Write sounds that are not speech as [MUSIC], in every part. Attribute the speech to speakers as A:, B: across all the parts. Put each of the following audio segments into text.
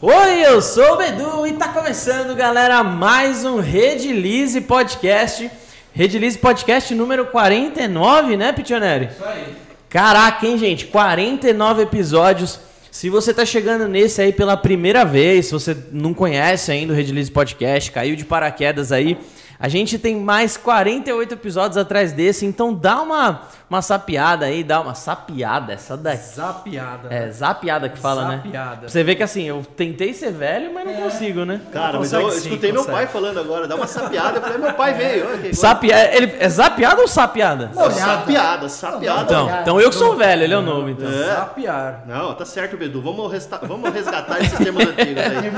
A: Oi, eu sou o Bedu e tá começando, galera, mais um Redilize Podcast. Redilize Podcast número 49, né, Pitioneri? Isso aí. Caraca, hein, gente? 49 episódios. Se você tá chegando nesse aí pela primeira vez, se você não conhece ainda o Redilize Podcast, caiu de paraquedas aí, a gente tem mais 48 episódios atrás desse, então dá uma, uma sapiada aí, dá uma sapiada, essa daqui.
B: Zapiada.
A: É, zapiada que fala, né?
B: Zapiada.
A: Pra Você vê que assim, eu tentei ser velho, mas não consigo, né?
C: Cara, mas
B: Consegue
C: eu
B: sim,
C: escutei meu
B: consegue.
C: pai falando agora, dá uma sapiada. Eu falei, meu pai veio. olha que-
A: Sapia... Ele... É zapiada ou sapiada?
C: Não, sapiada, sapiada.
A: Então, então eu que sou velho, ele é o novo, então.
C: É.
B: Zapiar.
C: Não, tá certo, Bedu. Vamos, resta- vamos resgatar esses temas antigos
D: né?
C: aí.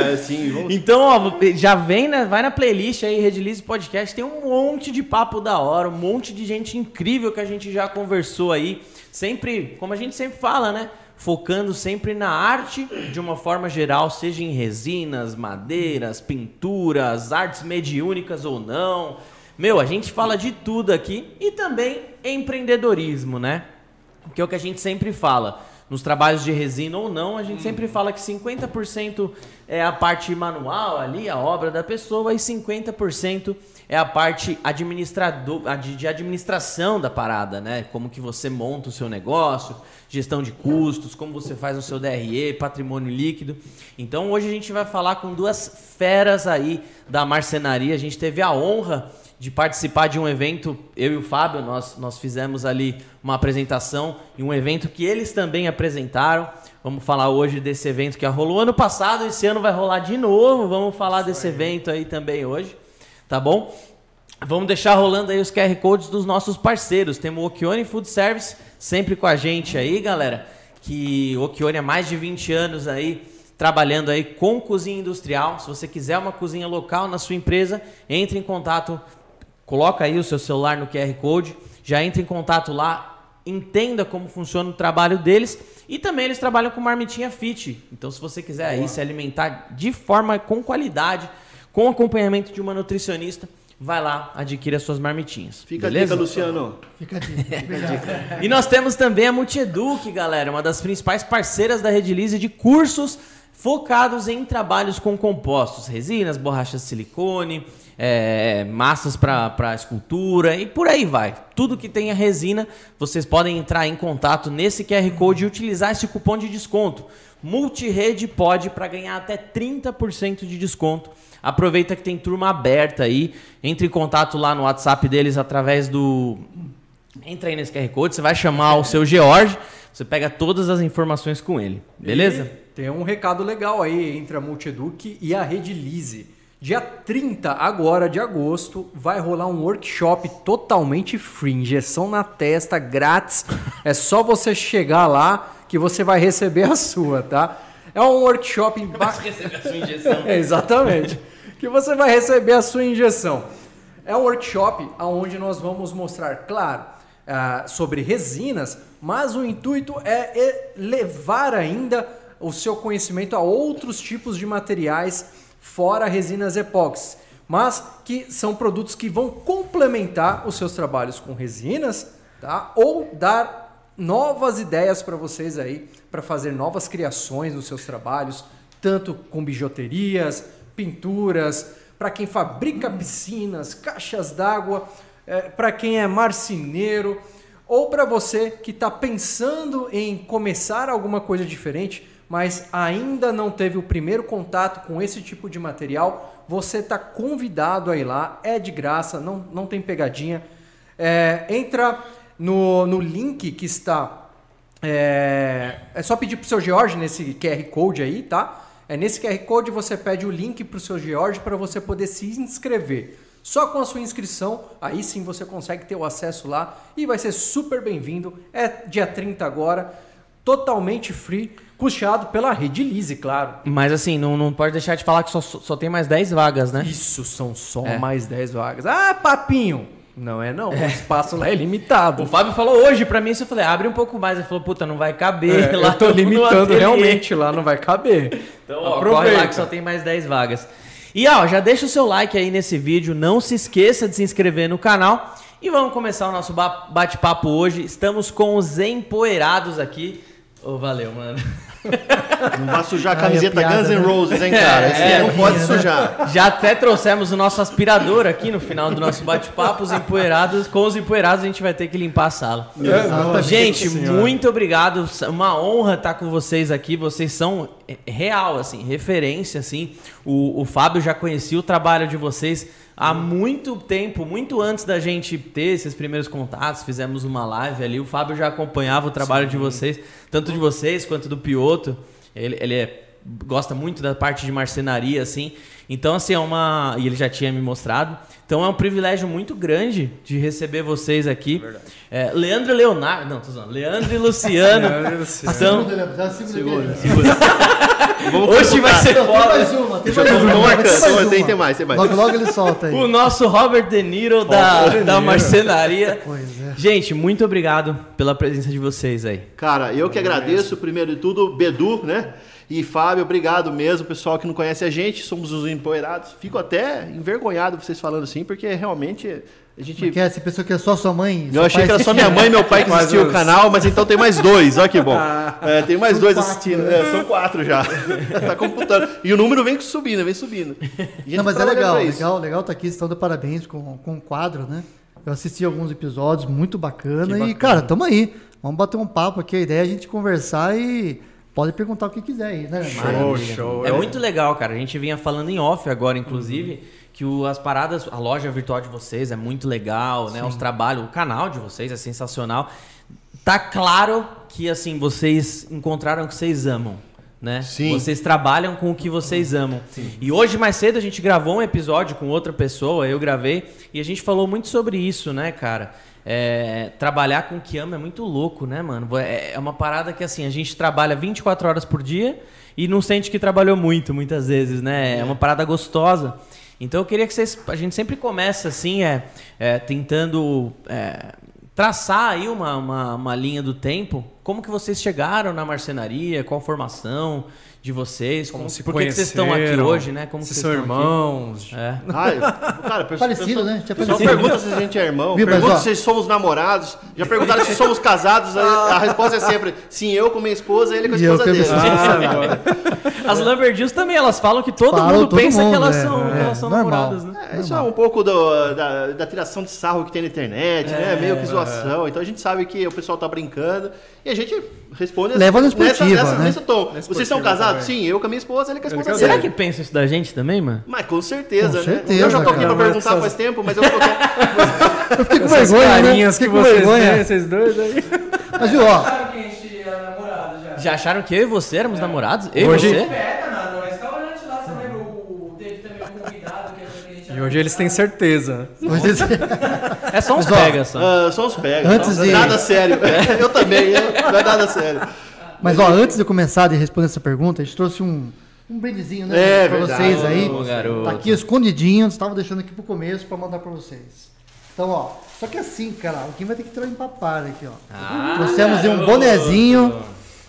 C: tá É, sim, vamos.
A: Então, ó, já vem, né? Vai na playlist aí, Redilize Podcast, tem um monte de papo da hora, um monte de gente incrível que a gente já conversou aí. Sempre, como a gente sempre fala, né? Focando sempre na arte de uma forma geral, seja em resinas, madeiras, pinturas, artes mediúnicas ou não. Meu, a gente fala de tudo aqui e também empreendedorismo, né? que é o que a gente sempre fala. Nos trabalhos de resina ou não, a gente sempre fala que 50% é a parte manual ali, a obra da pessoa, e 50% é a parte administrado- a de de administração da parada, né? Como que você monta o seu negócio, gestão de custos, como você faz o seu DRE, patrimônio líquido. Então hoje a gente vai falar com duas feras aí da marcenaria. A gente teve a honra de participar de um evento, eu e o Fábio, nós, nós fizemos ali uma apresentação e um evento que eles também apresentaram. Vamos falar hoje desse evento que rolou ano passado, esse ano vai rolar de novo. Vamos falar desse evento aí também hoje, tá bom? Vamos deixar rolando aí os QR Codes dos nossos parceiros. Temos o Okione Food Service sempre com a gente aí, galera. Que o Okione há mais de 20 anos aí trabalhando aí com cozinha industrial. Se você quiser uma cozinha local na sua empresa, entre em contato Coloca aí o seu celular no QR Code, já entra em contato lá, entenda como funciona o trabalho deles e também eles trabalham com marmitinha fit. Então, se você quiser aí se alimentar de forma com qualidade, com acompanhamento de uma nutricionista, vai lá, adquira suas marmitinhas.
C: Fica
A: beleza?
C: a dica, Luciano.
D: Fica a dica.
A: E nós temos também a Multieduc, galera, uma das principais parceiras da Redilize de cursos focados em trabalhos com compostos, resinas, borrachas de silicone, eh, massas para escultura e por aí vai. Tudo que tenha resina, vocês podem entrar em contato nesse QR Code e utilizar esse cupom de desconto. Multirede pode para ganhar até 30% de desconto. Aproveita que tem turma aberta aí. Entre em contato lá no WhatsApp deles através do Entra aí nesse QR Code, você vai chamar o seu George, você pega todas as informações com ele, beleza?
B: E tem um recado legal aí entre a Multieduc e a Rede Lise. Dia 30 agora de agosto vai rolar um workshop totalmente free, injeção na testa grátis. É só você chegar lá que você vai receber a sua, tá? É um workshop bacana. É, [LAUGHS] exatamente. Que você vai receber a sua injeção. É um workshop onde nós vamos mostrar, claro, ah, sobre resinas, mas o intuito é elevar ainda o seu conhecimento a outros tipos de materiais fora resinas epóxi, mas que são produtos que vão complementar os seus trabalhos com resinas, tá? Ou dar novas ideias para vocês aí, para fazer novas criações nos seus trabalhos, tanto com bijuterias, pinturas, para quem fabrica piscinas, caixas d'água, para quem é marceneiro, ou para você que está pensando em começar alguma coisa diferente, mas ainda não teve o primeiro contato com esse tipo de material, você está convidado a ir lá, é de graça, não, não tem pegadinha. É, entra no, no link que está. É, é só pedir pro seu George nesse QR Code aí, tá? É, nesse QR Code você pede o link pro seu George para você poder se inscrever. Só com a sua inscrição, aí sim você consegue ter o acesso lá e vai ser super bem-vindo. É dia 30 agora, totalmente free, custeado pela Rede Lise, claro.
A: Mas assim, não, não pode deixar de falar que só, só tem mais 10 vagas, né?
B: Isso são só
A: É.
B: mais 10 vagas. Ah, papinho! Não é não, o espaço lá é limitado.
A: [LAUGHS] O Fábio falou hoje pra mim, isso eu falei, abre um pouco mais. Ele falou, puta, não vai caber.
B: É,
A: lá
B: eu tô
A: no
B: limitando
A: ateliê.
B: realmente lá, não vai caber.
A: Então, ó, corre lá que só tem mais 10 vagas. E ó, já deixa o seu like aí nesse vídeo, não se esqueça de se inscrever no canal e vamos começar o nosso ba- bate-papo hoje. Estamos com os empoeirados aqui. Ô, valeu, mano.
C: Não vai sujar a
D: Ai, é né?
C: camiseta
D: piada,
C: Guns N'
D: né?
C: Roses, hein, cara? Esse
A: é,
C: aí não pode sujar.
A: Já até trouxemos o nosso aspirador aqui no final do nosso bate-papo, os empoeirados. Com os empoeirados a gente vai ter que limpar a sala. gente, muito obrigado. Uma honra estar com vocês aqui. Vocês são real, assim, referência, assim. O, o Fábio já conhecia o trabalho de vocês há muito tempo, muito antes da gente ter esses primeiros contatos. Fizemos uma live ali. O Fábio já acompanhava o trabalho de vocês, tanto de vocês quanto do Pioto. Ele, ele é gosta muito da parte de marcenaria, assim. Então, assim, é uma. E ele já tinha me mostrado. Então é um privilégio muito grande de receber vocês aqui. É, Leandro e Leonardo. Não, tô zoando. Leandro e Luciano.
B: Leandro e Luciano.
A: Então,
D: Segura, segura, segura.
C: Vamos
A: hoje vai
C: contar.
A: ser
D: Tem mais
A: foda.
D: uma, tem
C: Já
D: mais
C: tô
D: uma. vai
C: marcando.
D: ter mais
C: Tem-
D: uma.
C: tem mais, tem mais.
D: Logo, logo ele solta aí.
A: O nosso Robert De Niro da, da marcenaria.
D: Pois é.
A: Gente, muito obrigado pela presença de vocês aí.
C: Cara, eu que agradeço, primeiro de tudo, Bedu, né? E Fábio, obrigado mesmo, pessoal que não conhece a gente, somos os empoeirados. Fico até envergonhado vocês falando assim, porque realmente a gente.
D: Porque essa pessoa que é só sua mãe.
C: Eu achei que era só minha mãe e meu pai que
B: Quase
C: assistiam o
B: os-
C: canal, mas então tem mais dois, olha que
D: [LAUGHS]
C: bom. É, tem mais dois assistindo, né? são quatro já. [LAUGHS] tá computando. E o número vem subindo, vem subindo. A gente
D: Não, mas é
C: trabalha
D: legal,
C: pra isso.
D: legal, legal tá aqui, estão de parabéns com, com o quadro, né? Eu assisti alguns episódios, muito bacana. E, cara, tamo aí. Vamos bater um papo aqui. A ideia é a gente conversar e pode perguntar o que quiser aí, né?
B: Show, show.
A: É muito legal, cara. A gente vinha falando em off agora, inclusive, que o- as paradas, a loja virtual de vocês é muito legal, né? Os trabalhos, o canal de vocês é sensacional. Tá claro que, assim, vocês encontraram o que vocês amam. Né?
C: Sim.
A: Vocês trabalham com o que vocês amam. E hoje, mais cedo, a gente gravou um episódio com outra pessoa, eu gravei, e a gente falou muito sobre isso, né, cara? É, trabalhar com o que ama é muito louco, né, mano? É, é uma parada que, assim, a gente trabalha 24 horas por dia e não sente que trabalhou muito, muitas vezes, né? É uma parada gostosa. Então eu queria que vocês. A gente sempre começa assim, é, é, tentando é, traçar aí uma, uma, uma linha do tempo. Como que vocês chegaram na marcenaria? Qual a formação de vocês?
B: Como se
A: por que que vocês estão aqui
B: conheceram,
A: hoje, né? Como
B: se
A: vocês
B: são
A: estão aqui?
B: irmãos.
A: É.
C: Ai, cara, pessoa-
D: Parecido,
C: pessoa-
D: né? Tinha
C: Pessoal
D: parecido.
C: pergunta se a gente é irmão,
D: Viu, mas,
C: pergunta
D: ó.
C: se somos namorados, já perguntaram se somos casados, a,
B: Ah.
C: a resposta é sempre sim, eu com minha esposa, ele com a
D: E eu
C: esposa
D: com a
C: dele.
D: minha esposa.
B: [LAUGHS] Ah, agora.
A: [LAUGHS] As Lamberjus também, elas falam que todo
D: Falam,
A: mundo
D: todo
A: pensa
D: mundo,
A: que elas
D: é,
A: são, que
D: é,
A: elas são
D: normal.
A: namoradas, né?
C: [LAUGHS]
D: Ah,
C: É,
D: tá
C: isso é um pouco do- da, da tiração de sarro que tem na internet,
B: É,
C: né? Meio que zoação. Então a gente sabe que o pessoal tá brincando e a gente responde
D: Leva no
C: nessa,
D: esportiva,
C: nessa-
D: né?
C: nesse tom.
B: Na
C: Vocês são
B: esportiva
C: casados?
B: também.
C: Sim, eu com a minha esposa, ele com a
B: Ele
C: esposa
B: com a
C: dele.
A: Será que pensam isso da gente também, mano?
C: Mas com certeza, né?
D: Com certeza,
C: eu já tô aqui
D: cara.
C: pra perguntar faz tempo, mas eu tô
D: [LAUGHS]
C: aqui.
D: Eu fiquei com
B: Essas
D: vergonha,
B: carinhas
D: né?
B: que
D: Fiquei com
B: vocês
D: vergonha.
B: têm, esses dois aí.
D: Mas, viu, ó,
A: Já acharam que eu e você éramos namorados? Eu
B: Hoje-
A: e você?
E: Peta, mano, no restaurante lá, você lembra? O, teve também um convidado que achou que a gente
B: E hoje eles têm certeza.
D: vocês-
A: É só uns
D: Mas, ó,
A: pega só.
C: Ah, só uns pega.
D: Antes
C: não,
D: de-
C: Nada sério. [LAUGHS] eu também, eu- não é nada sério.
D: mas, ó, antes de eu começar de responder essa pergunta, a gente trouxe um, um brindezinho, né?
C: É,
D: pra
C: verdade.
D: vocês aí.
A: Ô, garoto.
D: Tá aqui escondidinho, estava deixando aqui pro começo pra mandar pra vocês. Então, ó, só que assim, cara, alguém vai ter que tirar o empapado aqui, ó.
A: Ah,
D: Trouxemos aí um bonezinho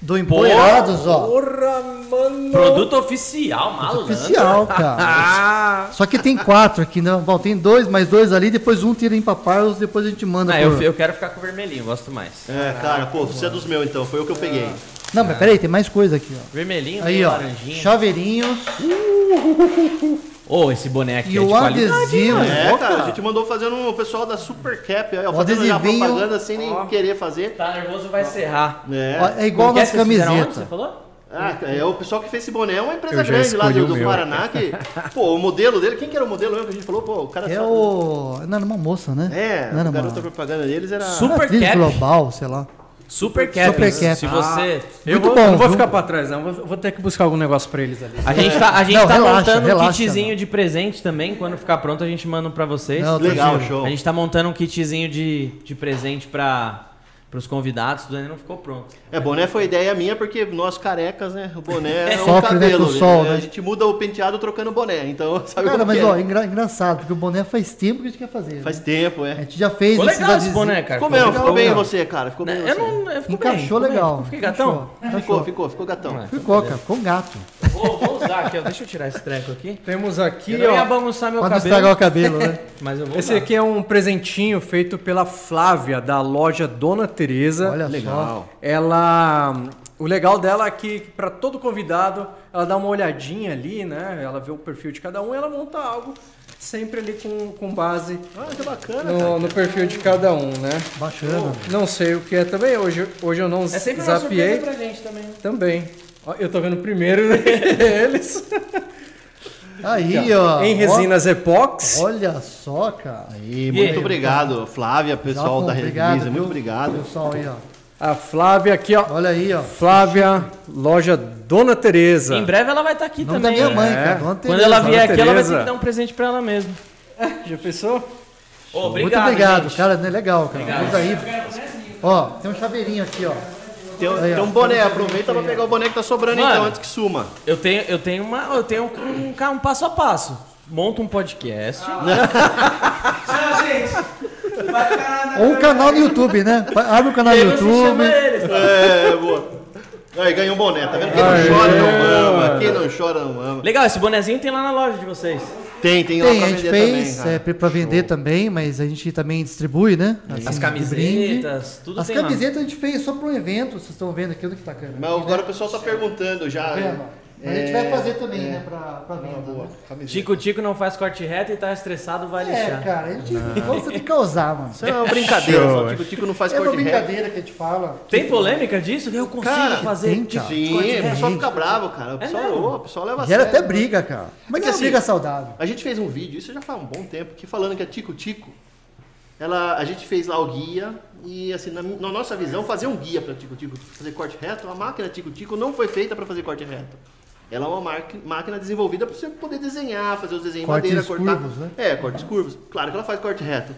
D: do Empoeirados, ó.
B: Porra, mano.
A: Produto oficial, malandro.
D: Oficial, cara.
B: Ah,
D: Só que tem quatro aqui, né? Bom, tem dois, mais dois ali, depois um tira em papados, depois a gente manda.
A: Ah,
D: por-
A: eu, eu quero ficar com o vermelhinho, gosto mais.
C: É, cara, pô, você é dos meus então, foi eu que eu peguei.
D: Não, mas peraí, tem mais coisa aqui, ó.
A: Vermelhinho,
D: Aí,
A: meio
D: ó,
A: laranjinha.
D: chaveirinhos
A: Ô, esse boneco
D: e
A: é de
D: o
A: qualidade. né?
D: adesivo.
C: É,
D: Ó,
C: cara, a gente mandou fazendo um pessoal da Super Cap, aí, ó,
D: O
C: fazendo já
D: adesivinho.
C: propaganda sem nem querer fazer.
A: Tá nervoso, vai serrar.
C: É.
D: ó, É igual
A: Como que é
D: nas
A: que vocês fizeram ontem, Você
D: camisetas.
A: falou?
C: Ah, cara, é o pessoal que fez esse boné, é uma empresa
B: Eu já
C: grande lá
B: escolhi
C: do,
B: o
C: do
B: meu.
C: Paraná que. Pô, o modelo dele, quem que era o modelo mesmo que a gente falou? Pô, o cara
D: É
C: só-
D: o. Não era uma moça, né?
C: É,
D: não era
C: a
D: uma.
C: garota propaganda deles era.
A: Super-
D: atriz
A: Cap.
D: global, sei lá.
A: Super Cap.
D: Super Cap.
A: Se você...
B: eu
D: Muito
B: vou,
D: bom,
B: eu não vou
D: viu?
B: ficar pra trás, não. Vou, vou ter que buscar algum negócio pra eles ali.
A: A gente tá, a gente
D: Ah. Não,
A: tá
D: relaxa,
A: montando um
D: relaxa,
A: kitzinho
D: não.
A: de presente também. Quando ficar pronto, a gente manda um pra vocês.
D: Não,
C: Legal, show.
A: A gente tá montando um kitzinho de, de presente pra, pros convidados. O Dani não ficou pronto.
C: É, boné foi ideia minha, porque nós carecas, né? O
D: [LAUGHS]
C: boné é um
D: Sofre, né,
C: cabelo.
D: com o sol,
C: né?
D: né?
C: A gente muda o penteado trocando o boné, então [LAUGHS] sabe
D: Cara,
C: como
D: mas
C: que é?
D: ó, engra- engraçado, porque o boné faz tempo que a gente quer fazer. né?
C: Faz tempo,
D: A
C: é.
D: gente já fez
A: Ficou legal esse
D: adesivos.
A: boné, cara.
C: Ficou mesmo, ficou bem
D: legal.
C: você, cara. Ficou bem
A: Né, Eu
C: você.
A: não, eu fico bem,
D: Encaixou
A: ficou bem,
D: legal.
A: ficou- Fiquei gatão.
D: Encaixou,
C: Ficou,
D: encaixou.
C: ficou, ficou gatão.
D: Ficou, cara. Ficou um gato.
A: Vou, vou usar aqui, ó. Deixa eu tirar esse treco aqui.
B: Temos
A: Eu
B: aqui,
A: não ia
B: ó.
A: bagunçar meu
D: Pra não
A: cabelo,
D: estragar o cabelo, né?
A: [LAUGHS] mas eu vou
B: Esse
A: usar.
B: aqui é um presentinho feito pela Flávia, da loja Dona Teresa.
D: Olha só.
B: Ela O legal dela é que, para todo convidado, ela dá uma olhadinha ali, né? Ela vê o perfil de cada um e ela monta algo sempre ali com, com base
C: Ah, que bacana, cara.
B: no, no perfil de cada um, né?
D: Bacana.
B: Não sei o que é também. Hoje, hoje eu não
A: É sempre uma surpresa
B: zapiei.
A: pra gente também. né?
B: Também. Ó, Eu tô vendo primeiro [LAUGHS] eles.
D: Aí, Ah, ó.
B: em resinas epox.
D: Ó, Olha só, cara.
C: Aí, muito
A: aí,
C: obrigado, Flávia, pessoal da Rede Lisa,
D: viu,
C: muito obrigado.
D: Pessoal aí, ó.
B: A Flávia aqui, ó.
D: Olha aí, ó.
B: Flávia, loja Dona Tereza.
A: Em breve ela vai estar aqui
D: Nome da
A: também.
D: minha
A: né?
D: mãe,
B: É.
D: cara. Dona
A: Quando
D: Teresa.
A: ela vier aqui, ela vai ter
B: Tereza.
A: que dar um presente pra ela mesma.
B: Já pensou?
A: Ô,
D: Muito obrigado,
A: gente.
D: cara. Né? Legal, cara. Coisa aí. Ó, tem um chaveirinho aqui, ó.
C: Tem, um-
D: Aí, ó.
C: tem um boné, aproveita pra pegar o boné que tá sobrando
A: Mano.
C: então, antes que suma.
A: Eu tenho, eu tenho, uma, eu tenho um, ca- um passo a passo. Monta um podcast.
D: Ah,
E: Tchau, gente. Vai ficar na-
D: Ou um canal no YouTube, né? Pa- Abre o canal no
A: Aí você chama
D: YouTube.
A: eles.
C: É, boa. Aí, ganhou um boné, tá vendo? Quem não chora não ama, quem não chora não ama.
A: Legal, esse bonezinho tem lá na loja de vocês.
C: Tem, tem, lá
D: Tem,
C: pra
D: a
C: vender
D: gente
C: também.
D: fez
C: cara.
D: é, pra pra vender também, mas a gente também distribui, né? Assim,
A: As
D: de
A: camisetas,
D: brinde.
A: tudo
D: As
A: tem lá.
D: camisetas a gente fez só pra um evento, vocês estão vendo aqui, onde que tá a câmera?
C: Mas agora o pessoal tá perguntando já.
D: Tá vendo? Mas a gente vai fazer também, né? Pra, pra venda.
C: É, Boa,
D: né?
C: camiseta.
A: Chico Tico não faz corte reto e tá estressado, vai
D: É,
A: lixar.
D: cara, a gente gosta de causar, mano.
C: Isso é uma brincadeira, só que o Tico não faz
D: É uma
C: corte reto.
D: brincadeira que a gente fala.
A: Tem polêmica disso? Eu consigo
C: Cara,
A: fazer. tipo
D: tem, cara.
C: Sim,
A: corte
C: o
A: reto.
C: pessoal fica bravo, cara. O
A: É
C: pessoal,
A: mesmo?
C: ô, o pessoal leva a
D: Gera
C: sério.
A: né?
D: até briga, cara. Mas
C: que
D: é uma
C: assim,
D: briga saudável.
C: A gente fez um vídeo, isso já faz um bom tempo, que falando que a Tico Tico, ela, a gente fez lá o guia e assim, na, na nossa visão, fazer um guia para Tico Tico fazer corte reto, a máquina Tico Tico não foi feita para fazer corte reto. Ela é uma marqui- máquina desenvolvida para você poder desenhar, fazer os desenhos em
D: Cortes
C: madeira, cortar.
D: curvos, né?
C: É, cortes curvos. Claro que ela faz corte reto.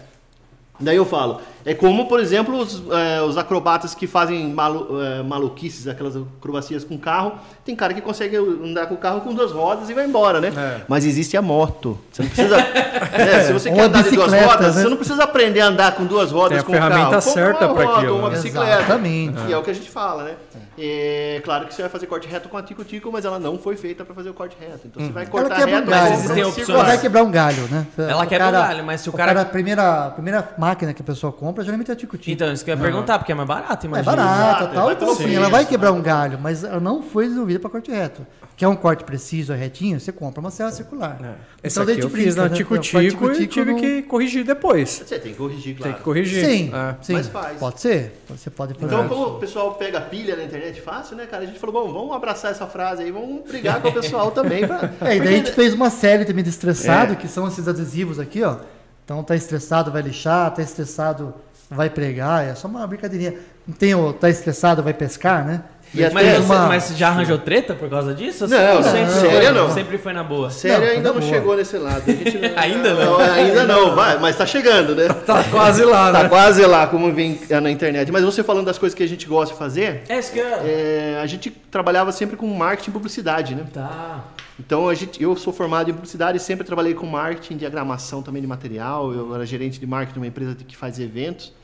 C: Daí eu falo, é como, por exemplo, os, é, os acrobatas que fazem malu- é, maluquices, aquelas acrobacias com carro. Tem cara que consegue andar com o carro com duas rodas e vai embora, né?
B: É.
C: Mas existe a moto. Você não
B: [LAUGHS]
C: precisa. né, se você
D: Ou
C: quer
D: a
C: andar de duas
D: bicicleta,
C: rodas,
D: né?
C: você não precisa aprender a andar com duas rodas
B: Tem a
C: com o carro.
B: ferramenta
C: Compra
B: certa
C: uma
B: pra
C: roda,
B: aquilo,
C: Uma
B: né?
C: bicicleta.
D: Exatamente.
C: E é o que a gente fala, né? É, claro que você vai fazer corte reto com a Tico Tico, mas ela não foi feita para fazer o corte reto. Então você vai cortar
D: quebra um
C: reto, mas
D: galho, né?
C: existe
A: Existem
D: Ela vai
A: opções.
D: quebrar um galho, né?
A: Ela quebra um galho, mas se o cara-
D: a primeira, a primeira máquina que a pessoa compra, geralmente é a tico-tico.
A: Então, isso que eu ia perguntar, porque é mais barato,
D: é
A: imagina.
D: barata
C: exato,
D: tal.
C: vai
D: Então,
C: pelo
D: assim,
C: preço,
D: ela vai
C: né?
D: quebrar um galho, mas ela não foi desenvolvida para corte reto. Que é um corte preciso, é retinho, você compra uma serra circular.
B: É.
D: Então,
B: Essa
D: daí
B: aqui
D: te
B: eu fiz
D: brinca,
B: na
D: né?
B: Tico
D: Porque o corte
B: Tico e
D: tico-tico
B: tive
D: não-
B: que corrigir depois.
C: Você tem que corrigir, claro.
B: Tem que corrigir.
D: Sim,
B: É.
D: sim.
C: Mas faz.
D: Pode ser. Você pode fazer.
C: Então, como o pessoal pega pilha na internet fácil, né, cara? A gente falou, bom, vamos abraçar essa frase aí, vamos brigar com o pessoal também. Pra...
D: [LAUGHS] É, e
C: Porque-
D: daí a gente fez uma série também de estressado,
C: É.
D: que são esses adesivos aqui, ó. Então tá estressado, vai lixar, tá estressado, vai pregar, é só uma brincadeirinha. Não tem o tá estressado, vai pescar, né?
C: E até
A: Mas,
D: Tem
A: você-
D: uma-
A: mas já arranjou treta por causa disso? Ou
C: Não,
A: sempre-
C: não,
A: sempre,
C: sério
A: foi,
C: não.
A: sempre foi na boa.
C: Sério,
D: Não,
C: ainda
D: tá
C: não
D: boa.
C: chegou nesse lado.
A: [LAUGHS]
C: A gente
A: Ainda não.
C: ainda não, vai, mas tá chegando, né?
B: Tá quase lá,
C: Tá
B: né?
C: quase lá, como vem é, na internet. Mas você falando das coisas que a gente gosta de fazer,
A: É isso que eu...
C: é, a gente trabalhava sempre com marketing e publicidade, né?
A: Tá.
C: Então a gente, eu sou formado em publicidade e sempre trabalhei com marketing, diagramação também de material. Eu era gerente de marketing de uma empresa que faz eventos.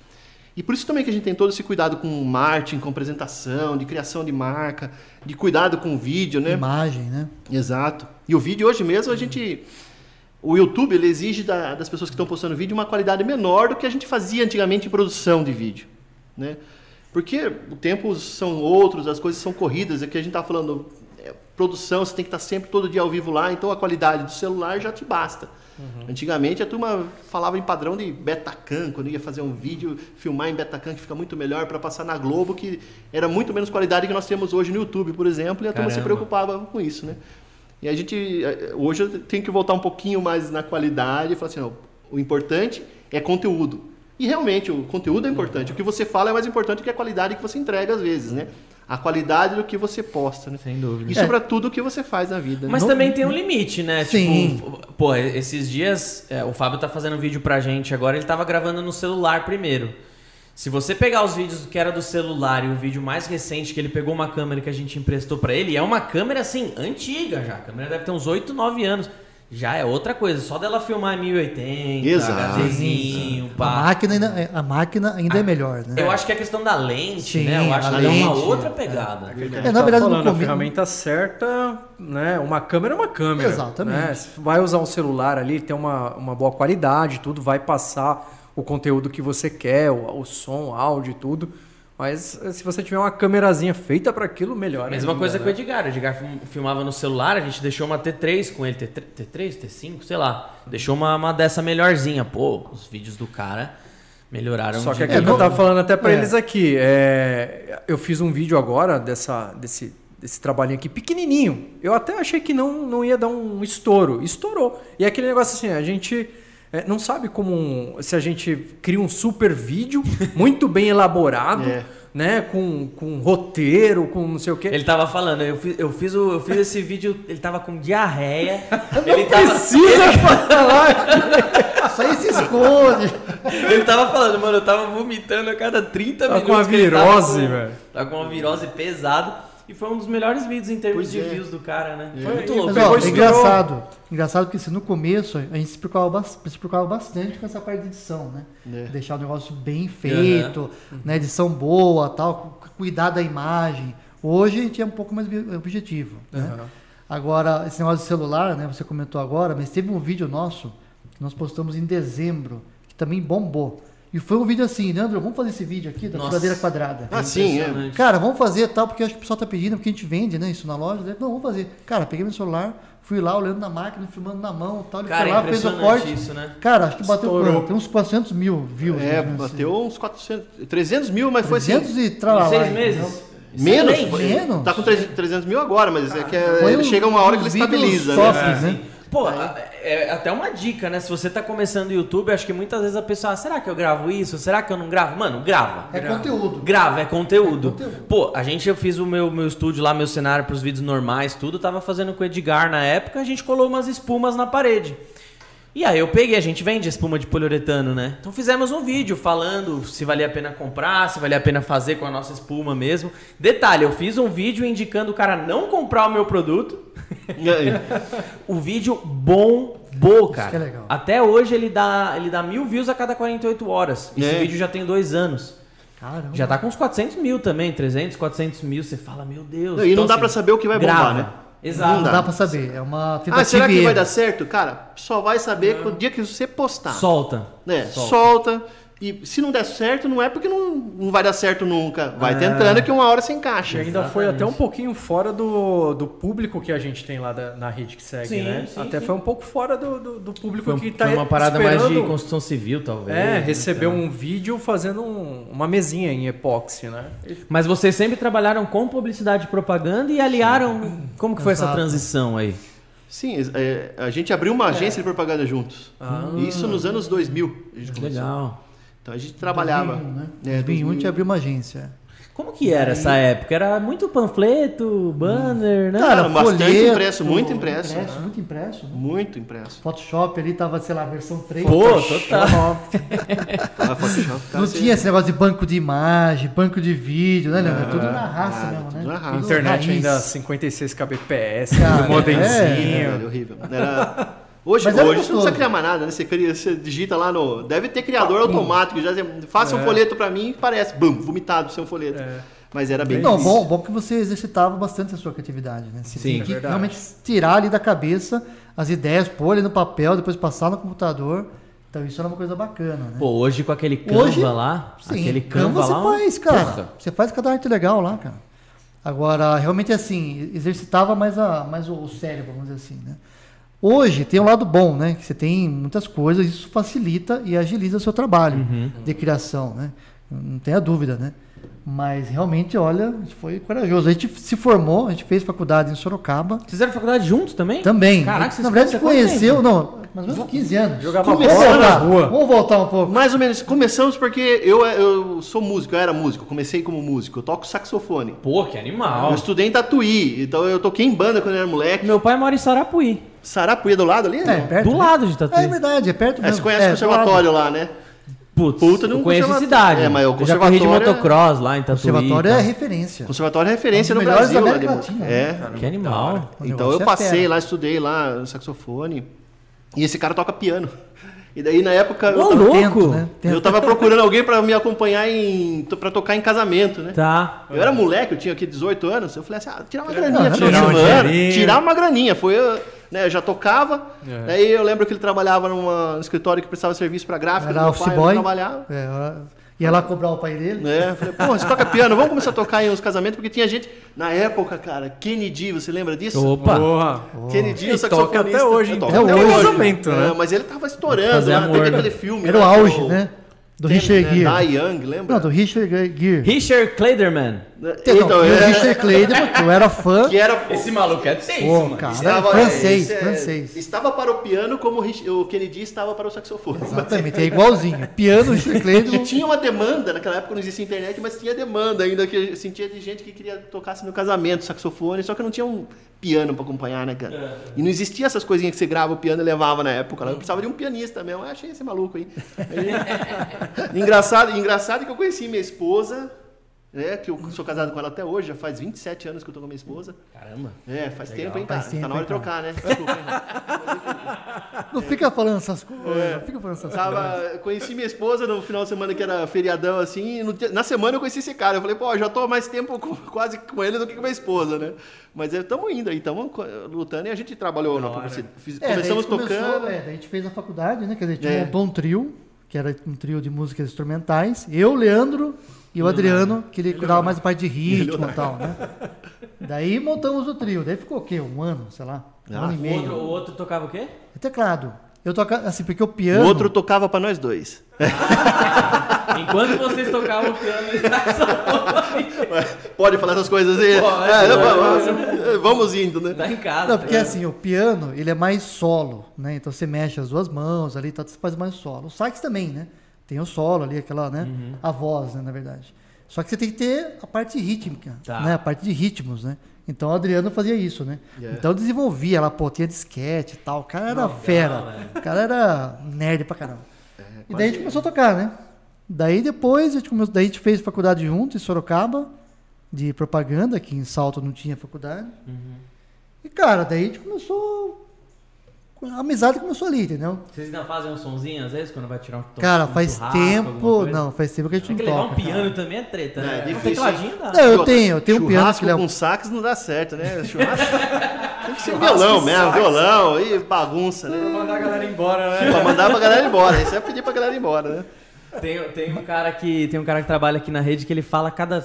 C: E por isso também que a gente tem todo esse cuidado com marketing, com apresentação, de criação de marca, de cuidado com vídeo, né?
D: Imagem, né?
C: Exato. E o vídeo hoje mesmo a gente. O YouTube ele exige da- das pessoas que estão postando vídeo uma qualidade menor do que a gente fazia antigamente em produção de vídeo. Né? Porque os tempos são outros, as coisas são corridas, é que a gente está falando é, produção, você tem que estar sempre todo dia ao vivo lá, então a qualidade do celular já te basta. Uhum. Antigamente a turma falava em padrão de Betacam, quando ia fazer um vídeo, filmar em Betacam, que fica muito melhor para passar na Globo, que era muito menos qualidade que nós temos hoje no YouTube, por exemplo, e a turma se
A: Caramba.
C: preocupava com isso, né? E a gente, eh, hoje eu tenho que voltar um pouquinho mais na qualidade e falar assim, ó, o importante é conteúdo. E realmente, o conteúdo é importante. O que você fala é mais importante que a qualidade que você entrega às vezes, né? A qualidade do que você posta, né?
A: Sem dúvida.
C: E sobretudo o que você faz na vida. né?
A: É. Mas
C: Não-
A: também tem um limite, né?
D: Sim.
A: Tipo, pô, esses dias é, o Fábio tá fazendo vídeo pra gente agora, ele tava gravando no celular primeiro. Se você pegar os vídeos que era do celular e o vídeo mais recente que ele pegou uma câmera que a gente emprestou pra ele, é uma câmera assim, antiga já. A câmera deve ter uns 8, 9 anos. Já é outra coisa, só dela filmar em 1080,
C: Exato.
A: HDzinho,
D: A
A: pá.
D: máquina ainda, a máquina
B: Ah,
D: ainda é melhor, né?
A: Eu acho que tá. é questão da lente,
D: Sim,
A: né? Eu acho
D: a
A: que é uma
D: lente.
A: outra pegada.
D: É, na verdade, no
B: tá falando, a
D: começo.
B: ferramenta certa, né? Uma câmera é uma câmera.
D: Exatamente.
B: né? Se Vai usar um celular ali, tem uma, uma boa qualidade, tudo, vai passar o conteúdo que você quer, o, o som, o áudio e tudo. Mas eh, se você tiver uma câmerazinha feita para aquilo, melhor.
A: Mesma
B: ainda,
A: coisa que o
B: né?
A: Edgar. O Edgar film- filmava no celular, a gente deixou uma T3 com ele, T3, T3 T5, sei lá. Deixou uma, uma dessa melhorzinha. Pô, os vídeos do cara melhoraram
B: Só que
A: É um de-
B: aquilo que eu tava falando até pra
D: É.
B: eles aqui, é, eu fiz um vídeo agora dessa, desse, desse trabalhinho aqui, pequenininho. Eu até achei que não, não ia dar um estouro. Estourou. E é aquele negócio assim, a gente é, não sabe como um- se a gente cria um super
A: [LAUGHS]
B: vídeo muito bem elaborado,
C: É.
B: né? Com, com roteiro, com não sei o quê.
A: Ele tava falando, eu fiz, eu fiz, o- eu fiz esse vídeo, ele tava com
B: [LAUGHS]
A: diarreia.
B: não
A: ele, tava,
B: precisa
A: [LAUGHS]
B: falar.
D: Isso aí
B: [LAUGHS]
D: se esconde.
A: ele tava falando, mano, eu tava vomitando a cada 30
B: Tá
A: É minutos.
B: com uma
A: que ele tava
B: virose,
A: com-
B: velho.
A: Tá com uma virose pesada. E foi um dos melhores vídeos em termos
C: Pois
A: de
C: é.
A: views do cara, né? Foi
C: É.
A: muito
D: Mas,
A: louco.
D: ó,
B: Pegou, estourou.
D: engraçado. Engraçado que assim, no começo a gente se preocupava, bas- se preocupava bastante com essa parte de edição, né?
C: É.
D: Deixar o negócio bem feito, né? Edição boa tal, cu- cuidar da imagem. Hoje a gente é um pouco mais bi- objetivo. Né? Agora, esse negócio de celular, né? Você comentou agora, mas teve um vídeo nosso que nós postamos em dezembro, que também bombou. E foi um vídeo assim, Leandro, vamos fazer esse vídeo aqui da
A: Nossa.
D: furadeira quadrada.
C: Ah, sim, é.
A: Impressionante.
D: Cara, vamos fazer tal, porque acho que o pessoal tá pedindo, porque a gente vende, né? Isso na loja. Daí, Não, vamos fazer. Cara, peguei meu celular, fui lá olhando na máquina, filmando na mão tal. Ele
A: Cara,
D: foi
A: é
D: lá, fez o corte.
A: impressionante isso, né?
D: Cara, acho que bateu
B: Estourou.
D: quanto? Tem uns 400 mil views.
C: É,
D: né, assim.
C: bateu uns 400, 300 mil, mas foi assim.
D: 300 e tralala.
A: Em seis
D: entendeu?
B: então.
A: meses.
C: Menos,
A: Excelente.
C: foi-
D: Menos?
C: Tá com 300, 300 mil agora, mas é que é-
D: Foi
C: ele
D: um-
C: chega uma hora que ele
D: uns vídeos
C: estabiliza,
D: top,
C: né?
A: É,
D: né?
A: Pô, a- é até uma dica, né? Se você tá começando o YouTube, acho que muitas vezes a pessoa, ah, será que eu gravo isso? Será que eu não gravo? Mano, grava.
D: É conteúdo.
A: Grava, é conteúdo.
D: É conteúdo.
A: Pô, a gente, eu fiz o meu, meu estúdio lá, meu cenário pros vídeos normais, tudo. Tava fazendo com o Edgar na época, a gente colou umas espumas na parede. E aí eu peguei, a gente vende espuma de poliuretano, né? Então fizemos um vídeo falando se valia a pena comprar, se valia a pena fazer com a nossa espuma mesmo. Detalhe, eu fiz um vídeo indicando o cara não comprar o meu produto. [LAUGHS] O vídeo bombou, cara.
D: que é legal.
A: Até hoje ele dá, ele dá mil views a cada 48 horas. Esse
C: É.
A: vídeo já tem dois anos.
D: Caramba.
A: Já tá com uns 400 mil também, 300, 400 mil. Você fala, meu Deus. Então, assim,
C: Não, e não dá pra saber o que vai bombar, né?
A: Exato.
D: Não
C: dá.
D: dá pra saber. É uma tentativa
C: Ah, será
D: e
C: que vai dar
D: erro.
C: certo? Cara, só vai
B: É.
C: saber no dia que você postar.
A: Solta.
C: né?
A: Solta.
C: Solta. E se não der certo, não é porque não, não vai dar certo nunca. Vai
D: Ah.
C: tentando que uma hora se
B: E
C: encaixa.
B: ainda foi até um pouquinho fora do, do público que a gente tem lá da- na rede que segue,
A: Sim,
B: né?
A: sim,
B: até
A: sim.
B: foi um pouco fora do, do, do público
A: Foi, um-
B: que tá
A: foi uma parada mais de
B: esperando,
A: construção civil, talvez.
B: É,
A: né?
B: recebeu um vídeo fazendo um- uma mesinha em epóxi, né?
A: Mas vocês sempre trabalharam com publicidade e propaganda e aliaram. Como que foi essa
D: Exato.
A: transição aí?
C: Sim, é, a gente abriu uma agência de propaganda juntos.
B: Ah.
C: Isso nos anos 2000. A gente começou.
A: Legal.
C: Então a gente trabalhava.
D: 2001, né?
C: É,
D: 2001 te abriu uma agência.
A: Como que era essa época? Era muito panfleto, banner, né?
C: Cara, bastante impresso, muito impresso.
D: Muito impresso, né?
C: Muito impresso.
D: Photoshop ali tava, sei lá, versão 3.
A: Pô, total.
C: Ah, Photoshop, cara,
D: Não
C: você-
D: tinha esse negócio de banco de imagem, banco de vídeo, né, Leandro? É tudo na raça
C: nada,
D: mesmo, né?
C: tudo na
B: Ah,
C: raça.
D: Tudo
B: Internet
D: raiz.
B: ainda 56 kbps,
D: Cara,
A: Ah,
B: tudo modemzinho.
C: É, velho, horrível.
D: [LAUGHS]
C: Era- Hoje,
D: Mas era
C: hoje você não
D: gostoso. Tá,
C: precisa criar mais nada, né? Você, cria, você digita lá no. Deve ter criador
D: hum.
C: automático. Já, faça um
D: É.
C: folheto pra mim e parece. Bum, vomitado sem um folheto. Mas era bem
D: Não,
C: difícil.
D: bom, bom que você exercitava bastante a sua criatividade, né? Você
A: Sim,
D: tinha
A: é
D: que
B: verdade.
D: realmente tirar ali da cabeça as ideias, pôr ali no papel, depois passar no computador. Então isso era uma coisa bacana, né?
A: Pô, hoje com aquele Canva
D: Hoje-
A: lá,
D: Sim,
A: aquele Canva,
D: Canva você
A: lá. é um
D: faz, cara.
A: Porra.
D: Você faz cada arte legal lá, cara. Agora, realmente assim, exercitava mais, a, mais o cérebro, vamos dizer assim, né? Hoje tem um lado bom, né? Que você tem muitas coisas, isso facilita e agiliza o seu trabalho
A: Uhum.
D: de criação, né? Não tenha dúvida, né? Mas realmente, olha, a gente foi corajoso. A gente se formou, a gente fez faculdade em Sorocaba.
A: Vocês fizeram faculdade juntos também?
D: Também.
A: Caraca,
D: A gente,
A: vocês
D: na verdade,
A: fizeram
D: se
A: quanto
D: conheceu, não, mais ou menos 15 anos.
B: Jogava
D: Começou
B: bola na
D: lá.
B: rua.
D: Vamos voltar um pouco.
C: Mais ou menos. Começamos porque eu, eu sou músico, eu era músico. eu Comecei como músico. Eu toco saxofone.
A: Pô, que
D: Ah.
A: animal.
C: Eu estudei em Tatuí, então eu toquei em banda quando eu era moleque.
A: Meu pai mora em Sarapuí,
C: Sarapuia do lado ali?
D: É,
C: né?
D: perto,
A: do
D: né?
A: lado de
D: É
A: Tatuí.
D: verdade, é perto
C: É,
D: mesmo.
C: você conhece
D: é,
C: o conservatório lá, né?
A: Putz,
C: Puta, não
A: eu conheço a
C: conservatório.
A: cidade.
C: É, mas o
A: Eu já corri de
C: conservatório é-
A: motocross lá em Tatuí.
D: O conservatório
A: tá?
D: é referência.
C: Conservatório é referência
D: Um
C: no
D: dos melhores
C: Brasil. né,
D: da
C: de
D: América
C: música.
D: Latina,
C: É.
A: Que animal.
D: O
C: Então eu
D: negócio é
C: passei
D: fera.
C: lá, estudei lá saxofone. E esse cara toca piano. E daí na época eu
A: Ô,
C: tava,
A: louco!
D: Tento, né? Tento.
C: eu tava procurando alguém pra me acompanhar em para tocar em casamento, né?
A: Tá.
C: Eu era moleque, eu tinha aqui 18 anos, eu falei assim, ah, tirar uma graninha,
D: não,
C: final de
B: tirar uma
C: semana,
B: graninha. É.
C: tirar uma graninha, foi, eu, né, eu já tocava, daí eu lembro que ele trabalhava numa- num escritório que precisava de serviço pra gráfica,
D: Era
C: do meu
D: office
C: pai, eu
D: boy?
C: trabalhava,
D: É, eu era- Ia lá cobrar o pai dele.
C: né? Eu Falei, pô, você toca piano, vamos começar a tocar em uns casamentos, porque tinha gente, na época, cara, Kennedy, você lembra disso?
A: Opa!
B: Porra.
C: Kennedy,
B: E
C: o
B: toca
C: saxofonista.
B: até hoje,
C: Eu
B: então.
C: toco
D: Até
C: até
D: hoje.
C: hoje.
B: Casamento, né?
C: É, mas ele tava estourando,
A: Fazer
C: né?
A: amor,
C: Tem
A: né?
C: aquele filme.
D: Era o
C: lá,
D: auge,
C: o-
D: né? Do
C: Temer,
D: Richard
C: né? Da
D: Gere.
C: Young, lembra?
D: Não, do Richard Gere.
A: Richard Kleiderman.
D: Então,
C: Então,
D: do
C: é-
D: Richard Clayderman, que eu era fã.
C: que era...
A: Esse maluco é tenso,
D: Pô,
A: mano.
D: cara,
C: estava-
D: francês,
C: é, é,
D: francês.
C: Estava para o piano como o Rich- o Kennedy estava para o saxofone.
D: Exatamente, é igualzinho. Piano,
C: [LAUGHS]
D: Richard
C: E
D: Clayderman.
C: tinha uma demanda, naquela época não existia internet, mas tinha demanda ainda, que eu sentia de gente que queria tocar assim, no casamento, saxofone, só que não tinha um piano pra acompanhar, né,
D: É.
C: cara? E não existia essas coisinhas que você grava o piano e levava na época. lá.
D: Hum.
C: Eu precisava de um pianista mesmo, ah, achei esse maluco aí. Aí- [LAUGHS] engraçado, engraçado que eu conheci minha esposa, né, que eu sou casado com ela até hoje, já faz 27 anos que eu tô com a minha esposa.
A: Caramba.
C: É, faz tempo, hein, cara?
D: Faz
C: tá
D: tempo, então.
C: na hora de
D: hein, [LAUGHS]
C: trocar, né? Desculpa, hein?
D: Não fica falando essas coisas. Não fica falando essas coisas.
C: Tava, conheci minha esposa no final de semana que era feriadão, assim, e no te- na semana eu conheci esse cara. Eu falei, pô, já tô mais tempo com- [LAUGHS] quase com ele do que com minha esposa, né? Mas estamos indo aí, estamos lutando e a gente trabalhou na publicidade. Fiz-
D: É, daí
C: Começamos
D: começou,
C: tocando.
D: é, daí a gente fez a faculdade, né? Quer dizer, a gente
C: É.
D: montou um trio, que era um trio de músicas instrumentais. Eu, Leandro e o Adriano, que ele cuidava mais da parte de
C: é
D: ritmo e tal, né? Daí montamos o trio. Daí ficou o quê? Um ano, sei lá. Um
C: Ah,
D: ano e
A: O outro,
D: meio.
A: o outro tocava o quê?
D: É teclado. Eu tocava, assim, porque o
C: o
D: piano...
C: outro tocava pra nós
A: [LAUGHS]
C: dois.
A: Enquanto vocês tocavam o piano, eles tá
C: Pode falar essas coisas aí?
A: Pode, Tá
C: É, não,
A: pode.
C: vamos- é, vamos indo, né?
A: em casa.
D: Não, porque assim, o piano, ele é mais solo, né? Então você mexe as duas mãos ali, tá, você faz mais solo. O sax também, né? Tem o solo ali, aquela, né? A voz, né, na verdade. Só que você tem que ter a parte rítmica,
A: Tá.
D: né? A parte de ritmos, né? Então o Adriano fazia isso, né? Então eu desenvolvia lá, pô, tinha disquete e tal. O cara era fera. O cara era nerd pra caramba. e daí a gente começou a tocar, né? Daí depois a gente começou, daí a gente fez faculdade junto em Sorocaba de propaganda, que em Salto não tinha faculdade. E, cara, daí a gente começou. A amizade começou ali, entendeu?
A: Vocês ainda fazem um sonzinho às vezes quando vai tirar um to-
D: Cara,
A: um
D: faz
A: churrasco, alguma
D: tempo.
A: coisa?
D: Não, faz tempo que a gente
A: Tem que
D: não
A: levar
D: toca.
A: um piano
D: cara.
A: também é treta,
C: É,
A: né? Um
C: difícil.
A: tecladinho dá.
D: Não, eu tenho, eu tenho um piano que
C: Churrasco
D: leva.
C: com sax não dá certo, né? Churrasco tem que ser violão mesmo, violão e bagunça, né?
B: Mandar a galera embora, né?
C: Pra mandar pra galera ir embora. Isso é pedir pra galera ir embora, né?
A: Tem, tem um cara que tem um cara que trabalha aqui na rede que ele fala a cada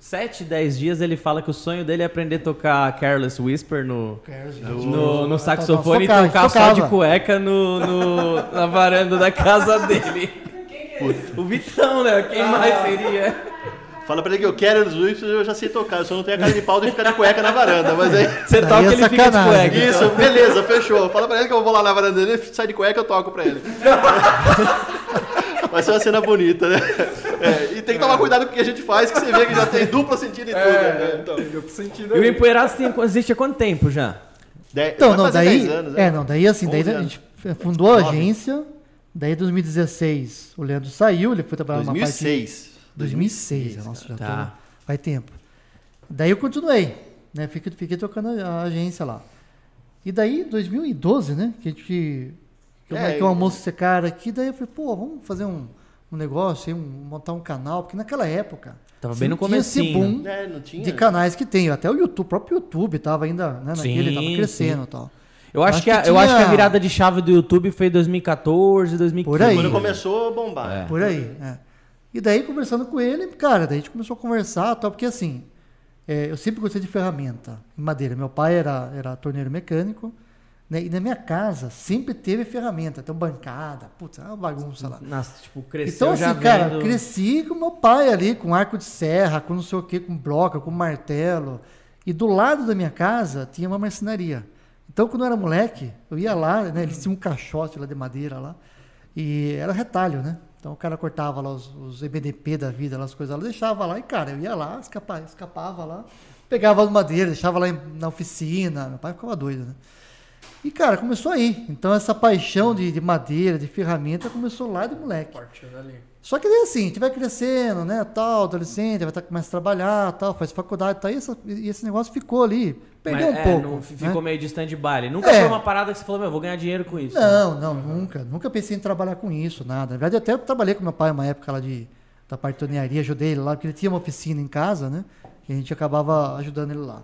A: 7, 10 dias ele fala que o sonho dele é aprender a tocar Careless Whisper no no, no saxofone e
D: Tocava,
A: tocar só de
D: tocava.
A: cueca no, no- na varanda da casa dele. O Vitão, né? Quem mais seria?
C: Fala pra ele que eu quero os Whips, eu já sei tocar, eu só não tenho a cara de pau de ficar de cueca na varanda, mas aí. [LAUGHS]
A: Você
D: Daí
A: toca
D: é
A: ele fica de
D: sacanagem.
A: cueca.
C: Isso, beleza, fechou. Fala pra ele que eu vou lá na varanda dele, sai de cueca, eu toco pra ele. Vai ser uma cena bonita, né? É, e tem que tomar cuidado com o que a gente faz, que você vê que já tem duplo sentido e tudo, né? Então,
B: Deu pro sentido
A: E o
B: aí.
A: Empoeirados tem- existe há quanto tempo já?
C: dez-
D: Então,
C: vai
D: não,
C: fazer
D: daí.
C: 10 anos, né?
D: é, não, daí assim, daí
C: 11
D: a gente fundou a agência. Daí em 2016 o Leandro saiu, ele foi trabalhar numa é parte
C: 2006.
D: 2006, nossa, já
A: Tá.
D: tô- faz tempo. Daí eu continuei, né? Fiquei, fiquei tocando a agência lá. E daí, 2012, né? Que a gente. Que eu
C: É,
D: marquei
C: e-
D: um almoço com esse cara aqui, daí eu falei, pô, vamos fazer um, um negócio, aí, um, montar um canal, porque naquela época.
A: Tava
D: assim,
A: bem no
D: não tinha esse
A: comecinho.
D: boom
C: É, não tinha.
D: de canais que tem. Até o YouTube, o próprio YouTube tava ainda, né? Naquele,
A: Sim,
D: tava crescendo e tal.
A: Eu acho,
D: Acho
A: que, a,
D: que
A: eu acho que a
D: tinha-
A: virada de chave do YouTube foi em 2014, 2015.
D: Por aí.
C: Quando começou a bombar.
A: É.
D: Por aí, é. E daí, conversando com ele, cara, daí a gente começou a conversar, tal, porque assim, é, eu sempre gostei de ferramenta em madeira. Meu pai era, era torneiro mecânico, né? E na minha casa sempre teve ferramenta, então bancada, putz, é uma bagunça lá.
A: Nossa, tipo, cresceu
D: Então,
A: já
D: assim, cara,
A: vendo...
D: cresci com meu pai ali, com arco de serra, com não sei o que, com broca, com martelo. E do lado da minha casa tinha uma marcenaria. Então, quando eu era moleque, eu ia lá, né? Eles tinham um caixote lá de madeira lá. E era retalho, né? Então o cara cortava lá os, os EBDP da vida, lá, as coisas lá, deixava lá e, cara, eu ia lá, escapa- escapava lá, pegava as madeira, deixava lá em- na oficina. Meu pai ficava doido, né? E, cara, começou aí. Então, essa paixão de, de madeira, de ferramenta, começou lá de moleque.
B: Partiu dali.
D: Só que daí assim, a gente vai crescendo, né? Tal, adolescente, vai estar começa a trabalhar, tal, faz faculdade, tal, e, essa- e esse negócio ficou ali, perdeu
A: Mas,
D: um
A: é,
D: pouco.
A: não-
D: né?
A: ficou meio de stand-by. ali. Nunca
D: É.
A: foi uma parada que você falou, meu, vou ganhar dinheiro com isso.
D: Não, não, nunca. Nunca pensei em trabalhar com isso, nada. Na verdade, eu até trabalhei com meu pai uma época lá de, da parte de tornearia, ajudei ele lá, porque ele tinha uma oficina em casa, né? E a gente acabava ajudando ele lá.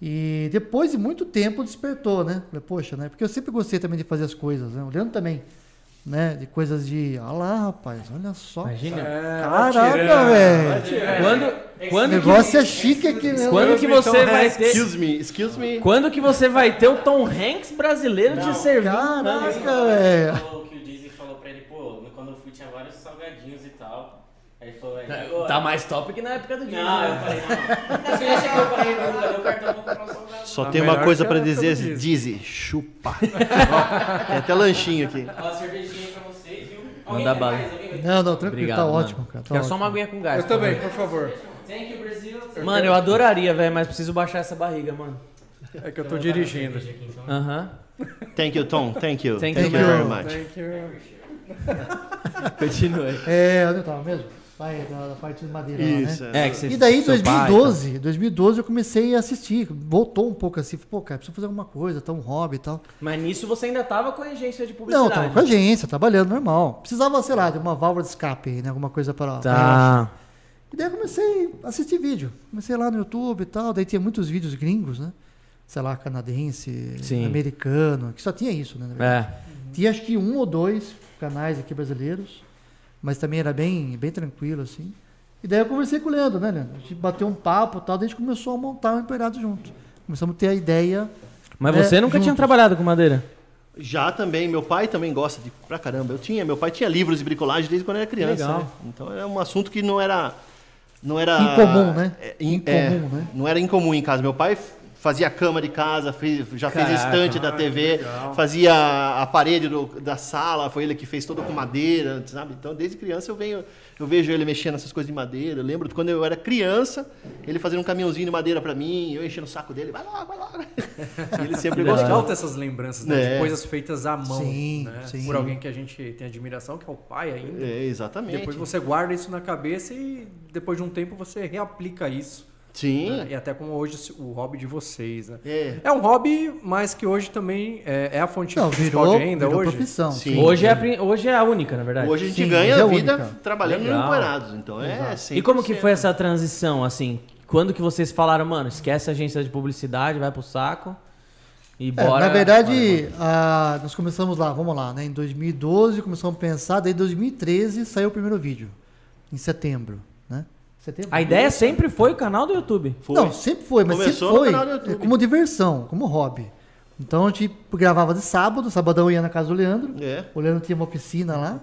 D: E depois de muito tempo despertou, né? Falei, poxa, né? Porque eu sempre gostei também de fazer as coisas, né? O Leandro também. né? De coisas de. Ah lá, rapaz, olha só.
A: Imagina.
D: Caraca, velho.
A: Quando,
D: O
A: quando,
D: negócio é chique aqui mesmo.
A: quando que você vai ter.
C: Excuse me, excuse me.
A: Quando que você vai ter o Tom Hanks brasileiro te servindo?
D: Caraca,
F: Ah, Ele
A: é.
D: velho.
F: falou que o Dizzy falou pra ele, pô, quando eu fui tinha vários salgadinhos e tal. Aí ele falou, aí, pô,
A: Tá mais top que na época do né? dia.
F: Não, eu falei,
A: [LAUGHS]
F: não. Assim, eu cheguei, eu falei, não, cadê o cartão vou comprar um salgado?
C: Só
B: Tá
C: tem
B: melhor
C: uma coisa
B: que
C: pra
B: a
C: dizer,
B: todo disco.
C: Dizzy, chupa. Ó, [LAUGHS] tem até lanchinho aqui.
F: Ó, cervejinha pra vocês, viu? Alguém
A: Manda
F: quer
A: bala.
F: mais? Alguém vai-
D: Não, não, tranquilo,
A: Obrigado,
D: tá
A: mano.
D: ótimo, cara. Tá
A: Quero só
D: ótimo.
A: uma aguinha com gás.
B: Eu também, por favor.
F: Thank you, Brasil.
A: Mano, eu adoraria, velho, mas preciso baixar essa barriga, mano.
B: É que eu tô dirigindo.
D: [LAUGHS]
A: Aham.
C: Thank you, Tom. Thank you.
A: Thank
C: Thank,
A: you.
C: you very much.
B: Thank you.
A: Continue.
D: É, onde eu tava mesmo? Vai, da, da parte de madeira lá, né?
C: Isso.
A: É, que você
D: E daí, em
A: seu pai,
D: 2012, 2012 eu comecei a assistir. Voltou um pouco assim. Pô, cara, preciso fazer alguma coisa, tá um hobby e tal.
A: tá? Mas nisso você ainda tava com a agência de publicidade.
D: Não, tava com a agência, trabalhando, normal. Precisava, sei lá, de uma válvula de escape aí, né? Alguma coisa para...
A: Tá.
D: E daí eu comecei a assistir vídeo. Comecei lá no YouTube e tal. Daí tinha muitos vídeos gringos, né? Sei lá, canadense,
A: Sim.
D: americano. Que só tinha isso, né? na verdade.
A: É.
D: Tinha acho que um ou dois canais aqui brasileiros, mas também era bem, bem tranquilo, assim. E daí eu conversei com o Leandro, né, Leandro? A gente bateu um papo e tal, daí a gente começou a montar o Emperado junto. Começamos a ter a ideia.
A: Mas
D: É,
A: você nunca tinha
D: juntos.
A: trabalhado com madeira?
C: Já também, meu pai também gosta de pra caramba. Eu tinha, meu pai tinha livros de bricolagem desde quando eu era criança.
A: Legal.
C: né? Então era um assunto que não era não era
D: Incomum, né?
C: É, in-
D: Incomum,
C: é,
D: né?
C: Não era incomum em casa. Meu pai f- fazia a cama de casa, fez- já fez a
A: Caraca,
C: estante da TV, fazia a- a parede do- da sala, foi ele que fez todo com madeira, sabe? Então desde criança eu venho eu vejo ele mexendo nessas coisas de madeira. Eu lembro de quando eu era criança, ele fazendo um caminhãozinho de madeira pra mim, eu enchendo o saco dele, vai lá, vai lá. E [LAUGHS] ele sempre
A: É.
B: Legal
C: gostou.
B: ter essas lembranças, né? De
C: É.
B: coisas feitas à mão.
D: Sim,
B: né?
D: sim.
B: Por alguém que a gente tem admiração, que é o pai ainda.
C: É, exatamente.
B: Depois você guarda isso na cabeça e depois de um tempo você reaplica isso.
C: Sim.
B: né? E até como hoje o hobby de vocês, né?
C: É.
B: É um hobby, mas que hoje também é, é a fonte
D: Não,
B: principal
D: virou,
B: de renda
D: virou
B: hoje.
D: profissão.
C: Sim.
A: Hoje é, a, prim- hoje é a única, na verdade.
C: Hoje a gente
D: Sim,
C: ganha
D: hoje é
C: a vida
D: única.
C: trabalhando
A: Legal.
C: no Empoeirados. Então é assim.
A: E como que foi essa transição, assim? Quando que vocês falaram, mano, esquece a agência de publicidade, vai pro saco e
D: É,
A: bora...
D: na verdade,
A: bora, bora.
D: a- nós começamos lá, vamos lá, né? Em 2012 começamos a pensar, daí em 2013 saiu o primeiro vídeo, em setembro, né? Setembro?
A: A ideia sempre foi o canal do YouTube.
D: Não, sempre foi, mas
C: Começou no
D: sempre
C: canal do
D: foi
C: YouTube.
D: como diversão, como hobby. Então a gente gravava de sábado, sabadão eu ia na casa do Leandro.
C: É.
D: O Leandro tinha uma oficina lá.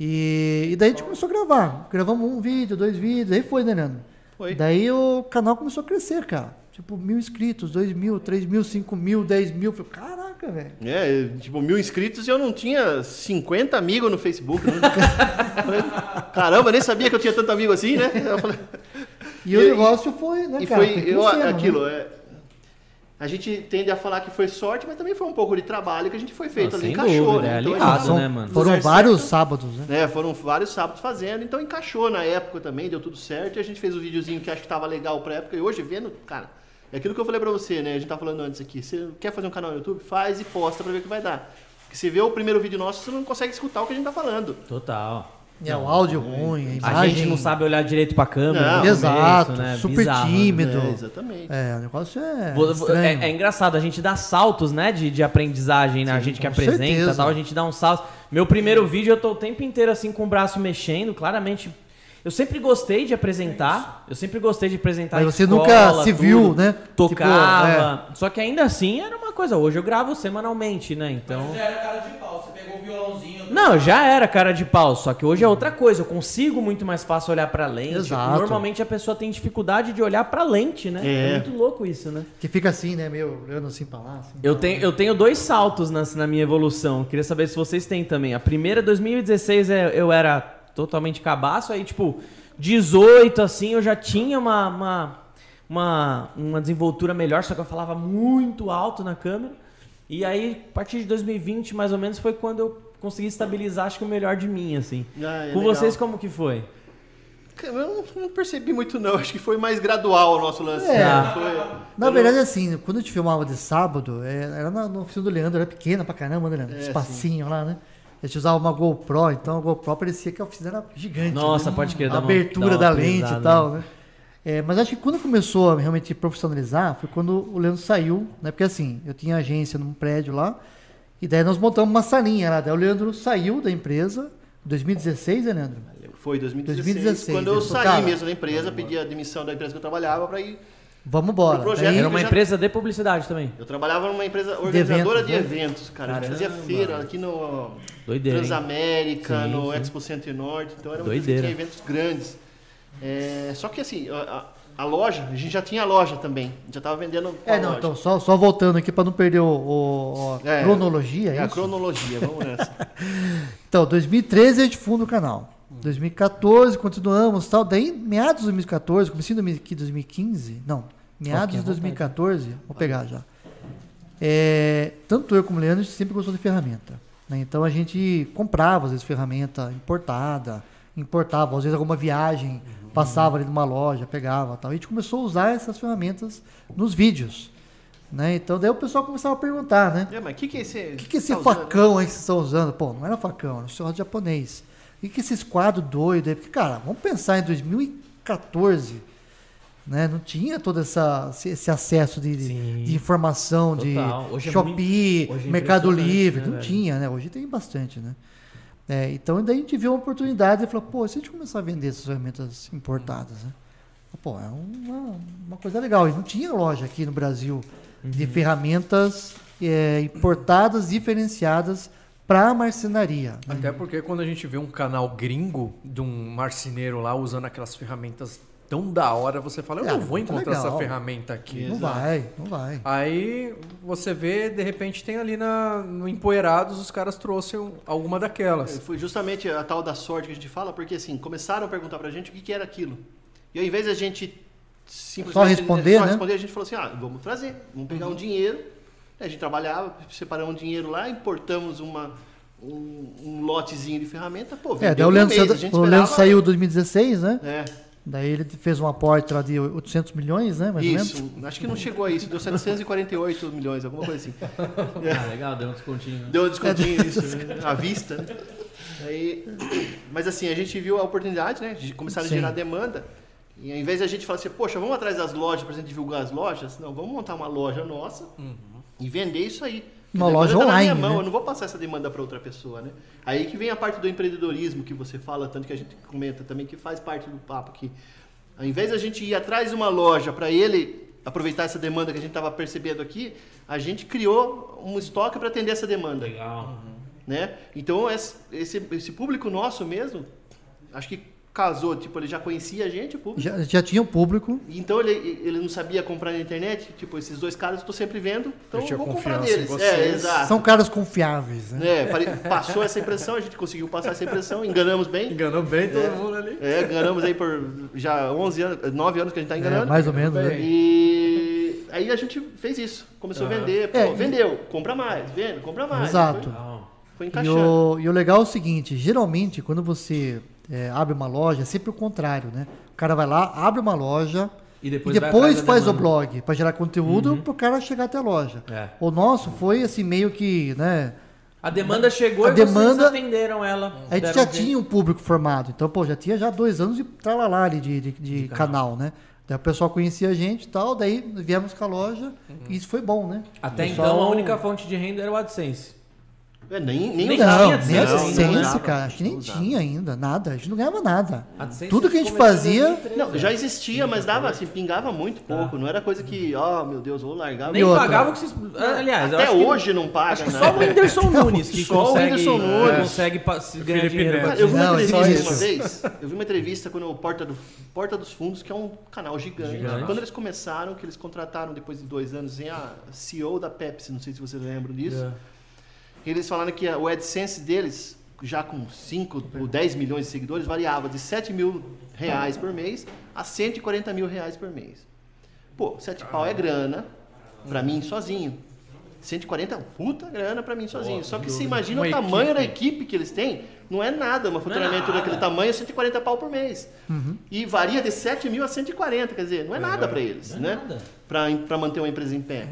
D: E, e daí a gente começou a gravar. Gravamos um vídeo, dois vídeos, aí foi, né, Leandro?
C: Foi.
D: Daí o canal começou a crescer, cara. Tipo, mil inscritos, dois mil, três mil, cinco mil, dez mil. Falei, Caraca, velho.
C: É, tipo, mil inscritos e eu não tinha 50 amigos no
A: [LAUGHS]
C: Facebook. né? Falei, Caramba, nem sabia que eu tinha tanto amigo assim, né? Eu falei-
D: E,
C: E-
D: o negócio foi, né,
C: e
D: cara?
C: foi eu,
D: crescendo, né?
C: aquilo. é, a gente tende a falar que foi sorte, mas também foi um pouco de trabalho que a gente foi feito.
A: Não,
C: ali,
A: sem
C: encaixou,
A: dúvida,
C: né?
A: é
C: Então, a gente
A: alinhado,
C: tava-
D: São-
A: né, mano?
D: Foram
C: Lugar
D: vários
C: certo.
D: sábados, né?
C: né, foram vários sábados fazendo, então encaixou na época também, deu tudo certo. E a gente fez um videozinho que acho que tava legal pra época. E hoje, vendo, cara, é aquilo que eu falei pra você, né? A gente tá falando antes aqui. Você quer fazer um canal no YouTube? Faz e posta pra ver o que vai dar. Porque você vê o primeiro vídeo nosso, você não consegue escutar o que a gente tá falando.
A: Total.
D: É, o áudio ruim, a
A: A
D: imagem.
A: gente não sabe olhar direito pra câmera.
C: Não.
A: no começo,
D: Exato,
A: né?
D: super
A: Bizarro, né?
D: tímido.
C: É, exatamente.
D: É, o negócio é.
A: Vo- vo- É,
D: estranho.
A: é engraçado, a gente dá saltos, né, de, de aprendizagem, né? a gente que
D: com
A: apresenta e
D: certeza. É.
A: tal, a gente dá um salto. Meu primeiro vídeo eu tô o tempo inteiro assim com o braço mexendo, claramente. Eu sempre gostei de apresentar, eu sempre gostei de apresentar
D: É Mas
A: em
D: você
A: escola,
D: nunca se
A: tudo,
D: viu, né? Tipo, é.
A: Tocava. Só que ainda assim era uma coisa, hoje eu gravo semanalmente, né? Então.
E: Você já era cara de pau, você pegou o violãozinho. né?
A: Não, já era cara de pau, só que hoje é outra coisa, eu consigo muito mais fácil olhar pra lente.
D: Exato.
A: Normalmente a pessoa tem dificuldade de olhar pra lente, né?
C: É.
A: é muito louco isso, né?
D: Que fica assim, né? Meio olhando assim pra lá. Assim,
A: Eu
D: pra lá.
A: tenho, eu tenho dois saltos na, na minha evolução. Queria saber se vocês têm também. A primeira, 2016, é- eu era totalmente cabaço. Aí, tipo, 18, assim, eu já tinha uma, uma, uma, uma desenvoltura melhor, só que eu falava muito alto na câmera. E aí, a partir de 2020, mais ou menos, foi quando eu consegui estabilizar, acho que o melhor de mim, assim.
C: Ah, é
A: Com
C: legal.
A: vocês, como que foi?
C: Eu não, não percebi muito, não. Acho que foi mais gradual o nosso lance.
D: É.
C: né? Foi-
D: Na verdade, assim, quando eu te filmava de sábado, é, era na, na oficina do Leandro, era pequena pra caramba, né, Leandro?
C: É,
D: Espacinho lá, né? A gente usava uma GoPro, então a GoPro parecia que a oficina era gigante.
A: Nossa,
D: né?
A: pode crer, dá
D: A
A: uma-
D: abertura
A: dá uma
D: da lente
A: pesada,
D: e tal, né? É, mas acho que quando começou a realmente profissionalizar foi quando o Leandro saiu, né? Porque assim, eu tinha agência num prédio lá E daí nós montamos uma salinha lá. Daí o Leandro saiu da empresa, em 2016, né, Leandro?
C: Foi 2016,
D: 2016,
C: quando eu
D: ele
C: saí
D: tocava.
C: mesmo da empresa, pedi a demissão da empresa que eu trabalhava para ir.
D: Vamos embora.
C: Pro projeto
D: Daí-
A: Era uma
C: já-
A: empresa de publicidade também.
C: Eu trabalhava numa empresa organizadora de,
D: evento, né?
C: eventos, cara. A gente
A: Caramba.
C: fazia feira aqui no
A: Doideira, hein?
C: Transamérica,
A: Sim,
C: no
A: sim.
C: Expo Center Norte. Então era uma
A: Doideira.
C: tinha eventos grandes. É, só que assim, a, a- a loja, a gente já tinha loja também. Já estava vendendo com
D: É,
C: a
D: não,
C: loja.
D: então, só, só voltando aqui para não perder o, o- a
C: É,
D: cronologia.
C: É a
D: isso?
C: cronologia, vamos nessa. [LAUGHS]
D: Então, 2013 a gente funda o canal. 2014 continuamos tal. Daí, meados de 2014, comecinho de 2015, não, meados
A: Fique à
D: de 2014, vou pegar já. É, tanto eu como o Leandro a gente sempre gostou de ferramenta. né? Então a gente comprava, às vezes, ferramenta importada, importava, às vezes alguma viagem, passava ali numa loja, pegava tal. E a gente começou a usar essas ferramentas nos vídeos. né? Então daí o pessoal começava a perguntar, né?
C: É, mas o que, que é esse.
D: O que, que esse
C: tá usando?
D: facão aí que vocês estão usando? Pô, não era facão, era um senhor japonês. E que esses quadros doidos aí? Porque, cara, vamos pensar em 2014, né? Não tinha todo essa, esse- esse acesso de, de-
A: Sim.
D: de informação,
A: Total.
D: de
A: Hoje é
D: Shopee,
A: muito- hoje é
D: Mercado
A: impressionante,
D: Livre.
A: né,
D: não
A: velho?
D: tinha, né? Hoje tem bastante, né? É, então, daí a gente viu uma oportunidade e falou, pô, se a gente começar a vender essas ferramentas importadas, né? Pô, é uma, uma coisa legal. E não tinha loja aqui no Brasil de
A: Uhum.
D: ferramentas é, importadas, diferenciadas para marcenaria.
A: Ah,
D: né?
B: Até porque quando a gente vê um canal gringo de um marceneiro lá usando aquelas ferramentas tão da hora, você fala, eu
D: Cara,
B: não vou
D: É, muito
B: encontrar
D: legal. É.
B: essa ferramenta aqui.
D: Não vai, não vai.
B: Aí você vê, de repente, tem ali na, no Empoeirados, os caras trouxeram alguma daquelas.
C: É,
D: É.
C: Foi justamente a tal da sorte que a gente fala, porque assim, começaram a perguntar pra gente o que, que era aquilo. E ao invés de a gente simplesmente
D: Só responder,
C: só
D: né? Uhum.
C: responder, a gente falou assim, ah, vamos trazer, vamos pegar um dinheiro. A gente trabalhava, separamos um dinheiro lá, importamos uma, um, um lotezinho de ferramenta,
A: Ah,
C: pô,
D: É,
C: vendeu
D: daí o
C: em um
D: Leandro,
C: mês,
D: saiu-
C: a gente
D: o
C: esperava-
A: né?
D: Leandro saiu em 2016, né?
C: É,
D: Daí ele fez um aporte lá de 800 milhões, né? Mais ou menos.
C: isso, acho que não chegou a isso, deu 748 milhões, alguma coisa assim.
F: Ah, legal, deu um
A: né?
F: descontinho.
C: Deu um descontinho isso, né? à vista. né? Aí, mas assim, a gente viu a oportunidade, né? De começar a
D: Sim.
C: gerar demanda. E ao invés de a gente falar assim, poxa, vamos atrás das lojas para gente divulgar as lojas, não, vamos montar uma loja nossa e vender isso aí.
D: Uma
C: A demanda
D: loja
C: tá na minha
D: online,
C: mão,
D: né?
C: Eu não vou passar essa demanda para outra pessoa, né? Aí que vem a parte do empreendedorismo que você fala, tanto que a gente comenta também, que faz parte do papo aqui. Ao invés de a gente ir atrás de uma loja para ele aproveitar essa demanda que a gente estava percebendo aqui, a gente criou um estoque para atender essa demanda
F: Legal.
C: né? Então esse, esse- esse público nosso mesmo, acho que casou, tipo, ele já conhecia a gente, o público.
D: Já, já tinha o público.
C: Então ele, ele não sabia comprar na internet, tipo, esses dois caras eu tô sempre vendo,
B: Eu
C: então eu
B: tinha
C: vou comprar
B: confiança
C: deles.
B: em
C: É,
B: vocês.
C: exato.
D: São caras confiáveis, né?
C: É, pare- passou essa impressão, a gente conseguiu passar essa impressão, enganamos bem.
B: Enganou bem todo mundo ali.
C: É, enganamos aí por já 11 anos, 9 anos que a gente tá
D: É,
C: enganando.
D: mais ou menos, né?
B: Bem.
C: E aí a gente fez isso, começou a vender, pô,
D: É, e-
C: vendeu, compra mais, vende, compra mais.
D: Exato.
F: Legal.
C: Ah, Foi, foi
D: E
C: encaixando.
D: o, e o legal é o seguinte, geralmente quando você é, abre uma loja, é sempre o contrário, né? O cara vai lá, abre uma loja
A: E
D: e
A: vai
D: depois
A: atrás da
D: faz o
A: demanda. Uhum.
D: blog para gerar conteúdo pro cara chegar até a loja.
A: É.
D: O nosso foi assim meio que, né?
A: A demanda chegou
D: A
A: e vocês
D: demanda-
A: atenderam ela.
D: A gente
A: Deram
D: já
A: um
D: tinha um público formado, então pô, já tinha já dois anos de tralalá ali de, de, de canal. né? Daí o pessoal conhecia a gente e tal, daí viemos com a loja e isso foi bom, né?
A: Até
D: O
A: então, a
D: pessoal- Hum.
A: única fonte de renda era o AdSense.
C: É, nem,
A: Nem
C: nem
D: Não,
A: tinha AdSense
D: nem AdSense,
A: ainda,
C: né?
D: cara. Acho que nem
C: Não usava.
D: tinha ainda, nada. A gente não ganhava nada.
A: AdSense é
D: Tudo que a gente
A: começou em
D: fazia-
A: 2013,
C: Não,
A: né?
C: já existia, mas dava assim, pingava muito pouco. Não era coisa que, ó, meu Deus, vou largar.
A: Nem
D: Tá. E outra?
A: pagava o que vocês. Aliás, eu
C: Até
A: acho que-
C: hoje não paga né?
A: acho que
C: nada.
A: só o Whindersson Nunes que
C: Só o
A: consegue,
C: Whindersson Nunes.
A: que consegue pa- se ganhar
B: Felipe
A: dinheiro.
B: Neto.
A: com
C: Cara, eu vi uma
D: Não, é só
C: entrevista uma
D: isso.
C: vez, eu vi uma entrevista quando o Porta, do, Porta dos Fundos, que é um canal gigante. né?
A: Gigante.
C: Quando eles começaram, que eles contrataram depois de dois anos em a CEO da Pepsi, não sei se vocês lembram disso.
A: É.
C: Eles falaram que a- o AdSense deles, já com 5 ou 10 milhões de seguidores, variava de 7 mil reais por mês a 140 mil reais por mês. Pô, 7 pau é grana pra mim sozinho. 140 é uma puta grana pra mim sozinho. Só que você imagina o
B: Uma
C: tamanho da equipe que eles têm, não é nada uma faturamento daquele tamanho, é 140 pau por mês. E varia de 7 mil a 140, quer dizer, não é nada pra eles, né? Pra, pra manter uma empresa em pé.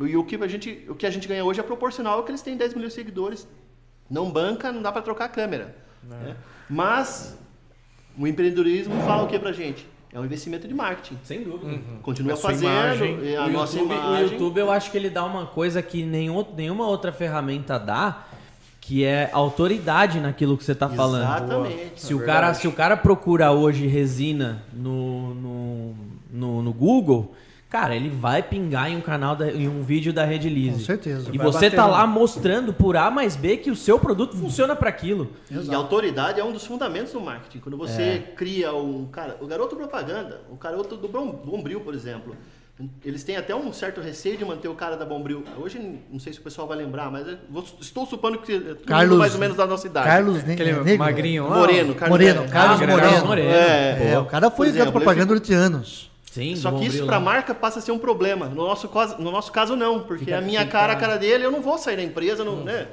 C: E o que, a gente, o que a gente ganha hoje é proporcional ao que eles têm 10 milhões de seguidores. Não banca, não dá pra trocar a câmera. né? Mas o empreendedorismo fala o que pra gente? É um investimento de marketing.
A: Sem dúvida.
C: Continua
B: A sua
C: fazendo
B: imagem.
C: é, a
A: o,
C: nossa
A: YouTube,
C: imagem.
A: o YouTube, eu acho que ele dá uma coisa que nenhum, outro- nenhuma outra ferramenta dá, que é autoridade naquilo que você tá falando.
C: Exatamente.
A: Se,
B: É
A: o cara,
B: verdade.
A: se o cara procura hoje resina no, no, no, no Google, cara, ele vai pingar em um canal, da- em um vídeo da Rede Lise.
D: Com certeza.
A: E
B: Vai
A: você
B: bater
A: tá
B: no-
A: lá mostrando por A mais B que o seu produto funciona para aquilo.
C: E a autoridade é um dos fundamentos do marketing. Quando você
A: É.
C: cria um cara, o garoto propaganda, o garoto do Brom- Bombril, por exemplo, eles têm até um certo receio de manter o cara da Bombril. Hoje não sei se o pessoal vai lembrar, mas eu vou- estou supondo que todo mundo
D: Carlos-
C: mais ou menos da nossa idade.
D: Carlos ne
B: Aquele
D: É Negro. né?
B: magrinho lá.
C: Moreno, Carlos
D: Moreno, Carlos
A: Ah,
D: Moreno.
A: Carlos Moreno.
D: É, o cara foi
C: Por exemplo,
D: ligado propaganda durante anos.
A: Sim,
C: Só
A: do
C: que isso
A: Bombril né?
C: para a
A: lá.
C: marca passa a ser um problema. No nosso caso, no nosso caso não, porque
A: Fica-
C: a minha
A: fica-
C: cara, a cara dele, eu não vou sair da empresa, não, né?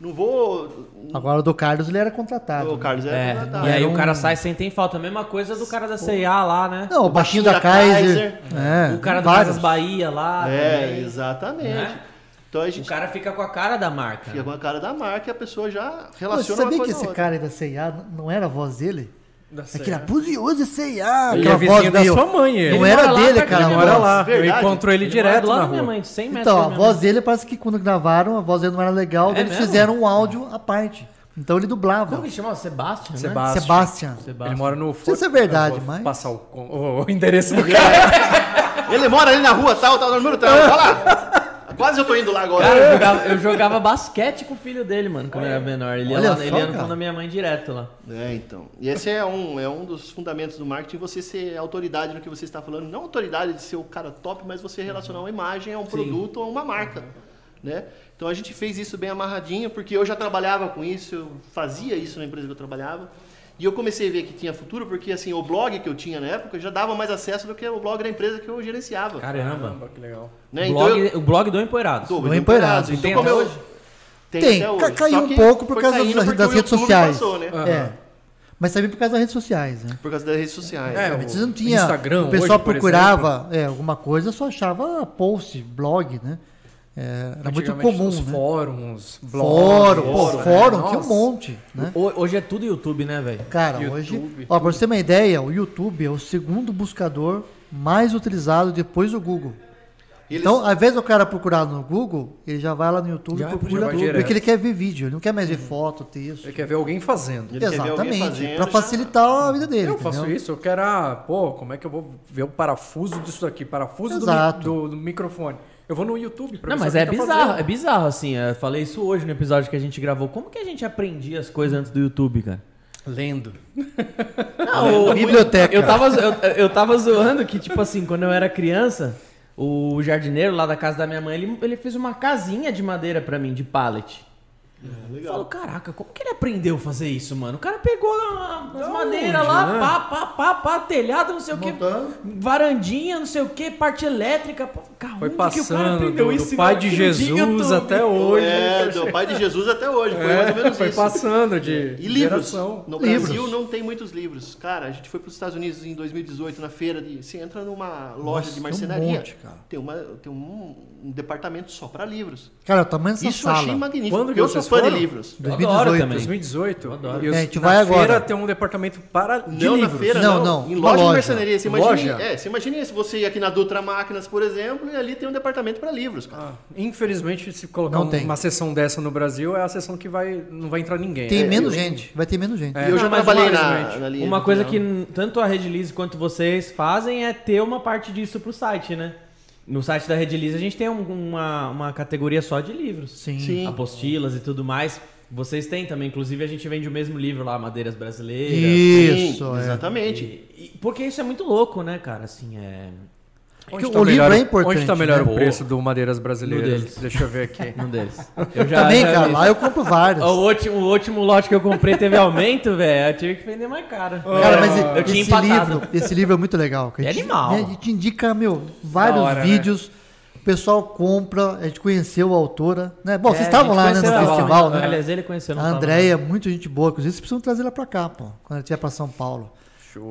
C: Não vou.
D: Agora o do Carlos ele era contratado.
C: O Carlos era
A: É,
C: contratado.
A: e aí
D: Era
A: o cara
D: um-
A: sai sem tem falta. A mesma coisa do cara da C&A lá, né?
D: Não, o
C: baixinho
D: baixinho, da
C: da
D: Kaiser.
C: Kaiser.
D: É,
A: o cara do
D: vários.
A: Casas Bahia lá.
C: É,
A: também.
C: exatamente.
A: Né?
C: Então a
A: O
C: gente
A: cara fica com a cara da marca.
C: fica com a cara da marca e a pessoa já
D: É. Pô, Você
C: relaciona uma
D: sabia que
C: coisa
D: esse
C: a outra.
D: cara aí da C&A não era a voz dele?
B: Da
D: É que
B: série.
D: era buzioso C&A.
B: Ele
D: aquela
B: é vizinho
D: voz
B: da
D: meio-
B: sua mãe, ele.
D: Não
B: Ele
D: era
A: mora lá
D: dele,
A: perto,
D: cara.
A: ele
D: a
B: mora
D: voz.
B: lá. Eu
C: Verdade.
B: encontro ele,
A: Ele
B: direto
A: mora do
B: na
A: lado da minha
B: rua.
A: mãe, 100 metros.
D: Então,
A: da
D: a
A: minha
D: voz
A: mãe.
D: dele parece que quando gravaram, a voz dele não era legal,
A: É
D: eles
A: mesmo?
D: fizeram um áudio à parte. Então ele dublava.
A: Como que chamava? Sebastian, né?
B: Sebastião.
D: Sebastian.
A: Sebastian.
B: Ele mora no
D: sei se é verdade,
B: Eu vou
D: mas-
B: Passar o, con- o- o endereço do cara.
C: Ele mora ali na rua, tal, tal, no número tal. Olha
D: [LAUGHS]
C: lá. Quase eu tô indo lá agora.
A: Cara, eu jogava, eu jogava basquete com o filho dele, mano, quando eu era menor. Ele ia,
D: Olha
A: lá,
D: só,
A: ele ia no
D: cara.
A: fundo da minha mãe direto lá.
C: É, então. E esse é um, é um dos fundamentos do marketing, você ser autoridade no que você está falando. Não autoridade de ser o cara top, mas você relacionar uma imagem a um produto ou a uma marca. Né? Então a gente fez isso bem amarradinho, porque eu já trabalhava com isso, eu fazia isso na empresa que eu trabalhava. E eu comecei a ver que tinha futuro, porque assim, o blog que eu tinha na época já dava mais acesso do que o blog da empresa que eu gerenciava.
A: Caramba.
B: que legal.
C: né?
A: O blog,
C: então
A: o blog do Empoeirados.
C: eu,
D: do Empoeirados.
C: Então,
A: Tem
C: como
A: até
C: eu-
A: hoje?
D: Tem,
C: até
D: ca-
C: hoje.
D: caiu
C: Só
D: um
C: que
D: pouco por
C: foi
D: causa
C: caindo
D: das-
C: porque
D: das
C: o
D: redes
C: YouTube
D: sociais.
C: passou, né?
B: Aham.
D: É. Mas também por causa das redes sociais, né?
C: Por causa das redes sociais.
B: É,
D: Antes
B: o
D: não tinha.
B: Instagram
D: o pessoal
B: hoje, por
D: procurava é, alguma coisa, só achava post, blog, né? É, era muito
B: Antigamente,
D: comum,
B: os
D: né?
B: fóruns, blogs.
D: Fórum, pô,
B: né?
D: fórum, tinha um
B: Nossa.
D: monte, né?
A: Ho- Hoje é tudo YouTube, né, velho?
D: Cara,
B: YouTube,
D: hoje. Ó, pra você ter uma ideia, o YouTube é o segundo buscador mais utilizado depois do Google.
C: Eles-
D: Então, ao invés do cara procurar no Google, ele já vai lá no YouTube
B: Já
D: e
B: vai pro
D: procura
B: YouTube.
D: porque ele quer ver vídeo, ele não quer mais ver foto, texto.
B: Ele quer ver alguém fazendo.
C: Ele quer ver alguém
D: Exatamente,
C: fazendo,
D: pra
C: já-
D: facilitar a vida dele.
B: eu
D: entendeu?
B: faço isso, eu quero, ah, pô, como é que eu vou ver o parafuso disso aqui? Parafuso do, mi-
D: Exato.
B: do, do microfone. Eu vou no YouTube pra
A: Não,
B: ver se
A: mas é
B: alguém tá
A: bizarro,
B: fazendo.
A: é bizarro, assim. Eu falei isso hoje no episódio que a gente gravou. Como que a gente aprendia as coisas antes do YouTube, cara?
B: Lendo. Né?
A: Não, Ah, o-
D: Biblioteca.
A: Eu tava, zo- eu, eu tava zoando que, tipo assim, quando eu era criança, o jardineiro lá da casa da minha mãe, ele, ele fez uma casinha de madeira pra mim, de pallet. Eu falo, caraca, como que ele aprendeu a fazer isso, mano? O cara pegou a- as madeiras
B: onde,
A: lá,
B: né?
A: pá, pá, pá, pá, telhado, não sei o que,
D: Montando.
A: varandinha, não sei o que, parte elétrica. pô, Cara,
B: Foi
A: onde que o cara
B: passando
A: aprendeu
B: do- do
A: isso? se
B: pai
A: não
B: de
A: aqui no
B: Jesus
A: YouTube?
B: até hoje.
C: É, do pai de Jesus até hoje, foi
D: É,
C: mais ou menos
B: Foi
C: isso.
B: passando de
C: E livros.
B: geração.
C: No
D: Livros.
C: Brasil não tem muitos livros. Cara, a gente foi para os Estados Unidos em 2018 na feira de, você entra numa loja
D: Nossa,
C: de
D: tem um
C: marcenaria,
D: monte, cara.
C: tem uma tem um, um departamento só para livros.
D: Cara, é o tamanho dessa
C: Isso eu achei
D: sala.
C: magnífico.
B: Quando
C: porque
B: que
C: eu sou
B: vocês
C: fã de
B: foram?
C: livros.
A: Eu adoro
D: 2018.
A: também.
B: 2018.
A: Adoro.
B: E os-
D: É, a gente
B: na
D: vai
B: feira
D: agora.
B: tem um departamento para de
C: não
B: livros.
C: na feira,
D: Não,
C: não.
D: não,
C: Em
D: uma
C: loja,
D: loja.
C: de marcenaria. Você imagina,
B: Loja?
C: É, você imagina se você aqui na Dutra Máquinas, por exemplo, e ali tem um departamento para livros,
B: Ah,
C: cara.
B: Infelizmente, se colocar
D: Não
B: um-
D: tem.
B: uma sessão dessa no Brasil, é a sessão que vai não vai entrar ninguém.
D: Tem
B: É,
D: menos
B: eu-
D: gente, vai ter menos gente.
B: É.
C: E eu
B: Não,
C: já
B: mas
C: trabalhei na,
B: infelizmente,
C: na linha
A: Uma coisa que
C: editorial.
A: n- tanto a Redlize quanto vocês fazem é ter uma parte disso pro site, né? No site da Redlize a gente tem um- uma, uma categoria só de livros.
D: Sim.
C: Sim.
A: Apostilas e tudo mais. Vocês têm também, inclusive a gente vende o mesmo livro lá, Madeiras Brasileiras.
D: Isso,
C: Sim,
D: é.
C: Exatamente.
A: E- e- porque isso é muito louco, né, cara? Assim, é.
D: Porque
B: Onde
D: o
B: o melhor,
D: livro é importante,
B: Onde tá melhor
A: né?
B: o preço do Madeiras
A: No
B: Brasileiras?
A: deles.
B: Deixa eu ver aqui.
A: Um deles.
D: também, cara,
A: vi.
D: lá é eu compro
A: [LAUGHS]
D: vários.
A: O último, o último lote que eu comprei teve aumento, [LAUGHS] velho. Eu tive que vender mais caro.
D: Cara, mas
A: eu
D: esse
A: tinha empatado.
D: livro, esse livro é muito legal. que a
A: É
D: gente-
A: animal.
D: né, A gente indica, meu, vários
B: Da hora, né?
D: vídeos. O pessoal compra, a gente conheceu a autora. Né? Bom,
A: É,
D: vocês
A: a
D: estavam
A: gente
D: lá né,
A: conheceu
D: no
A: ela.
D: festival, né?
A: Aliás, ele conheceu. não
D: A
C: tá
A: tava,
D: Andréia é
A: não.
D: muito gente boa, inclusive vocês precisam trazer ela pra cá, pô. Quando ela estiver pra São Paulo.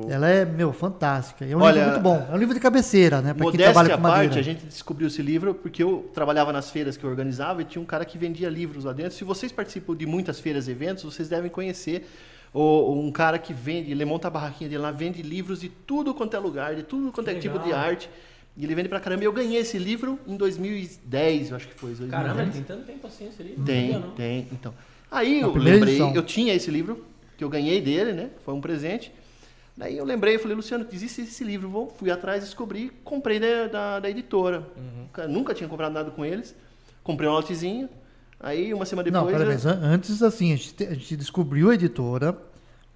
D: Ela é, meu, fantástica. E É um
C: Olha,
D: livro muito bom. É um livro de cabeceira, né? Pra quem
C: Modéstia
D: trabalha
C: à
D: com
C: parte,
D: madeira.
C: a gente descobriu esse livro porque eu trabalhava nas feiras que eu organizava e tinha um cara que vendia livros lá dentro. Se vocês participam de muitas feiras e eventos, vocês devem conhecer o- um cara que vende, ele monta a barraquinha dele lá, vende livros de tudo quanto é lugar, de tudo quanto é tipo de arte. E ele vende pra caramba. E eu ganhei esse livro em 2010, eu acho que foi. 2010.
D: Uhum.
F: Caramba, ele tem tanto tempo assim esse livro.
C: Tem,
F: Não sabia, não.
C: tem. Então. Aí
D: Na
C: eu
D: primeira
C: lembrei,
D: edição.
C: eu tinha esse livro que eu ganhei dele, né? Foi um presente. Daí eu lembrei, eu falei, Luciano, existe esse livro. Vou, fui atrás, descobri, comprei da, da, da editora. Nunca- Nunca tinha comprado nada com eles. Comprei um lotezinho. Aí uma semana depois.
D: não,
C: eu-
D: parabéns. An- Antes, assim, a gente, te- a gente descobriu a editora,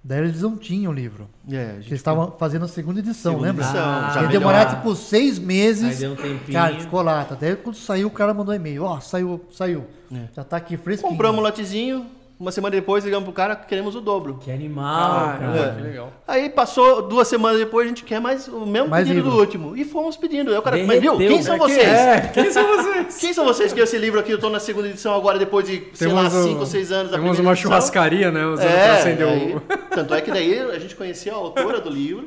D: daí eles não tinham o livro.
C: É, a gente-
D: Eles estavam fazendo a segunda edição,
C: Segunda
D: lembra?
C: edição,
D: Ah,
C: já
D: ia demorar
C: melhorado.
D: tipo seis
A: Aí
D: meses.
A: deu um tempinho.
D: Cara, ficou lá. tá? Daí quando saiu, o cara mandou um e-mail. Ó, saiu, saiu.
C: É.
D: Já tá aqui fresquinho.
C: compramos um lotezinho. Uma semana depois ligamos pro cara, queremos o dobro.
A: É, Que
B: Ah,
A: animal, cara.
D: é.
B: que legal.
C: Aí passou duas semanas depois, a gente quer mais o mesmo
D: Mais
C: pedido do
D: livro.
C: último. E fomos pedindo. Aí o cara, mas viu,
A: Derreteu,
C: quem são
A: né?
C: vocês?
B: É, quem são vocês?
C: Quem são vocês que esse livro aqui eu tô na segunda edição agora, depois de, sei lá,
D: um-
C: 5 ou 6 anos da
B: Temos
C: primeira
B: uma
C: edição?
B: churrascaria, né? Usando
C: É,
B: pra acender
C: aí-
B: o...
C: Tanto é que daí a gente conheceu a autora do livro,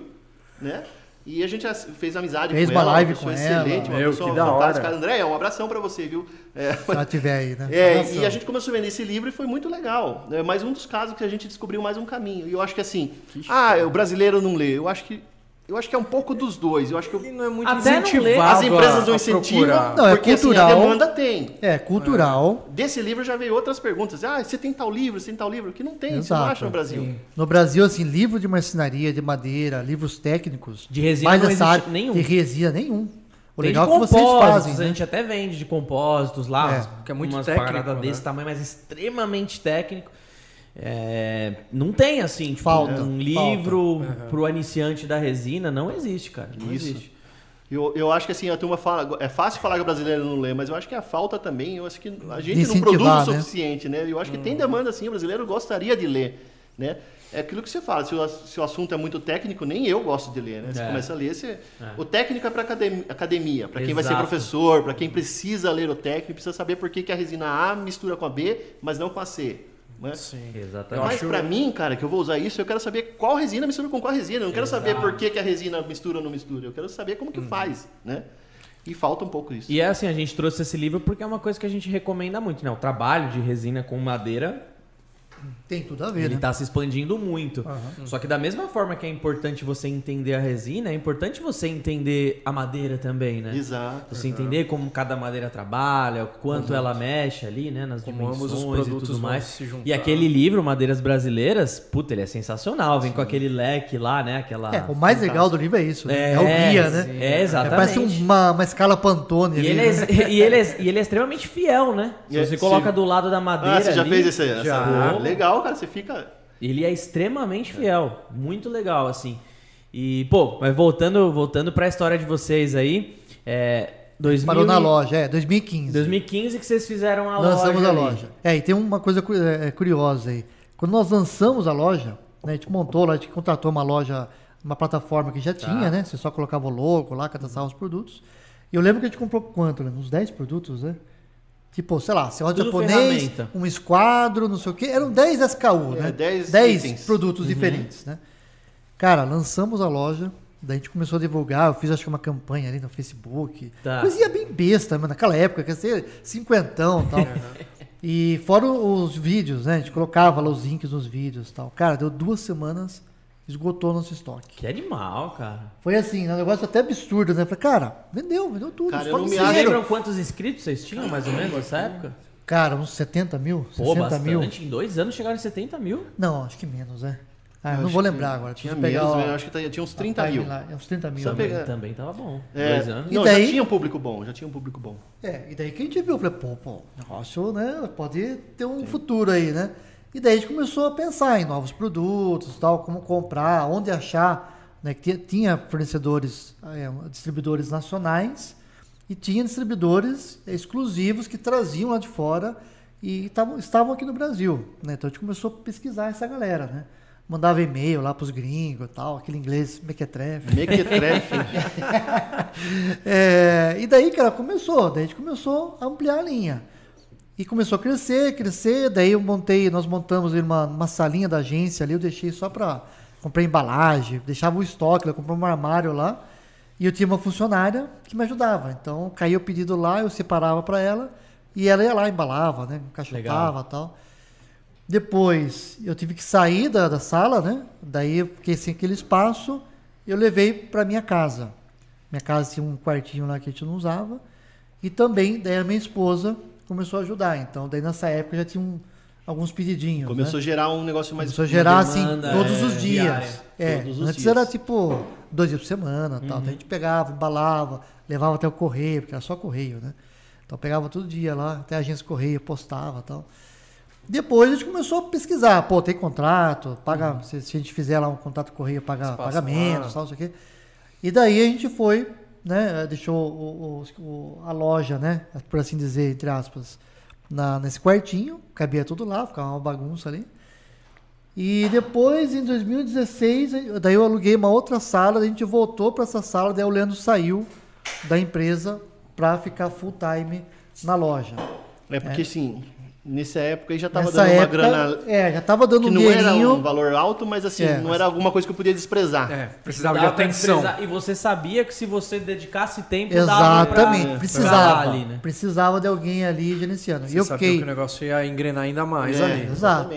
C: né? E a gente as- fez amizade
D: Fez
C: com
D: uma
C: ela.
D: live
C: pessoa
D: com
C: excelente,
D: ela.
C: uma
B: Meu,
C: pessoa
B: que da hora.
C: fantástica. André, um abração pra você, viu? É,
D: Se ela tiver aí, né?
C: é,
D: Nossa.
C: e a gente começou a vender esse livro e foi muito legal. É mais um dos casos que a gente descobriu mais um caminho. E eu acho que assim, ah, o brasileiro não lê. Eu acho que eu acho que é um pouco dos dois. Eu acho que eu-
B: Ele não é muito
A: Até não lê.
B: incentivado
C: as empresas
B: a-
C: não
B: a
C: incentivam,
B: procurar.
D: Não, é
C: porque assim, a
D: cultural.
C: demanda tem.
D: É, cultural.
C: Desse livro já veio outras perguntas. Ah, você tem tal livro, você tem tal livro? Que não tem, você não
D: Exato.
C: acha no Brasil.
D: No Brasil, assim, livro de marcenaria, de madeira, livros técnicos.
A: De resina
D: mais
A: não
D: essa
A: existe
D: área-
A: nenhum.
D: De resina nenhum. O
A: Tem
D: legal
A: de
D: é que vocês fazem,
A: compósitos, a
D: né?
A: gente até vende de compósitos lá,
D: É,
A: umas-
B: que é muito
A: umas
B: técnico,
A: paradas
B: né?
A: desse tamanho, mas extremamente técnico. É, não tem, assim, tipo,
D: Falta,
A: um
D: falta.
A: livro pro iniciante da resina, não existe, cara, não
C: Isso.
A: existe.
C: Eu, eu acho que assim, a turma fala. É fácil falar que o brasileiro não lê, mas eu acho que a falta também. Eu acho que a gente não
D: incentivar,
C: produz o
D: né?
C: suficiente, né? Eu acho que tem demanda, assim, o brasileiro gostaria de ler, né? É aquilo que você fala, se o, ass- se o assunto é muito técnico, nem eu gosto de ler, né? Você
A: É.
C: começa a ler, você... O técnico é para academia, academia para quem vai ser
A: Exato.
C: professor, para quem precisa ler o técnico, precisa saber por que, que a resina A mistura com a B, mas não com a C. Né?
A: Exatamente.
C: Mas
B: acho-
C: pra mim, cara, que eu vou usar isso, eu quero saber qual resina mistura com qual resina. Eu não quero saber por que, que a resina mistura ou não mistura. Eu quero saber como que faz, né? E falta um pouco isso.
A: Hum. E é assim, a gente trouxe esse livro porque é uma coisa que a gente recomenda muito, né? O trabalho de resina com madeira
D: Tem tudo a ver,
A: Ele
D: né?
A: tá se expandindo muito.
D: Aham.
A: Só que da mesma forma que é importante você entender a resina, é importante você entender a madeira também, né?
C: Exato.
A: Você entender como cada madeira trabalha, o quanto ela mexe ali, né? Nas
B: Como ambos os
A: dimensões e
B: produtos
A: tudo
B: vão
A: mais.
B: se juntar.
A: e aquele livro, Madeiras Brasileiras, puta, ele é sensacional. Vem com aquele leque lá, né? Aquela...
D: É, o mais legal do livro é isso. né? É, o guia, né?
A: É,
D: É,
A: exatamente.
D: parece uma, uma escala Pantone.
A: E
D: ali,
A: ele,
D: né?
A: é, e, ele é, e ele é extremamente fiel, né? Se
C: É,
A: você coloca
C: sim.
A: do lado da madeira.
C: Ah, você já
A: ali,
C: fez essa, essa- Ah,
B: já.
C: Legal, cara. Você fica.
A: Ele é extremamente fiel, muito legal, assim. E, pô, mas voltando, voltando pra história de vocês aí, é. 2000
D: Parou na
A: e-
D: loja, é, 2015.
A: 2015 que vocês fizeram a
D: lançamos
A: loja.
D: a
A: ali.
D: loja. É, e tem uma coisa cu- é, é, curiosa aí. Quando nós lançamos a loja, né, a gente montou lá, a gente contratou uma loja, uma plataforma que
A: Tá.
D: já tinha, né? Você só colocava o logo lá, cadastrava os produtos. E eu lembro que a gente comprou quanto, né? Uns 10 produtos, né? Tipo, sei lá, serrote
A: Tudo
D: japonês,
A: ferramenta.
D: um esquadro, não sei o quê. Eram 10 SKU,
C: É,
D: né?
C: 10 itens.
D: produtos
A: Uhum.
D: diferentes, né? Cara, lançamos a loja, daí a gente começou a divulgar, eu fiz acho que uma campanha ali no Facebook.
A: Tá.
D: Coisinha bem besta, mas naquela época, quer ser cinquentão e
A: [LAUGHS]
D: tal. e fora os vídeos, né? A gente colocava lá os links nos vídeos e tal. Cara, deu duas semanas, esgotou nosso estoque.
A: Que animal, cara.
D: Foi assim, né, um negócio até absurdo, né? Falei, cara, vendeu, vendeu tudo.
C: Cara, eu
D: estoque
C: não me
A: Vocês
C: Claro.
D: zero.
A: lembram quantos inscritos vocês tinham, mais ou menos, nessa época?
D: Cara, uns 70 mil,
A: Pô,
D: 60
A: bastante.
D: mil.
A: Em dois anos chegaram em 70 mil.
D: Não, acho que menos, né? Ah, eu
C: acho
D: não vou
C: que
D: lembrar agora.
C: Tinha
D: preciso pegar
C: menos,
D: o-
C: né? eu acho que tá- tinha uns 30
D: a
C: mil.
D: timeline, É, uns 30 mil.
C: Só
A: Também,
C: pegar-
A: também tava bom.
C: É,
A: Dois anos.
D: E
C: Não,
D: daí?
C: já tinha um público bom, já tinha um público bom.
D: É, e daí que a gente viu, eu falei, pô, pô, negócio, né, pode ter um futuro aí, né? E daí a gente começou a pensar em novos produtos, tal, como comprar, onde achar, né, que tinha, tinha fornecedores, é, distribuidores nacionais e tinha distribuidores exclusivos que traziam lá de fora e tavam- estavam aqui no Brasil, né? Então a gente começou a pesquisar essa galera, né? Mandava e-mail lá pros gringos e tal, aquele inglês mequetrefe. [LAUGHS]
C: Mequetrefe.
D: É, e daí, cara, começou. Daí a gente começou a ampliar a linha. E começou a crescer, crescer. Daí eu montei, nós montamos uma, uma salinha da agência ali. Eu deixei só pra. Comprei embalagem, deixava o estoque, eu comprei um armário lá. E eu tinha uma funcionária que me ajudava. Então caía o pedido lá, eu separava pra ela. E ela ia lá, embalava, né? Encaixotava
A: Legal.
D: e tal. Depois eu tive que sair da, da sala, né? Daí eu fiquei sem aquele espaço. Eu levei para minha casa. Minha casa tinha um quartinho lá que a gente não usava. E também, daí a minha esposa começou a ajudar. Então, daí nessa época já tinha um- alguns pedidinhos.
C: Começou
D: né?
C: a gerar um negócio mais.
D: Começou a gerar
A: uma
D: assim
A: demanda,
D: todos
A: é,
D: os dias.
A: diária.
D: É,
C: Todos os
D: antes
C: dias.
D: era tipo dois dias por semana, tal. Então a gente pegava, embalava, levava até o correio, porque era só correio, né? Então pegava todo dia lá, até a agência correio postava, tal. Depois a gente começou a pesquisar, pô, tem contrato, paga, se, se a gente fizer lá um contrato correio, paga
B: Espaço
D: pagamentos,
B: lá.
D: tal, isso aqui. E daí a gente foi, né, deixou o- o- o- a loja, né, por assim dizer, entre aspas, na, nesse quartinho, cabia tudo lá, ficava uma bagunça ali. E depois, em 2016, aí- daí eu aluguei uma outra sala, daí a gente voltou para essa sala, daí o Leandro saiu da empresa para ficar full time na loja.
C: É porque, assim, nessa época aí já tava
D: Nessa
C: dando uma
D: época,
C: grana.
D: é, já tava dando
C: Que
D: um
C: não era
D: dinheirinho.
C: um valor alto, mas assim,
D: É,
C: não
D: mas-
C: era alguma coisa que eu podia desprezar.
B: É, precisava de
A: Dava pra
B: atenção.
A: desprezar. E você sabia que se você dedicasse tempo, dava pra-
D: Exatamente,
A: pra
D: precisava.
A: dar ali, né?
D: Precisava de alguém ali gerenciando. E
B: Você
D: eu
B: sabia
D: fiquei,
B: que o negócio ia engrenar ainda mais
C: É,
B: ali.
D: exato.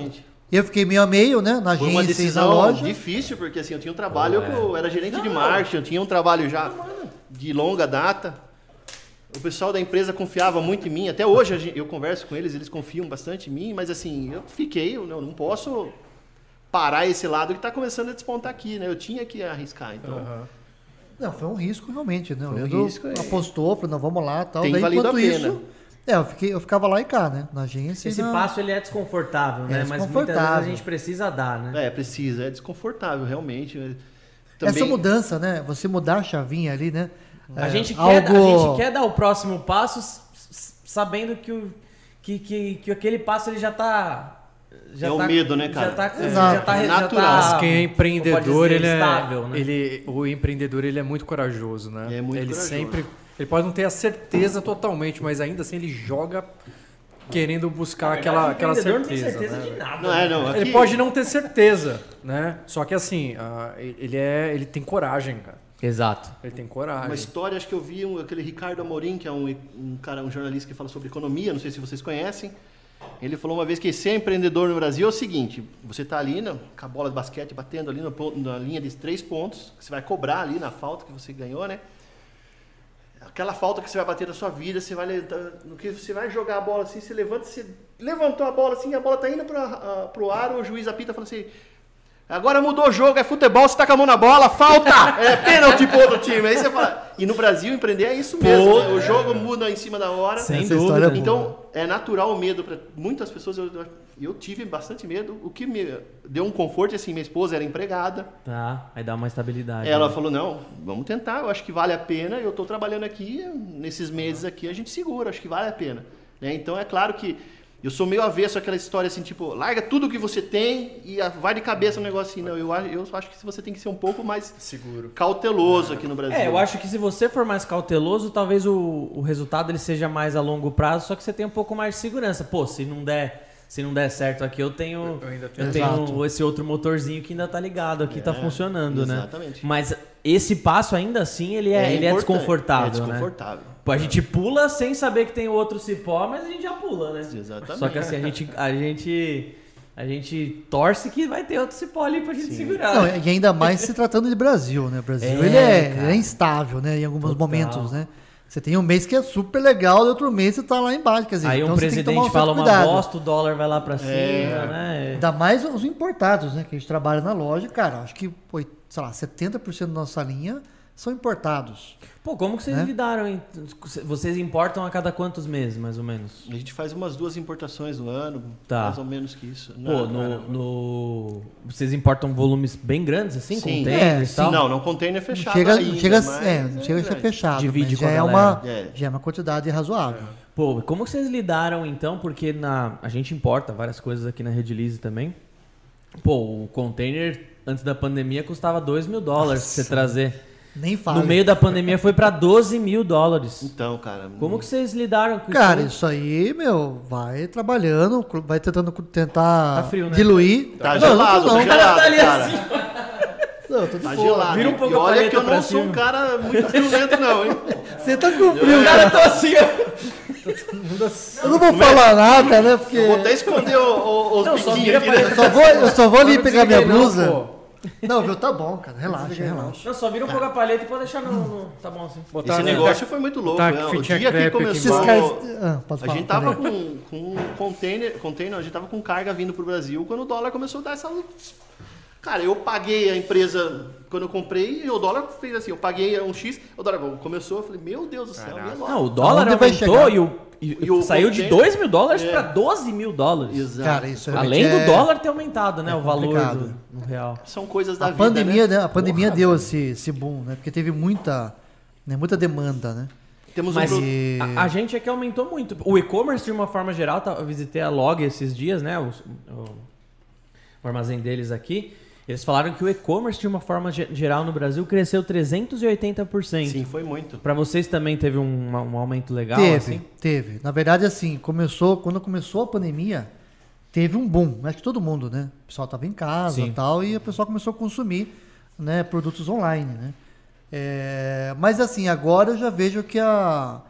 D: eu fiquei meio a meio, né? Na
C: Foi uma
D: agência e na
C: decisão
D: loja.
C: difícil, porque assim, eu tinha um trabalho que eu era gerente de marketing, eu tinha um trabalho já de longa data. O pessoal da empresa confiava muito em mim. Até hoje a gen- eu converso com eles, eles confiam bastante em mim, mas assim, eu fiquei, eu não, não posso parar esse lado que está começando a despontar aqui, né? Eu tinha que arriscar, então.
D: Não, foi um risco realmente, né? O
C: Foi um
D: Leandro
C: risco, é.
D: apostou, falou, não, vamos lá tal.
C: Tem
D: Daí,
C: valido
D: enquanto
C: a pena.
D: isso, é, eu, fiquei, eu ficava lá e cá, né? Na agência. e
A: Esse
D: na-
A: passo ele é desconfortável, né?
D: É
A: Mas muitas vezes
D: desconfortável.
A: a gente precisa dar, né?
C: É, precisa, é desconfortável, realmente. né? Também,
D: Essa mudança, né? Você mudar a chavinha ali, né?
A: A,
D: É,
A: gente quer,
D: algo...
A: a gente quer dar o próximo passo s- s- sabendo que, o, que, que, que aquele passo ele já tá. Já
C: É o
A: tá-
C: medo, né, cara?
A: Já tá,
D: Exato.
A: já tá, já
C: Natural.
A: tá-
C: Mas
B: Mas quem é
A: como pode
B: empreendedor,
A: dizer,
B: ele é,
A: estável, né?
B: ele- o empreendedor, ele é muito corajoso, né?
C: É muito
B: ele
C: corajoso.
B: sempre, ele pode não ter a certeza totalmente, mas ainda assim ele joga querendo buscar
F: Na verdade,
B: aquela, aquela
F: o
A: empreendedor não
B: certeza.
A: tem certeza
B: né?
A: de nada.
C: Não é, não.
B: Ele
C: aqui-
B: pode não ter certeza, né? Só que assim, ah, ele é, ele tem coragem, cara.
A: Exato.
B: Ele tem
C: Uma
B: coragem.
C: história, acho que eu vi um- aquele Ricardo Amorim, que é um, um cara, um jornalista que fala sobre economia, não sei se vocês conhecem. Ele falou uma vez que ser empreendedor no Brasil é o seguinte: você está ali na, com a bola de basquete batendo ali no pon- na linha de três pontos, que você vai cobrar ali na falta que você ganhou, né? Aquela falta que você vai bater na sua vida, você vai levantar- no que você vai jogar a bola assim, você levanta, você levantou a bola assim, a bola tá indo para pro ar, o juiz apita e fala assim: Agora mudou o jogo, é futebol, você tá com a mão na bola, falta! É pênalti pro outro time. Aí você fala. E no Brasil, empreender é isso mesmo. né? O jogo muda em cima da hora.
A: Sem
D: Essa história é boa.
C: então, é natural o medo para muitas pessoas. Eu, eu tive bastante medo. O que me deu um conforto, assim, minha esposa era empregada.
A: Tá, aí dá uma estabilidade.
C: Ela
A: né?
C: falou: não, vamos tentar, eu acho que vale a pena. Eu estou trabalhando aqui, nesses meses aqui a gente segura, acho que vale a pena. né? Então é claro que eu sou meio avesso àquela história assim, tipo, larga tudo que você tem e a- vai de cabeça um negócio assim. Não, eu, a- eu acho que você tem que ser um pouco mais
B: Seguro.
C: cauteloso aqui no Brasil.
A: É, eu acho que se você for mais cauteloso, talvez o, o resultado ele seja mais a longo prazo, só que você tem um pouco mais de segurança. Pô, se não der, se não der certo aqui, eu tenho
B: Eu ainda
A: eu
B: tenho.
A: tenho esse outro motorzinho que ainda tá ligado aqui, tá funcionando,
C: É, exatamente.
A: né? Mas esse passo ainda assim, ele é, ele é
C: importante,
A: desconfortável,
C: É
A: né?
C: desconfortável.
A: Pô, a gente pula sem saber que tem o outro cipó, mas a gente já pula, né?
C: Exatamente.
A: Só que assim, a gente a gente a gente torce que vai ter outro cipó ali pra gente segurar.
D: Não, e ainda mais se tratando de Brasil, né? O Brasil
A: É,
D: ele é,
A: cara.
D: ele é instável, né? Em alguns
A: Total.
D: momentos, né? Você tem um mês que é super legal, e outro mês você tá lá embaixo. Quer dizer,
A: Aí um
D: então você tem que tomar
A: presidente
D: um
A: fala
D: certo
A: uma
D: cuidado. É.
A: bosta, o dólar vai lá pra cima, né?
D: Ainda mais os importados, né? Que a gente trabalha na loja, cara. Acho que, pô, sei lá, 70% da nossa linha são importados.
A: Pô, como que vocês
D: Né?
A: lidaram? hein? Vocês importam a cada quantos meses, mais ou menos?
C: A gente faz umas duas importações no ano,
A: Tá.
C: mais ou menos que isso. é
A: Pô, no, no- Vocês importam volumes bem grandes, assim,
C: Sim.
A: containers
D: É,
A: e
D: sim.
A: tal?
C: Não, não container
D: Não
C: fechado
D: chega,
C: ainda,
D: não chega, a-
C: mas
D: é, não chega a ser
C: grande.
D: fechado.
A: Divide
D: mas
A: com a
D: já é,
A: galera.
D: uma,
C: É.
D: já é uma quantidade razoável.
A: Pô, como que vocês lidaram então? Porque na, a gente importa várias coisas aqui na Redelease também. Pô, o container antes da pandemia custava 2 mil dólares pra você trazer.
D: Nem fala.
A: No meio da pandemia foi pra 12 mil dólares.
C: Então, cara.
A: Como que vocês lidaram com
D: Cara,
A: isso?
D: isso aí, meu, vai trabalhando, cru- vai tentando cu-
A: Tá
D: tentar
A: frio, né?
D: diluir.
C: Tá
D: Não,
C: gelado,
D: não,
C: tá
D: tô não.
C: gelado,
A: Tá ali
C: cara.
D: Não, tô de
C: Tá
D: boa.
C: gelado.
A: Vira um
C: hein?
A: pouco
C: e
A: a
C: olha
A: paleta
C: que eu
A: pra
C: não sou um
A: cima.
C: cara muito violento, não, hein?
D: Você tá com frio, cara.
A: tá assim, ó.
B: todo mundo assim.
D: Eu não vou falar nada, né? Porque
C: Eu vou até esconder o, o, os
A: Não, só
C: biquinhos aqui,
A: vira pra-
C: né?
D: eu só vou, eu só vou ali pegar minha blusa.
B: Não, pô.
D: Não, viu? Tá bom, cara. Relaxa,
B: Desliguei não.
D: relaxa.
A: Não, só vira um pouco a paleta e pode deixar no. no- Tá bom assim.
B: Botar
C: Esse
B: né?
C: negócio foi muito louco,
B: Tá,
C: né? O
B: fitinha
C: dia que
B: crepe aqui
C: começou...
D: Esses caras. Ah, pode
C: A
D: falar,
C: gente tava
D: pode
C: com, com um container, container, a gente tava com carga vindo pro Brasil quando o dólar começou a dar essa. Cara, eu paguei a empresa quando eu comprei e o dólar fez assim, eu paguei um X, o dólar começou, eu falei, meu Deus do céu, minha loja.
A: Não, o dólar
D: Aonde vai
A: aumentou
D: chegar?
A: e, o, e-
C: E o
A: saiu de
C: container-
A: 2 mil dólares
C: É.
A: pra 12 mil dólares.
D: falar.
C: Exato.
D: Cara, isso realmente
A: Além do
D: é-
A: dólar ter aumentado, né? o valor
D: complicado.
A: do, no real.
C: São coisas da
D: A
C: vida.
D: pandemia,
C: né?
D: né? A pandemia deu esse, esse boom, né? Porque teve muita, né? muita demanda, né?
C: Temos
A: Mas
C: um. pro-
D: E-
A: a, a gente é que aumentou muito. O e-commerce, de uma forma geral, tá- eu visitei a Log esses dias, né? os- o, o armazém deles aqui. Eles falaram que o e-commerce, de uma forma ge- geral, no Brasil, cresceu 380%.
C: Sim, foi muito.
A: Pra vocês também teve um, um aumento legal,
D: teve,
A: assim?
D: teve. Na verdade, assim, começou, quando começou a pandemia, teve um boom. Acho que todo mundo, né? O pessoal tava em casa
A: Sim.
D: e tal, e o pessoal começou a consumir né, produtos online, né? É, mas assim, agora eu já vejo que a,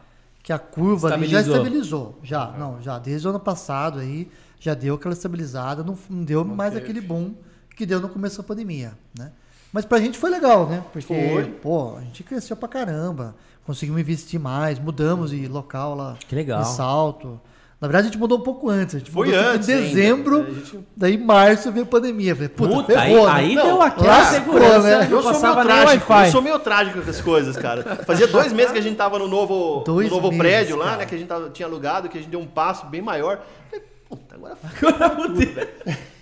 D: que a curva ali já estabilizou. Já,
C: É.
D: não, já desde o ano passado aí, já deu aquela estabilizada, não, não deu mais aquele boom que deu no começo da pandemia, né? Mas pra gente foi legal, né? Porque,
C: Foi.
D: pô, a gente cresceu pra caramba, conseguimos investir mais, mudamos de local lá
A: Que legal.
D: em Salto. Na verdade, a gente mudou um pouco antes. A gente
C: Foi
D: mudou tipo,
C: antes
D: em
C: ainda.
D: dezembro,
C: A gente-
D: daí março veio a pandemia. Falei, puta,
A: Puta, aí,
D: ferrou, né?
A: aí
C: Não,
A: deu aquela
D: lascou,
A: segurança.
D: né?
A: que
C: Eu sou meio
A: passava nem
C: trágico,
A: Wi-Fi.
C: eu sou meio trágico com essas coisas, cara. Fazia dois meses que a gente tava no novo, no
D: Dois
C: novo
D: meses,
C: prédio lá,
D: cara.
C: né? Que a gente tava- tinha alugado, que a gente deu um passo bem maior. Falei, puta,
D: [LAUGHS]
C: agora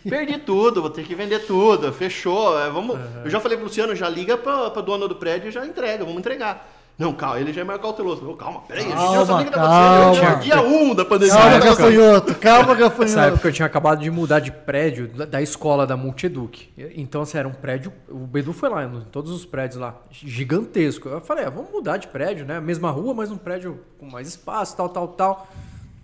C: Perdi tudo, vou ter que vender tudo, fechou. é, vamos... Eu já falei pro Luciano, já liga pra, pra dona do prédio e já entrega, vamos entregar. Não, calma, ele já é mais cauteloso. Não, calma, peraí, a gente não sabe
D: Calma,
C: nem o que tá acontecendo.
D: calma.
C: Eu tinha Dia 1 um da pandemia.
D: Calma,
B: época-
D: gafanhoto, calma,
B: Nessa
D: gafanhoto.
B: época eu tinha acabado de mudar de prédio da- da escola da Multieduc. Então, assim, era um prédio. O Bedu foi lá, em todos os prédios lá, gigantesco. Eu falei, ah, vamos mudar de prédio, né? Mesma rua, mas um prédio com mais espaço, tal, tal, tal.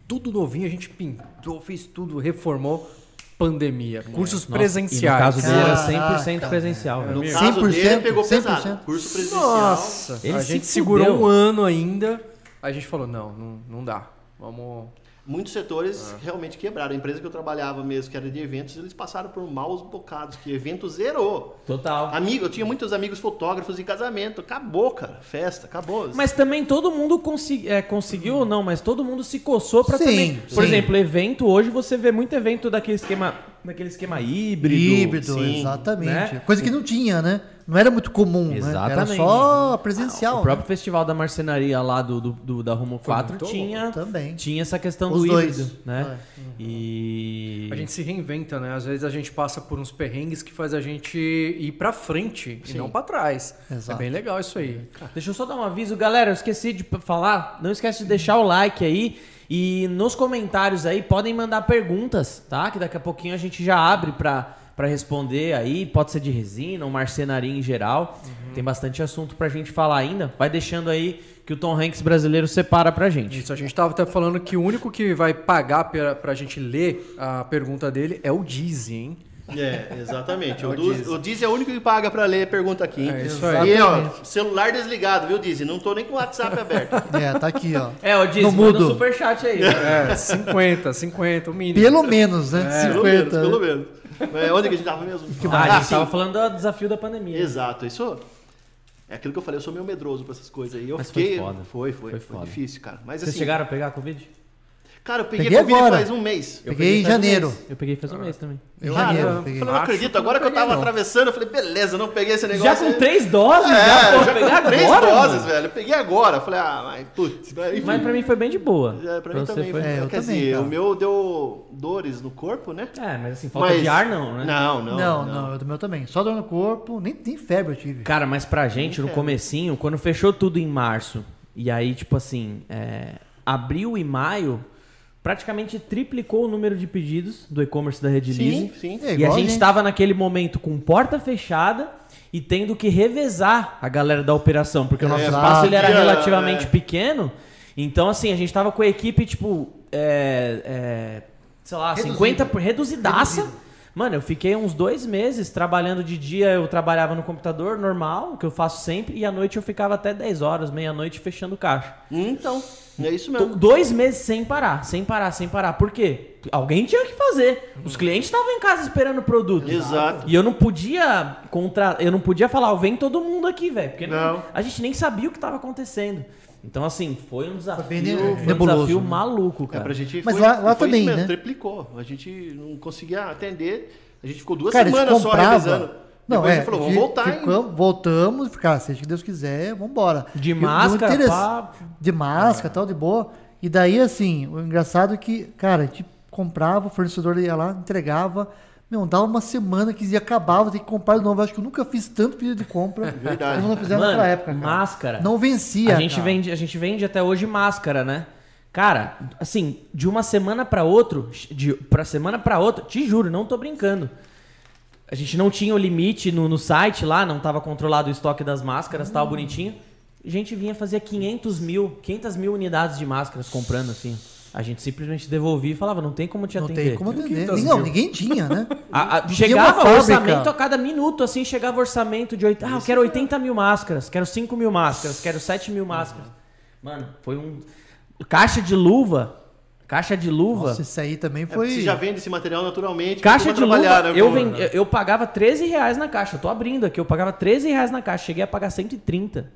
B: Tudo novinho, a gente pintou, fez tudo, reformou. Pandemia. Cursos
A: É. Nossa,
B: presenciais.
A: E no caso dele é era
D: Caraca,
A: 100%
D: cara.
A: presencial. né? velho.
C: No caso
D: 100%,
C: dele, pegou pesado.
D: 100%.
C: Curso presencial.
B: Nossa,
A: Ele
B: a
A: se
B: gente
A: fudeu.
B: segurou um ano ainda. A gente falou, não, não, não dá. Vamos.
C: Muitos setores realmente quebraram. A empresa que eu trabalhava mesmo, que era de eventos, eles passaram por maus bocados, que evento zerou.
A: Total.
C: Amigo, eu tinha muitos amigos fotógrafos de casamento. Acabou, cara. Festa, acabou.
A: Mas também todo mundo consi- é, conseguiu ou não, mas todo mundo se coçou pra
D: Sim,
A: também. Por
D: sim.
A: exemplo, evento, hoje você vê muito evento daquele esquema, daquele esquema híbrido.
D: Híbrido,
C: sim,
D: exatamente.
A: né?
D: Coisa que não tinha, né? Não era muito comum, né? Era
A: Exatamente.
D: só
A: O
D: presencial. né?
A: próprio festival da marcenaria lá do, do- do- da Rumo 4 [LAUGHS]
B: muito
A: tinha,
D: né? Também.
A: tinha essa questão
D: Os
A: do
D: dois. É.
A: híbrido, né? E.
B: A gente se reinventa, né? Às vezes a gente passa por uns perrengues que faz a gente ir pra frente e não pra trás.
D: Exato.
B: É bem legal isso aí.
A: Deixa eu só dar um aviso, galera. Eu esqueci de p- falar. Não esquece de deixar o like aí. E nos comentários aí podem mandar perguntas, tá? Que daqui a pouquinho a gente já abre pra, pra responder aí. Pode ser de resina ou marcenaria em geral. Tem bastante assunto pra gente falar ainda. Vai deixando aí que o Tom Hanks brasileiro separa pra gente.
B: Isso, a gente tava até falando que o único que vai pagar pra, pra gente ler a pergunta dele é o Dizzy, hein?
C: É, exatamente. o, Diz. o Diz é o único que paga pra ler a pergunta aqui. hein?
B: É isso aí.
C: E, ó, celular desligado, viu, Diz? Não tô nem com o WhatsApp aberto.
D: É, tá aqui, ó. [LAUGHS]
A: É, o Diz,
D: No
A: manda um
D: mudo.
A: superchat [LAUGHS] aí. né?
B: [LAUGHS] É, 50, 50, o mínimo.
D: Pelo menos, né?
C: Pelo
D: 50.
C: menos, pelo menos. É, onde que a gente tava mesmo?
A: Ah, a gente
C: sim.
A: tava falando do desafio da pandemia.
C: Exato, isso. É aquilo que eu falei, eu sou meio medroso pra essas coisas aí. Eu
A: Mas foi
C: fiquei.
A: foda.
C: Foi, foi,
A: Foi
C: foi,
A: foda.
C: difícil, cara. Mas
A: Vocês
C: assim,
A: chegaram a pegar a Covid?
C: cara, eu peguei,
D: Peguei
C: Covid
D: agora.
C: faz um mês.
D: Eu peguei em
A: faz um
D: janeiro.
A: mês. Eu peguei faz um mês também.
D: Em
C: Cara,
D: janeiro,
C: eu
D: peguei.
C: falei, não acredito, agora que eu tava atravessando, eu falei, beleza, não peguei esse negócio.
A: Já com
C: aí.
A: três doses? já,
C: É,
A: pô,
C: já
A: pegar
C: com três
A: agora,
C: doses,
A: mano?
C: velho. Eu peguei agora. Eu falei, ah, mas putz, enfim.
A: Mas pra mim foi bem de boa.
C: É, pra mim
A: você
C: também.
A: foi-
C: Foi...
D: É, eu
C: Quer
D: também,
C: dizer,
D: cara.
C: o meu deu dores no corpo, né?
A: É, mas assim, falta
C: Mas-
A: de ar não, né?
C: ah, Não, não.
D: Não, não, eu do meu também. Só dor no corpo, nem, nem febre eu tive.
A: Cara, mas pra gente,
C: É.
A: no comecinho, quando fechou tudo em março, e aí, tipo assim, é, abril e maio, praticamente triplicou o número de pedidos do e-commerce da Redilize.
C: Sim, sim.
D: É,
A: E a
D: igual a
A: gente tá
D: gente.
A: tava naquele momento com porta fechada e tendo que revezar a galera da operação, porque o nosso
C: É,
A: espaço ele era
C: sabia,
A: relativamente
C: é.
A: pequeno. Então, assim, a gente tava com a equipe, tipo, é, é, sei lá,
D: Reduzida.
A: 50% reduzidaça. Mano, eu fiquei uns dois meses trabalhando de dia, eu trabalhava no computador normal, que eu faço sempre, e à noite eu ficava até 10 horas, meia-noite, fechando caixa.
C: Então, é isso
A: Tô
C: mesmo.
A: dois meses sem parar, sem parar, sem parar. Por quê? Alguém tinha que fazer. Os clientes estavam em casa esperando o produto.
C: Exato.
A: E eu não podia contra, eu não podia falar, "Ó, vem todo mundo aqui, velho, porque não-
C: Não.
A: a gente nem sabia o que estava acontecendo. Então assim, foi um desafio,
D: bem ne-
A: foi um
D: nebuloso,
A: desafio
D: né?
A: maluco,
C: É,
A: cara.
C: pra gente
D: Mas
C: foi,
D: lá- lá
C: foi
D: também,
C: isso mesmo,
D: né?
C: triplicou. A gente não conseguia atender. A gente ficou duas
D: Cara, a gente
C: semanas só revisando.
D: comprava. Não,
C: Depois
D: é,
C: a gente falou,
D: de-
C: vamos voltar, hein?
D: ficamos- voltamos, cara, seja o que Deus quiser, vambora.
A: De
D: E o- o
A: máscara,
D: interess-
A: pá. É.
D: De máscara, tal, de boa. E daí, assim, o engraçado é que, cara, a gente comprava, o fornecedor ia lá, entregava. Meu, dava uma semana que acabava, tem que comprar de novo. Eu Acho que eu nunca fiz tanto pedido de compra
C: É Verdade.
D: como não fizemos naquela época. cara.
A: máscara.
D: Não vencia.
A: A gente,
D: cara.
A: vende, a gente vende até hoje máscara, né? Cara, assim, de uma semana pra outro, de pra semana pra outra, te juro, não tô brincando. A gente não tinha o limite no, no site lá, não tava controlado o estoque das máscaras, tal, bonitinho. A gente vinha fazer 500 mil, 500 mil unidades de máscaras comprando, assim. A gente simplesmente devolvia e falava, não tem como te
D: Não
A: atender.
D: tem como atender.
B: 500
D: Não,
B: mil.
D: ninguém tinha,
A: [LAUGHS]
D: né?
A: A- a-
D: Não tinha uma
A: chegava
D: fábrica.
A: orçamento a cada minuto, assim, chegava orçamento de oito. Ah, eu quero 80 mil máscaras, quero 5 mil máscaras, quero 7 mil máscaras. Mano, foi um. Caixa de luva. Caixa de luva.
D: Nossa, isso aí também
C: É, porque
D: foi.
C: Você já vende esse material naturalmente.
A: Caixa de
C: costuma
A: luva,
C: trabalhar, né,
A: eu,
C: com-
D: é.
A: vendi- eu pagava 13 reais na caixa. Eu tô abrindo aqui, eu pagava 13 reais na caixa. Cheguei a pagar 130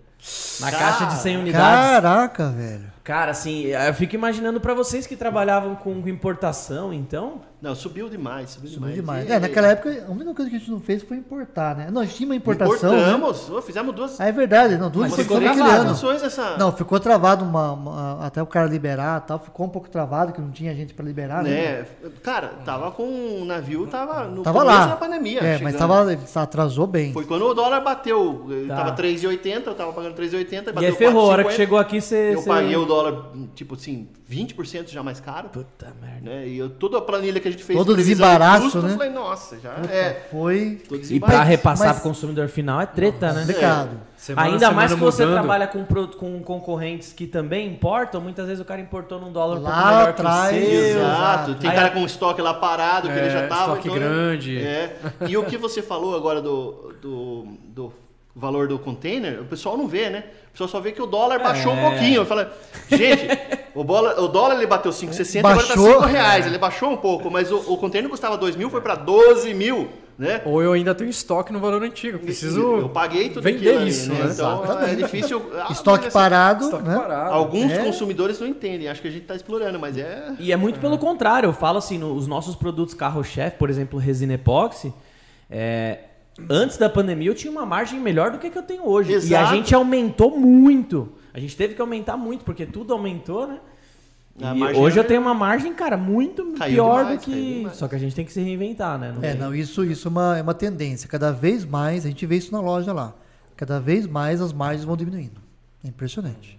A: na caixa de 100 unidades.
D: Caraca, velho.
A: Cara, assim, eu fico imaginando pra vocês que trabalhavam com com importação, então.
C: Não, subiu demais, subiu,
D: Subiu
C: demais.
D: demais.
C: E-
D: É, naquela época, a única coisa que a gente não fez foi importar, né? Não, a gente tinha uma importação. né?
C: Importamos, ô, fizemos duas,
D: Ah, é verdade, não, duas
A: Mas
D: pessoas
A: ficou
D: naquele
A: travado,
D: ano.
C: situações essa.
D: Não, ficou travado uma, uma- até o cara liberar e tal. Ficou um pouco travado, que não tinha gente pra liberar, né?
C: né? Cara, tava com um navio, tava no
D: Tava
C: começo
D: lá.
C: da pandemia.
D: é, mas
C: chegando.
D: tava, ele atrasou bem.
C: Foi quando o dólar bateu. eh,
A: Tá.
C: Tava 3,80, eu tava pagando 3,80.
A: E aí
C: bateu
A: ferrou, a hora que
C: 4,50.
A: chegou aqui, você.
C: Eu
A: você-
C: paguei o dólar, tipo assim, 20% já mais caro.
A: Puta merda.
C: Né? E eu, toda a planilha que a gente fez.
D: Todo
C: previsão de
D: desembaraço, né?
C: Eu falei, nossa, já
D: Puta,
C: é.
D: Foi
C: Tô
A: E pra
C: desembaraço.
A: repassar
D: mas-
A: pro consumidor final é treta, né?
D: complicado.
B: Semana a
A: Ainda mais que
B: semana
A: você
B: mudando.
A: trabalha com, pro- com concorrentes que também importam, muitas vezes o cara importou num dólar um pouco
D: Lá
A: melhor
D: atrás,
A: que o seu.
C: É. Exato. Tem
A: Aí-
C: cara com um estoque lá parado, que
B: É,
C: ele já tava. então,
B: estoque grande.
C: É. E o que você falou agora do, do, do valor do container, o pessoal não vê, né? O pessoal só vê que o dólar
B: É.
C: baixou um pouquinho. Eu falo, gente, o, bola, o dólar ele bateu 5,60, agora tá
D: Baixou.
C: 5 reais. Ele baixou um pouco, mas o, o container custava 2 mil, foi pra 12 mil, né?
B: Ou eu ainda tenho estoque no valor antigo. Preciso.
C: Eu paguei tudo
B: vender
C: aquilo ali,
B: isso,
C: né?
B: né?
C: Então é difícil. Ah,
D: Estoque
C: mas, assim,
D: parado,
B: Estoque
D: né?
B: parado.
C: Alguns
D: É.
C: consumidores não entendem, acho que a gente tá explorando, mas é.
A: E é muito pelo contrário, eu falo assim, no- os nossos produtos carro-chefe, por exemplo, resina epóxi, é, antes da pandemia eu tinha uma margem melhor do que, que eu tenho hoje. E a
C: Exato.
A: gente aumentou muito. A gente teve que aumentar muito, porque tudo aumentou, né?
C: A
A: E
C: margem
A: hoje eu
C: é-
A: tenho uma margem, cara, muito
C: Caiu
A: pior
C: demais,
A: do
C: caiu
A: que.
C: demais.
A: Só que a gente tem que se reinventar, né?
D: É,
A: tem-
D: não, isso, isso é, uma, é uma tendência. Cada vez mais, a gente vê isso na loja lá. Cada vez mais as margens vão diminuindo. É impressionante.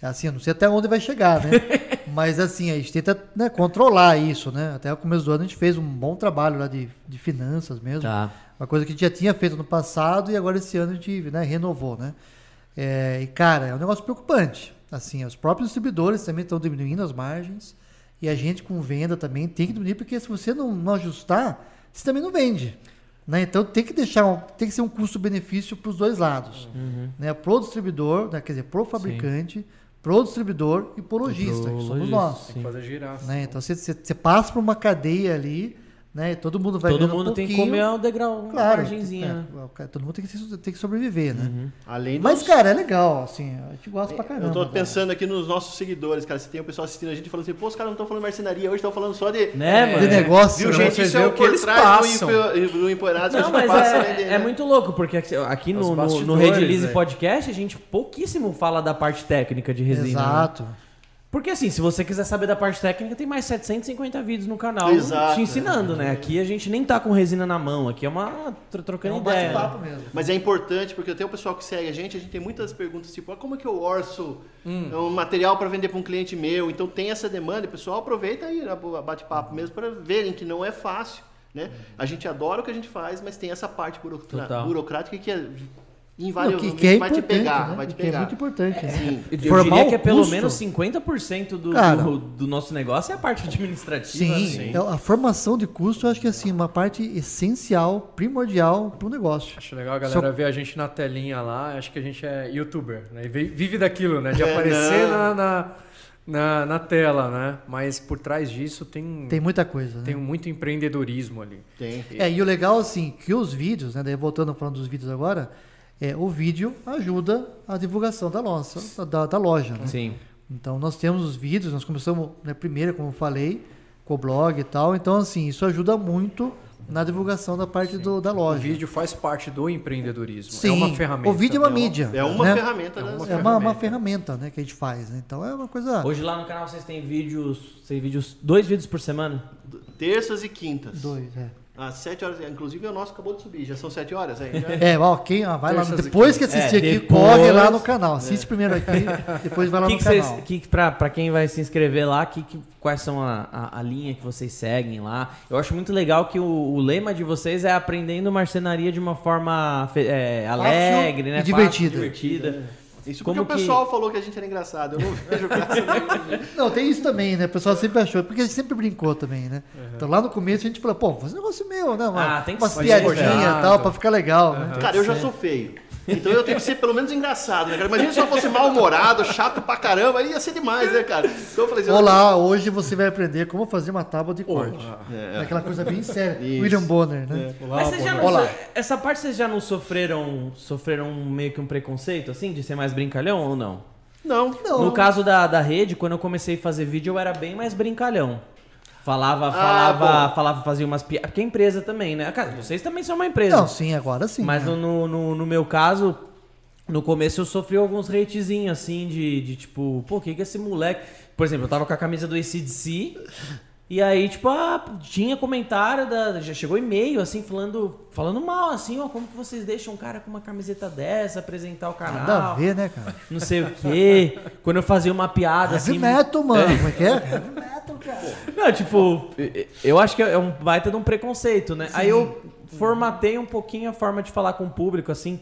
D: É Assim, eu não sei até onde vai chegar, né? Mas assim, a gente tenta né, controlar isso, né? Até o começo do ano a gente fez um bom trabalho lá de, de finanças mesmo.
A: Tá.
D: Uma coisa que a gente já tinha feito no passado e agora esse ano a gente né, renovou, né? É, e cara, é um negócio preocupante. Assim, os próprios distribuidores também estão diminuindo as margens e a gente com venda também tem que diminuir porque se você não, não ajustar, você também não vende. Né? Então tem que deixar, um- tem que ser um custo-benefício para os dois lados,
A: Uhum.
D: né? Pro distribuidor, né? quer dizer, pro fabricante, pro distribuidor e pro lojista, que somos
A: lojista,
D: nós.
B: Tem que fazer girar.
D: Né? Então você, você- você passa por uma cadeia ali, né? E todo mundo vai
A: Todo
D: ganhando um
A: mundo tem que
D: pouquinho.
A: comer o degrau, uma
D: Claro,
A: margenzinha, né?
D: é, o cara- todo mundo tem que, se- tem que sobreviver, né?
A: Uhum.
C: Além dos-
D: Mas, cara, é legal, assim, eu te gosto pra caramba.
C: Eu tô
D: cara.
C: pensando aqui nos nossos seguidores, cara. Se tem o pessoal assistindo a gente falando assim, pô, os caras não estão falando marcenaria hoje, estão falando só de.
B: É,
A: Né, mano?
D: é. De
C: Viu,
D: negócio, né?
C: gente?
B: vocês
C: Isso é
B: verem o
C: o que
B: que
C: por
B: eles
C: trás do
B: passam.
C: empo- do empoeirado que a
A: Não,
C: gente
A: mas
C: passa. né,
A: é,
C: de-
A: é muito louco, porque aqui- aqui
B: Os
A: no, no, no
B: bastidores,
A: Red Release
B: é.
A: Podcast a gente pouquíssimo fala da parte técnica de resina. né?
D: Exato.
A: Porque assim, se você quiser saber da parte técnica, tem mais 750 vídeos no canal
C: Exato,
A: te ensinando, né? Aqui a gente nem tá com resina na mão, aqui é uma tro-
D: É
A: trocando
D: um
A: ideia.
D: bate-papo mesmo.
C: Mas é importante, porque até o pessoal que segue a gente, a gente tem muitas perguntas, tipo, ah, como é que eu orço um material para vender para um cliente meu? Então tem essa demanda, e o pessoal aproveita aí a bo- a bate-papo mesmo para verem que não é fácil, né? A gente adora o que a gente faz, mas tem essa parte burocra-
A: Total.
C: burocrática que é invariavelmente
D: que é
C: vai te
D: importante,
C: pegar,
D: né?
C: vai te
D: Que é
C: pegar.
D: muito importante. né?
C: Sim.
A: Eu
D: Formar
A: diria
D: o
A: que é pelo
D: custo?
A: menos 50% do,
D: Cara.
A: do, do nosso negócio é a parte administrativa.
D: Sim,
A: assim.
D: é- a formação de custo eu acho que é assim, uma parte essencial, primordial para o negócio.
B: Acho legal a galera ver a gente na telinha lá. Acho que a gente é youtuber, né? E vi- Vive daquilo, né? De
C: É,
B: aparecer na,
C: não.
B: na, na, na tela, né? Mas por trás disso tem,
D: Tem
B: tem,
D: muita coisa.
C: um
D: Né?
B: muito empreendedorismo ali.
C: Tem.
D: É, e o legal, assim, que os vídeos, né? Daí voltando falando dos vídeos agora, é, o vídeo ajuda a divulgação da nossa, da, da loja, né?
A: Sim.
D: Então nós temos os vídeos, nós começamos né, primeiro, como eu falei, com o blog e tal. Então, assim, isso ajuda muito na divulgação da parte do- da
B: O
D: loja.
B: vídeo faz parte do empreendedorismo.
D: Sim,
B: é uma ferramenta.
D: O vídeo é uma
B: né?
D: mídia.
C: É uma
D: né?
C: ferramenta das-
D: É uma, uma ferramenta né, que a gente faz. Né? Então é uma coisa.
A: Hoje lá no canal vocês têm vídeos, vocês têm vídeos, dois vídeos por semana?
C: Terças e quintas.
D: Dois, é.
C: Às 7 horas. Inclusive o nosso acabou de subir. Já são 7 horas aí.
D: [LAUGHS]
C: já-
D: É, ó, quem, ó, vai lá. no-
B: Terças e
D: Depois que assistir
A: É,
D: aqui,
A: depois-
D: corre lá no canal. Assiste primeiro aqui, depois vai lá
A: que
D: no
A: que
D: canal.
A: vocês, que, que pra, pra quem vai se inscrever lá, que, que- quais são a, a, a linha que vocês seguem lá? Eu acho muito legal que o, o lema de vocês é aprendendo marcenaria de uma forma fe- é, alegre, né?
D: e divertida.
A: Fácil, divertida.
C: Isso
A: Como
C: porque
A: que-
C: o pessoal falou que a gente era engraçado. Eu não vejo graça
D: [LAUGHS]
C: nenhuma.
D: Não, tem isso também, né? O pessoal sempre achou, porque a gente sempre brincou também, né? Então lá no começo a gente falou, pô, faz um negócio meu, né? Uma,
A: Ah, tem que
D: umas
A: ser
D: piadinhas e tal,
B: forjado.
D: pra ficar legal, né?
C: Cara, eu já sou feio. Então eu tenho que ser pelo menos engraçado, né, cara? Imagina se eu fosse mal-humorado, chato pra caramba, aí ia ser demais, né, cara? Então eu falei assim,
D: Olá, hoje você vai aprender como fazer uma tábua de corte.
C: É,
D: Aquela coisa bem séria.
C: Isso. É.
D: William Bonner, né?
A: Mas vocês já não,
D: Olá.
A: essa parte vocês já não sofreram, sofreram meio que um preconceito, assim, de ser mais brincalhão ou não?
C: Não,
A: No caso da, da rede, quando eu comecei a fazer vídeo, eu era bem mais brincalhão. Falava,
D: Ah,
A: falava, falava, fazia umas piadas. Porque é empresa também, né? Cara, vocês também são uma empresa.
D: Não, sim, agora sim.
A: Mas
D: né?
A: no, no, no- no meu caso, no começo eu sofri alguns hatezinhos, assim, de, de tipo, pô, o que que esse moleque. Por exemplo, eu tava com a camisa do ACDC. E aí, tipo, ah, tinha comentário, da, já chegou e-mail, assim, falando, falando mal, assim, ó, como que vocês deixam um cara com uma camiseta dessa apresentar o canal?
D: Nada a ver, né, cara?
A: Não sei o
D: [LAUGHS]
A: quê. Quando eu fazia uma piada,
D: Heavy
A: assim.
D: metal, mano. Como é que é? Heavy metal, cara.
A: Não, tipo, eu acho que é um baita de um preconceito, né? Aí eu formatei um pouquinho a forma de falar com o público, assim.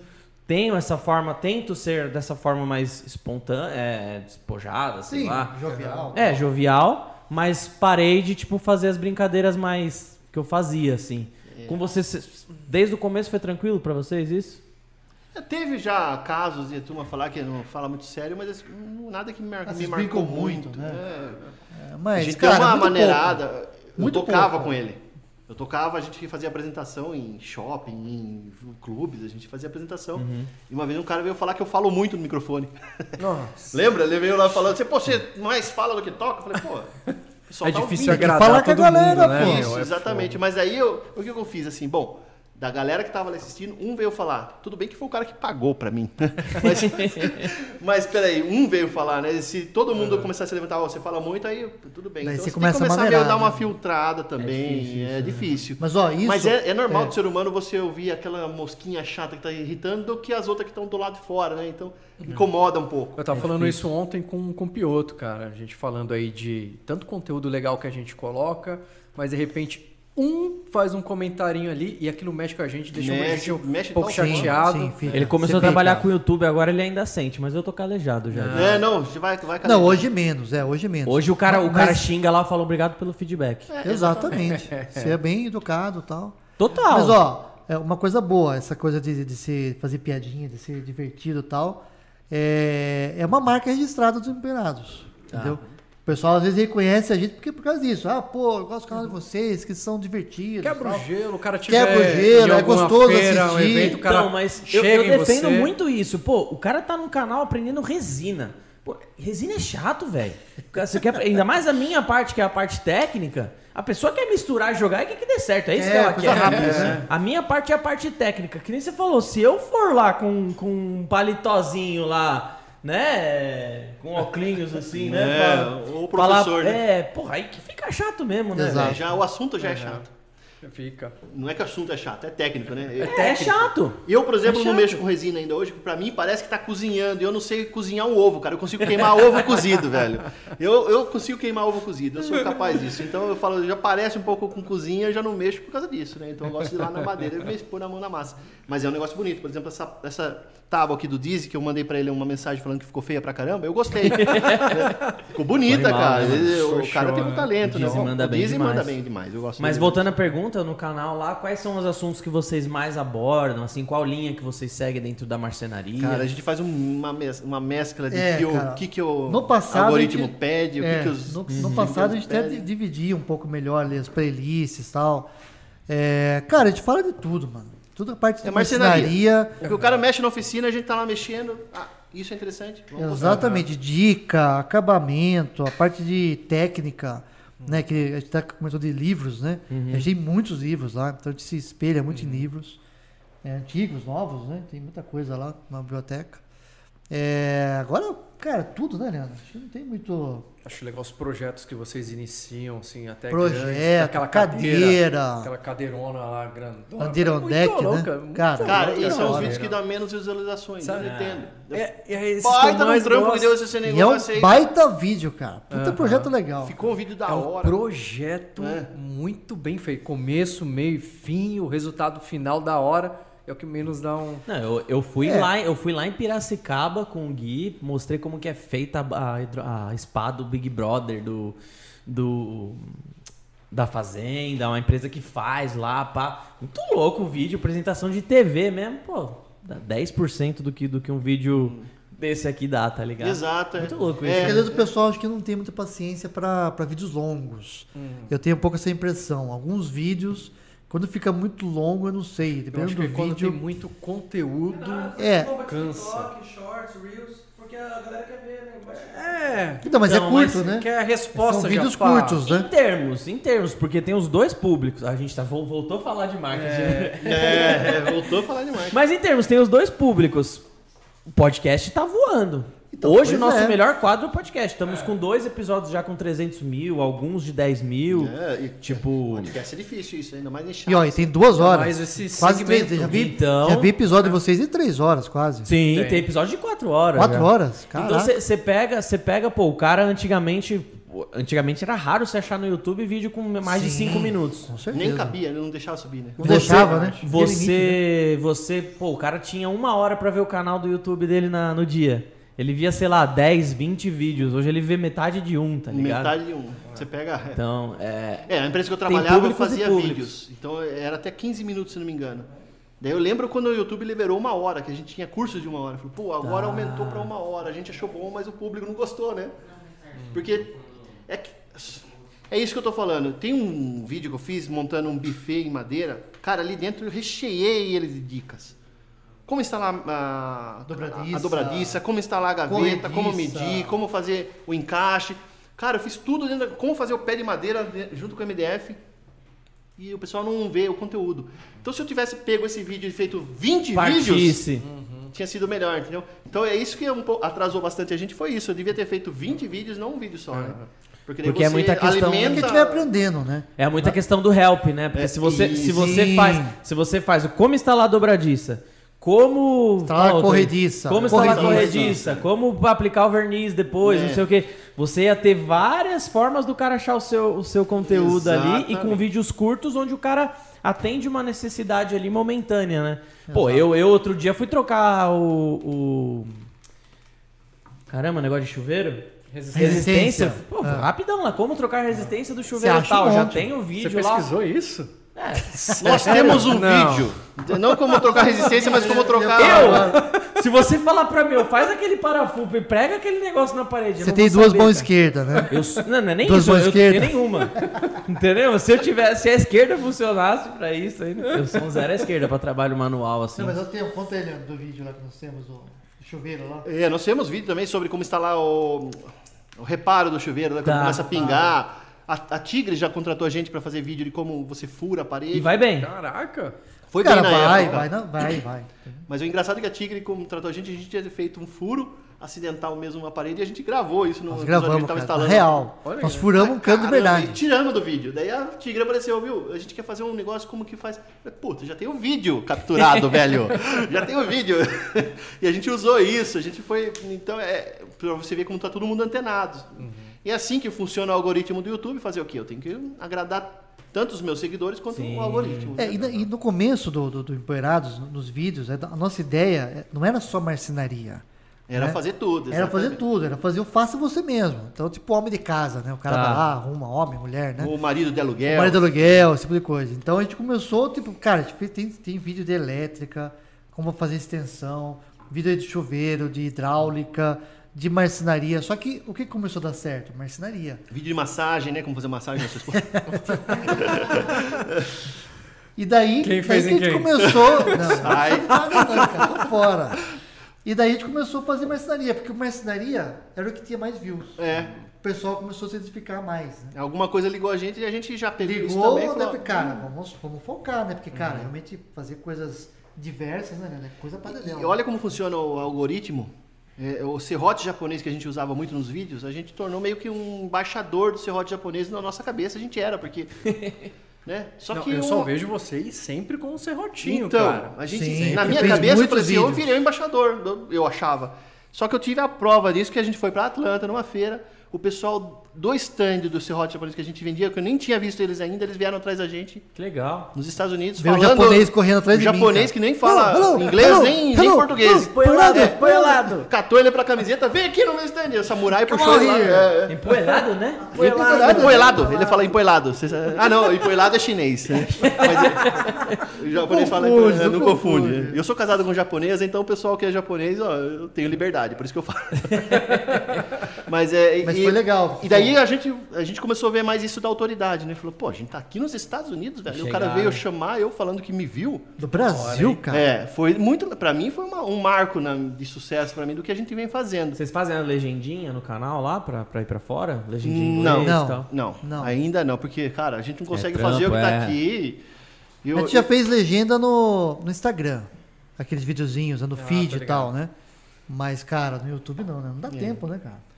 A: Tenho essa forma, tento ser dessa forma mais espontânea, é, despojada, sei
D: Sim,
A: lá.
D: jovial.
A: É, jovial, mas parei de, tipo, fazer as brincadeiras mais que eu fazia, assim. Com vocês, desde o começo foi tranquilo pra vocês isso?
C: É, Teve já casos de turma falar que não fala muito sério, mas assim, não- nada que me, mar...
D: Ah,
C: me
D: vocês
C: marcou
D: brincam
C: muito.
D: muito,
C: né?
D: É,
C: a
D: Mas,
C: gente
D: cara,
C: deu uma
D: muito pouco.
C: maneirada. Eu
D: Muito
C: tocava
D: pouco.
C: com ele. Eu tocava, a gente fazia apresentação em shopping, em clubes, a gente fazia apresentação. E uma vez um cara veio falar que eu falo muito no microfone.
B: Nossa.
C: [LAUGHS] Lembra? Ele veio lá falando assim, pô, você mais fala do que toca? Eu falei, pô, o pessoal
B: É
C: tá
B: difícil
D: ouvindo.
B: agradar
D: Fala com a
B: todo mundo,
D: galera,
B: né?
D: pô.
B: meu?
C: Isso,
B: É
C: exatamente. Mas aí eu, o que que eu fiz? Assim, bom, da galera que tava lá assistindo, um veio falar. Tudo bem que foi o cara que pagou pra mim.
A: [LAUGHS]
C: mas, mas peraí, um veio falar, né? Se todo mundo começar a se levantar, "Ó, você fala muito, aí tudo bem.
D: Daí você
C: então você
D: começa a
C: tem que começar
D: maneirar,
C: meio dar uma
D: né?
C: filtrada também. É difícil.
D: Mas, ó, isso.
C: Mas é, é normal do ser humano você ouvir aquela mosquinha chata que tá irritando do que as outras que estão do lado de fora, né? Então
D: Uhum.
C: incomoda um pouco.
B: Eu
D: É
B: tava falando isso ontem com, com o Pioto, cara. A gente falando aí de tanto conteúdo legal que a gente coloca, mas de repente um faz um comentarinho ali e aquilo mexe com a gente, deixa a
C: Mexe,
B: gente um
C: mexe
B: pouco
C: de tal
D: Sim,
B: chateado.
D: sim, fica.
A: Ele começou a
D: Você
A: trabalhar
D: fica.
A: com o YouTube, agora ele ainda sente, mas eu tô calejado já.
C: É, não, você vai, vai
D: Não, hoje menos, é, hoje menos.
A: Hoje o cara, o
D: Mas- [LAUGHS]
A: cara xinga lá e fala obrigado pelo feedback.
D: É. Exatamente. Você é bem educado e tal.
A: Total.
D: Mas, ó, é uma coisa boa, essa coisa de, de ser, fazer piadinha, de ser divertido e tal. É, é uma marca registrada dos Imperados. Entendeu? O pessoal às vezes reconhece a gente porque, por causa disso. Ah, pô, eu gosto do canal de vocês, que são divertidos.
B: Quebra o
D: tal.
B: gelo, o cara tiver
D: Quebra o gelo,
B: em
D: é
B: alguma
D: gostoso
B: feira, Um
D: assistir.
B: evento, o cara
A: então, mas eu,
B: chega
A: eu
B: em
A: defendo
B: você.
A: muito isso. Pô, o cara tá num canal aprendendo resina. Pô, resina é chato, velho. Você quer- Ainda mais a minha parte, que é a parte técnica. A pessoa quer misturar e jogar e quer que dê certo. É isso
D: É,
A: que ela
D: coisa
A: quer.
D: rápida,
A: É.
D: né?
A: A minha parte é a parte técnica. Que nem você falou, se eu for lá com, com um palitozinho lá, né? Com óculos assim, né?
C: É,
A: pra-
C: ou o professor,
A: falar-
C: né?
A: É, porra, aí que fica chato mesmo, né?
D: Exato.
A: velho?
C: Já, o assunto já é chato.
B: Fica.
C: Não é que o assunto é chato, é técnico, né?
D: [LAUGHS]
C: Eu,
A: É chato.
C: eu, por exemplo,
A: É
C: não
A: chato.
C: mexo com resina ainda hoje, porque pra mim parece que tá cozinhando. e Eu não sei cozinhar um ovo, cara. Eu consigo queimar ovo cozido, velho. Eu, eu consigo queimar ovo cozido, eu sou capaz disso. Então eu falo, já parece um pouco com cozinha, eu já não mexo por causa disso, né? Então eu gosto de ir lá na madeira e me pôr na mão na massa. Mas é um negócio bonito. Por exemplo, essa, essa tábua aqui do Dizzy, que eu mandei pra ele uma mensagem falando que ficou feia pra caramba, eu gostei. Né? Ficou bonita,
A: Foi mal,
C: cara.
A: né?
C: Ele- o
B: Show,
C: cara tem
B: né?
C: um talento,
A: O Dizzy
C: né?
A: manda
C: o
A: bem
C: Dizzy
A: demais.
C: manda bem demais. Eu gosto
A: Mas
C: dele.
A: voltando à pergunta, no canal lá, quais são os assuntos que vocês mais abordam? Assim, qual linha que vocês seguem dentro da marcenaria?
C: Cara, a gente faz um- uma, mes- uma mescla de
D: É,
C: que o
D: cara.
C: que, que o
D: No passado,
C: algoritmo
D: a gente-
C: pede, o
D: É,
C: que, que os.
D: no, no passado a gente até
C: pedem.
D: dividia um pouco melhor ali as playlists e tal. É, cara, a gente fala de tudo, mano. Tudo a parte de
C: É marcenaria.
D: marcenaria.
C: Porque o cara mexe na oficina, a gente tá lá mexendo. Ah, isso é interessante. Vamos botar.
B: né?
D: Exatamente, dica, acabamento, a parte de técnica,
B: Hum.
D: né? Que a gente tá começou de livros, né?
B: Uhum.
D: A gente tem muitos livros lá, então a gente se espelha muito em livros. é, antigos, novos, né? Tem muita coisa lá na biblioteca. É, agora, cara, tudo, né, Leandro? Acho que não tem muito
B: Acho legal os projetos que vocês iniciam, assim, até
D: Projeto,
B: grandes, aquela cadeira,
D: cadeira.
B: aquela cadeirona lá grandona.
D: Bandeirondec,
B: Muito louca,
D: né?
B: muito
D: Cara, é
C: Cara,
B: louca.
C: esses são os
D: Olha,
C: vídeos que dão menos visualizações.
B: Sabe?
C: Eu entendo.
B: É, é esse que eu
C: Baita no
B: mais
C: trampo que
B: gosto.
C: deu esse
D: E é um
C: negócio aí.
D: baita vídeo, cara. Puta
B: Aham.
D: projeto legal.
C: Ficou um vídeo da
B: É um
C: hora.
B: projeto muito bem feito. Começo, meio e fim, o resultado final da hora é o que menos dá um.
A: Não, eu, eu fui
D: É.
A: lá, eu fui lá em Piracicaba com o Gui, mostrei como que é feita a, a hidro- a espada do Big Brother do, do da fazenda, uma empresa que faz lá, pá. Muito louco o vídeo, apresentação de TV mesmo, pô, dá 10% do que do que um vídeo desse aqui dá, tá ligado?
C: Exato. é.
A: Muito louco
D: Porque
A: isso.
D: Às
A: né?
D: vezes o pessoal acho que não tem muita paciência pra pra vídeos longos. Eu tenho um pouco essa impressão. Alguns vídeos, quando fica muito longo, eu não sei.
B: Eu
D: Dependendo
B: acho
D: do
B: que quando
D: vídeo.
B: tem muito conteúdo.
D: É.
E: TikTok, shorts, reels, porque a galera quer ver, né? Baixa-
B: É.
D: Então, mas
A: Então,
D: é
A: mas
D: curto, né?
B: Que é a resposta
D: São vídeos
B: Japa.
D: curtos,
A: Em
D: né?
A: termos, em termos, porque tem os dois públicos. A gente tá, vol- voltou a falar de marketing.
C: [LAUGHS] É, é, voltou a falar
A: [LAUGHS]
C: demais.
A: Mas em termos, tem os dois públicos. O podcast tá voando.
D: Então,
A: Hoje o
D: pois
A: nosso
D: é.
A: melhor quadro é o podcast. Estamos com dois episódios já com 300 mil, alguns de 10 mil.
C: É, e,
A: Tipo.
C: podcast é difícil isso, ainda mais em
D: E ó, e
C: chat.
D: tem duas horas.
B: Mas esse
D: quase três.
B: segmento-
D: Já vi,
A: Então-
D: já vi episódio de vocês em três horas, quase.
A: Sim,
B: Tem.
A: tem. episódio de 4 horas.
D: Quatro
A: já.
D: horas? Caraca.
A: Então você pega, você pega, pô, o cara antigamente. Antigamente era raro você achar no YouTube vídeo com mais de
D: Sim.
A: 5 minutos.
D: Com certeza.
C: Nem cabia, não deixava subir, né?
D: Não
A: Você-
D: deixava, né?
A: Você, você, pô, o cara tinha uma hora pra ver o canal do YouTube dele na, no dia. Ele via, sei lá, 10, 20 vídeos. Hoje ele vê metade de um, tá ligado?
C: Metade de um. Você pega. é.
A: Então, é.
C: É, a empresa que eu
A: Tem
C: trabalhava eu
A: públicos e
C: fazia
A: públicos.
C: vídeos. Então era até 15 minutos, se não me engano. Daí eu lembro quando o YouTube liberou uma hora, que a gente tinha curso de uma hora. Eu Falei, pô, agora
A: Tá.
C: aumentou pra uma hora. A gente achou bom, mas o público não gostou, né? Porque é que- é isso que eu tô falando. Tem um vídeo que eu fiz montando um buffet em madeira. Cara, ali dentro eu recheei ele de dicas. Como instalar a
D: Dobradiça.
C: a dobradiça como instalar a gaveta, como
D: Corrediça.
C: medir, como fazer o encaixe. Cara, eu fiz tudo dentro da, como fazer o pé de madeira de- junto com o MDF e o pessoal não vê o conteúdo. Então se eu tivesse pego esse vídeo e feito 20 vídeos, Hum.
A: Partisse.
C: tinha sido melhor, entendeu? Então é isso que um pouco atrasou bastante a gente, foi isso. Eu devia ter feito 20 vídeos, não um vídeo só, né? daí
A: Porque é
C: você Tá,
A: muita questão-
D: É
C: alimenta-
D: que estiver aprendendo, né?
A: É muita questão do help, né? Porque
C: É,
A: se você, se
C: sim.
A: você faz, se você faz o como instalar a dobradiça, como
D: Instalar
A: Fala outra aí.
D: Tá, corrediça.
A: tá, como instalar a
D: Corrediça.
A: corrediça, como aplicar o verniz depois,
C: É.
A: não sei o quê. Você ia ter várias formas do cara achar o seu, o seu conteúdo ali e com
C: Exatamente.
A: vídeos curtos onde o cara atende uma necessidade ali momentânea, né? Pô, eu, eu outro dia fui trocar o, o... Caramba, negócio de chuveiro? Resistência?
D: Resistência.
A: Pô,
D: Ah.
A: rapidão lá, como trocar a resistência do chuveiro e
D: acha
A: tal.
D: um
A: Já
D: monte.
A: tem o
B: Você
A: vídeo lá.
B: pesquisou isso?
C: Nós temos um
B: Não.
C: vídeo, não como trocar resistência, mas como trocar...
A: Eu? Se você falar pra mim, ó, faz aquele parafuso e prega aquele negócio na parede. eu
D: Você
A: não
D: tem
A: vou
D: duas
A: saber,
D: mãos
A: cara.
D: esquerdas, né?
A: Eu sou- não, não é nem
D: Duas
A: isso,
D: mãos
A: eu tenho
D: esquerda.
A: nenhuma. [LAUGHS] Entendeu? Se eu tivesse, se a esquerda funcionasse pra isso, aí, eu sou um zero à esquerda pra trabalho manual, assim.
D: Não, mas eu tenho, conta aí, Leandro, do vídeo lá que nós temos, o chuveiro lá.
C: É, nós temos vídeo também sobre como instalar o, o reparo do chuveiro, né, quando
A: Tá.
C: começa a pingar. A, a Tigre já contratou a gente pra fazer vídeo de como você fura a parede.
A: E vai bem.
B: Caraca!
C: Foi
D: Cara,
C: bem na
D: vai,
C: época.
D: vai, não, vai, vai.
C: Mas o engraçado é que a Tigre contratou a gente, a gente tinha feito um furo, acidentar o mesmo aparelho e a gente gravou isso no
D: Nós
C: episódio
D: gravamos,
C: que a
D: cara.
C: gente
D: na
C: tava instalando.
D: real.
B: Olha
D: Nós
B: aí.
D: furamos um canto de
C: Caramba,
D: verdade.
C: E tiramos do vídeo. Daí a Tigre apareceu, viu? A gente quer fazer um negócio como que faz. Eu falei, Puta, já tem o vídeo capturado,
D: [LAUGHS]
C: velho. Já tem o vídeo. [LAUGHS] e a gente usou isso. A gente foi. Então, é. Pra você ver como tá todo mundo antenado.
D: Uhum.
C: E é assim que funciona o algoritmo do YouTube, fazer o quê? Eu tenho que agradar tanto os meus seguidores quanto o algoritmo. né?
D: É, e, na- e no começo do, do, do Empoeirados, no- nos vídeos, é da- a nossa ideia é, não era só marcenaria.
C: Era
D: né?
C: fazer tudo.
D: Era fazer
C: exatamente.
D: tudo, era fazer o faça você mesmo. Então, tipo, homem de casa, né? O cara
B: Tá.
D: vai lá, arruma homem, mulher, né?
C: O marido de
B: É,
C: aluguel.
D: Marido aluguel, esse tipo de coisa. Então a gente começou, tipo, cara, tipo, tem, tem vídeo de elétrica, como fazer extensão, vídeo de chuveiro, de hidráulica, de marcenaria. Só que o que começou a dar certo? Marcenaria.
C: Vídeo de massagem, né? Como fazer massagem na sua esposa.
D: [LAUGHS] E daí,
B: Quem
D: daí
B: fez
D: que
B: em
D: a gente
B: quem? [LAUGHS]
D: começou. Não,
C: Ai.
D: não, não, cara, tô fora. E daí a gente começou a fazer marcenaria, porque marcenaria era o que tinha mais views.
C: é.
D: O pessoal começou a se identificar mais, né?
C: Alguma coisa ligou a gente e a gente já pegou isso
D: Ligou,
C: também. e
D: né?
C: falou, "Ah,
D: Cara, vamos, vamos focar, né? Porque, cara, realmente fazer coisas diversas, né? né? Coisa para
C: Uhum. E olha como funciona o algoritmo. É, o serrote japonês que a gente usava muito nos vídeos, a gente tornou meio que um embaixador do serrote japonês na nossa cabeça, a gente era,
D: [LAUGHS]
C: porque. né? Só
B: Não,
C: que.
B: eu
C: o-
B: só vejo vocês sempre com o serrotinho,
C: então,
B: cara.
C: a gente,
D: Sim,
C: na
D: eu
C: minha
D: fiz
C: cabeça, eu
D: muitos
C: falei assim, eu
D: vídeos.
C: virei um embaixador, do- eu achava. Só que eu tive a prova disso que a gente foi para Atlanta numa feira, o pessoal do stand do serrote japonês que a gente vendia, que eu nem tinha visto eles ainda, eles vieram atrás da gente
A: Que legal.
C: nos Estados Unidos
D: Veio o
C: falando
D: japonês correndo atrás
C: o
D: de mim,
C: japonês
D: cara.
C: que nem fala
D: Hello, hello,
C: inglês
D: hello,
C: nem, nem
D: hello,
C: português.
D: hello, põe lado,
C: É,
D: põe
A: lado.
C: Catou ele pra camiseta, vem aqui no meu stand. O samurai puxou
D: on
C: ele lá.
D: here.
C: É, é.
A: Empoeirado, né? [LAUGHS]
C: Empoelado. Empoelado. Ele fala empoelado. Vocês- Ah, não, empoelado é chinês. né? Mas, é, o japonês fala
D: Confunde,
C: empoelado, não
D: não
C: confunde.
D: confunde.
C: Eu sou casado com japonês, então o pessoal que é japonês, ó, eu tenho liberdade, por isso que eu falo. [LAUGHS] Mas, é,
D: Mas
C: e-
D: foi legal.
C: E daí a gente, a gente começou a ver mais isso da autoridade, né? Falou, pô, a gente tá aqui nos Estados Unidos, velho. O cara
B: Chegaram.
C: veio chamar eu falando que me viu.
D: Do Brasil, cara.
C: É, foi muito. Pra mim foi uma- um marco na- de sucesso pra mim do que a gente vem fazendo.
A: Vocês fazem a legendinha no canal lá pra, pra ir pra fora? Legendinha em
C: Não.
A: inglês e
D: Não.
A: tal?
C: Não,
D: Não.
C: ainda não, porque, cara, a gente não consegue
G: trampo,
C: fazer o que tá
G: é.
C: aqui. E
D: a gente já fez legenda no, no Instagram. Aqueles videozinhos, né,
C: Ah, tá
D: no feed e tal, né? Mas, cara, no YouTube não, né? Não dá
C: É.
D: tempo, né, cara?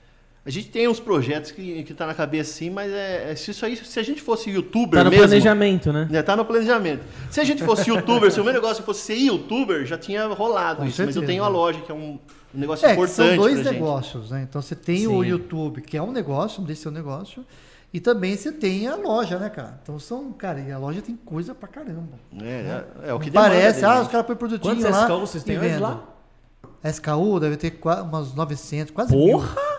C: a gente tem uns projetos que, que tá na cabeça sim, mas é, é se isso aí, se a gente fosse youtuber
A: Tá no
C: mesmo.
A: planejamento, né?
C: né, tá no planejamento. Se a gente fosse youtuber, [LAUGHS] se o meu negócio fosse ser youtuber, já tinha rolado
D: Com
C: isso. Mas eu
D: certeza.
C: tenho a loja, que é um, um negócio
D: É, que
C: importante.
D: são dois
C: pra gente.
D: negócios, né? Então você tem o YouTube, que é um negócio, não deixa de ser um negócio, e também você tem a loja, né, cara? Então são, cara, e a loja tem coisa pra caramba.
C: É, é, é o que
D: Parece,
C: demanda,
D: ah,
C: né?
D: os caras põem produtinho
A: Quantos
D: lá.
A: SKU vocês têm
D: e
A: hoje
D: vendo.
A: lá?
D: SKU deve ter qua- umas 900, quase
A: Porra!
D: mil.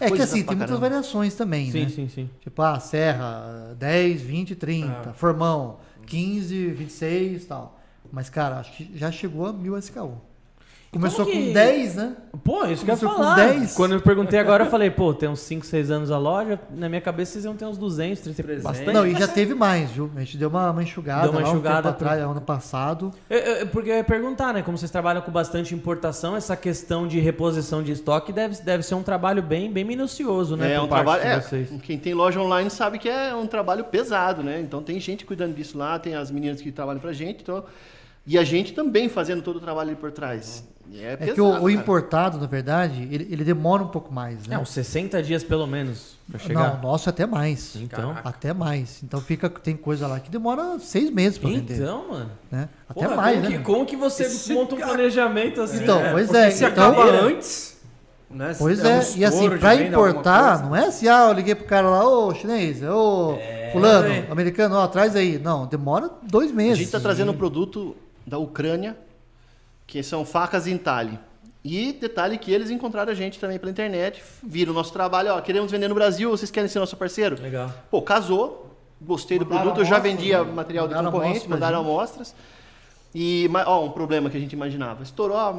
D: É que
C: Coisa
D: assim,
C: pra
D: tem muitas
C: caramba.
D: variações também,
A: Sim,
D: né?
A: sim, sim.
D: Tipo, ah, serra, 10, 20, 30.
C: Ah.
D: Formão, 15, 26 e tal. Mas, cara, acho que já chegou a 1000 SKU. Começou
A: como que-
D: com 10, né?
A: Pô, isso que eu ia
D: Começou com
A: falar.
D: 10?
A: Quando eu perguntei agora, eu falei, pô, tem uns 5, 6 anos a loja, na minha cabeça vocês iam ter uns 200, 300, bastante.
D: Não, e já teve mais, viu? A gente deu uma, uma enxugada,
A: Deu uma
D: lá um
A: enxugada
D: tempo
A: pro-
D: atrás, ano passado.
A: Eu- eu- É, porque eu ia perguntar, né? Como vocês trabalham com bastante importação, essa questão de reposição de estoque deve, deve ser um trabalho bem, bem minucioso, né?
C: É
A: por
C: um
A: parte
C: trabalho.
A: de
C: é,
A: vocês.
C: quem tem loja online sabe que é um trabalho pesado, né? Então tem gente cuidando disso lá, tem as meninas que trabalham pra gente, então e a gente também fazendo todo o trabalho ali por trás. E É,
D: É que o, o
C: cara.
D: importado, na verdade, ele, ele demora um pouco mais, né?
A: É, uns 60 dias pelo menos pra
D: Não, o
A: chegar.
D: nosso até mais.
A: Então.
D: Até mais. Então fica, tem coisa lá que demora seis meses pra vender.
A: Então, mano.
D: Né? Até
A: Porra,
D: mais,
A: como,
D: né?
A: que, como que você
B: Esse
A: monta um planejamento assim?
D: Então,
A: né?
D: pois
B: Porque
D: é.
B: se
D: então,
B: acaba antes, né?
D: Pois
B: um
D: é, e
B: estouro
D: assim,
B: de
D: pra
B: venda, alguma
D: importar,
B: coisa.
D: não é assim, ah, eu liguei pro cara lá, ô chinês, ô fulano,
B: É.
D: americano, ó, traz aí. Não, demora dois
C: A
D: meses.
C: gente está trazendo um produto da Ucrânia, que são facas entalhe. E detalhe que eles encontraram a gente também pela internet, viram o nosso trabalho, ó, queremos vender no Brasil, vocês querem ser nosso parceiro?
A: Legal.
C: Pô, casou, gostei do
D: Mandaram
C: produto, eu já
D: amostra,
C: vendia
D: né?
C: material de
D: Mandaram né?
C: concorrente,
D: amostra pra
C: mandaram
D: gente.
C: amostras. E, ma- ó, um problema que a gente imaginava. Estourou a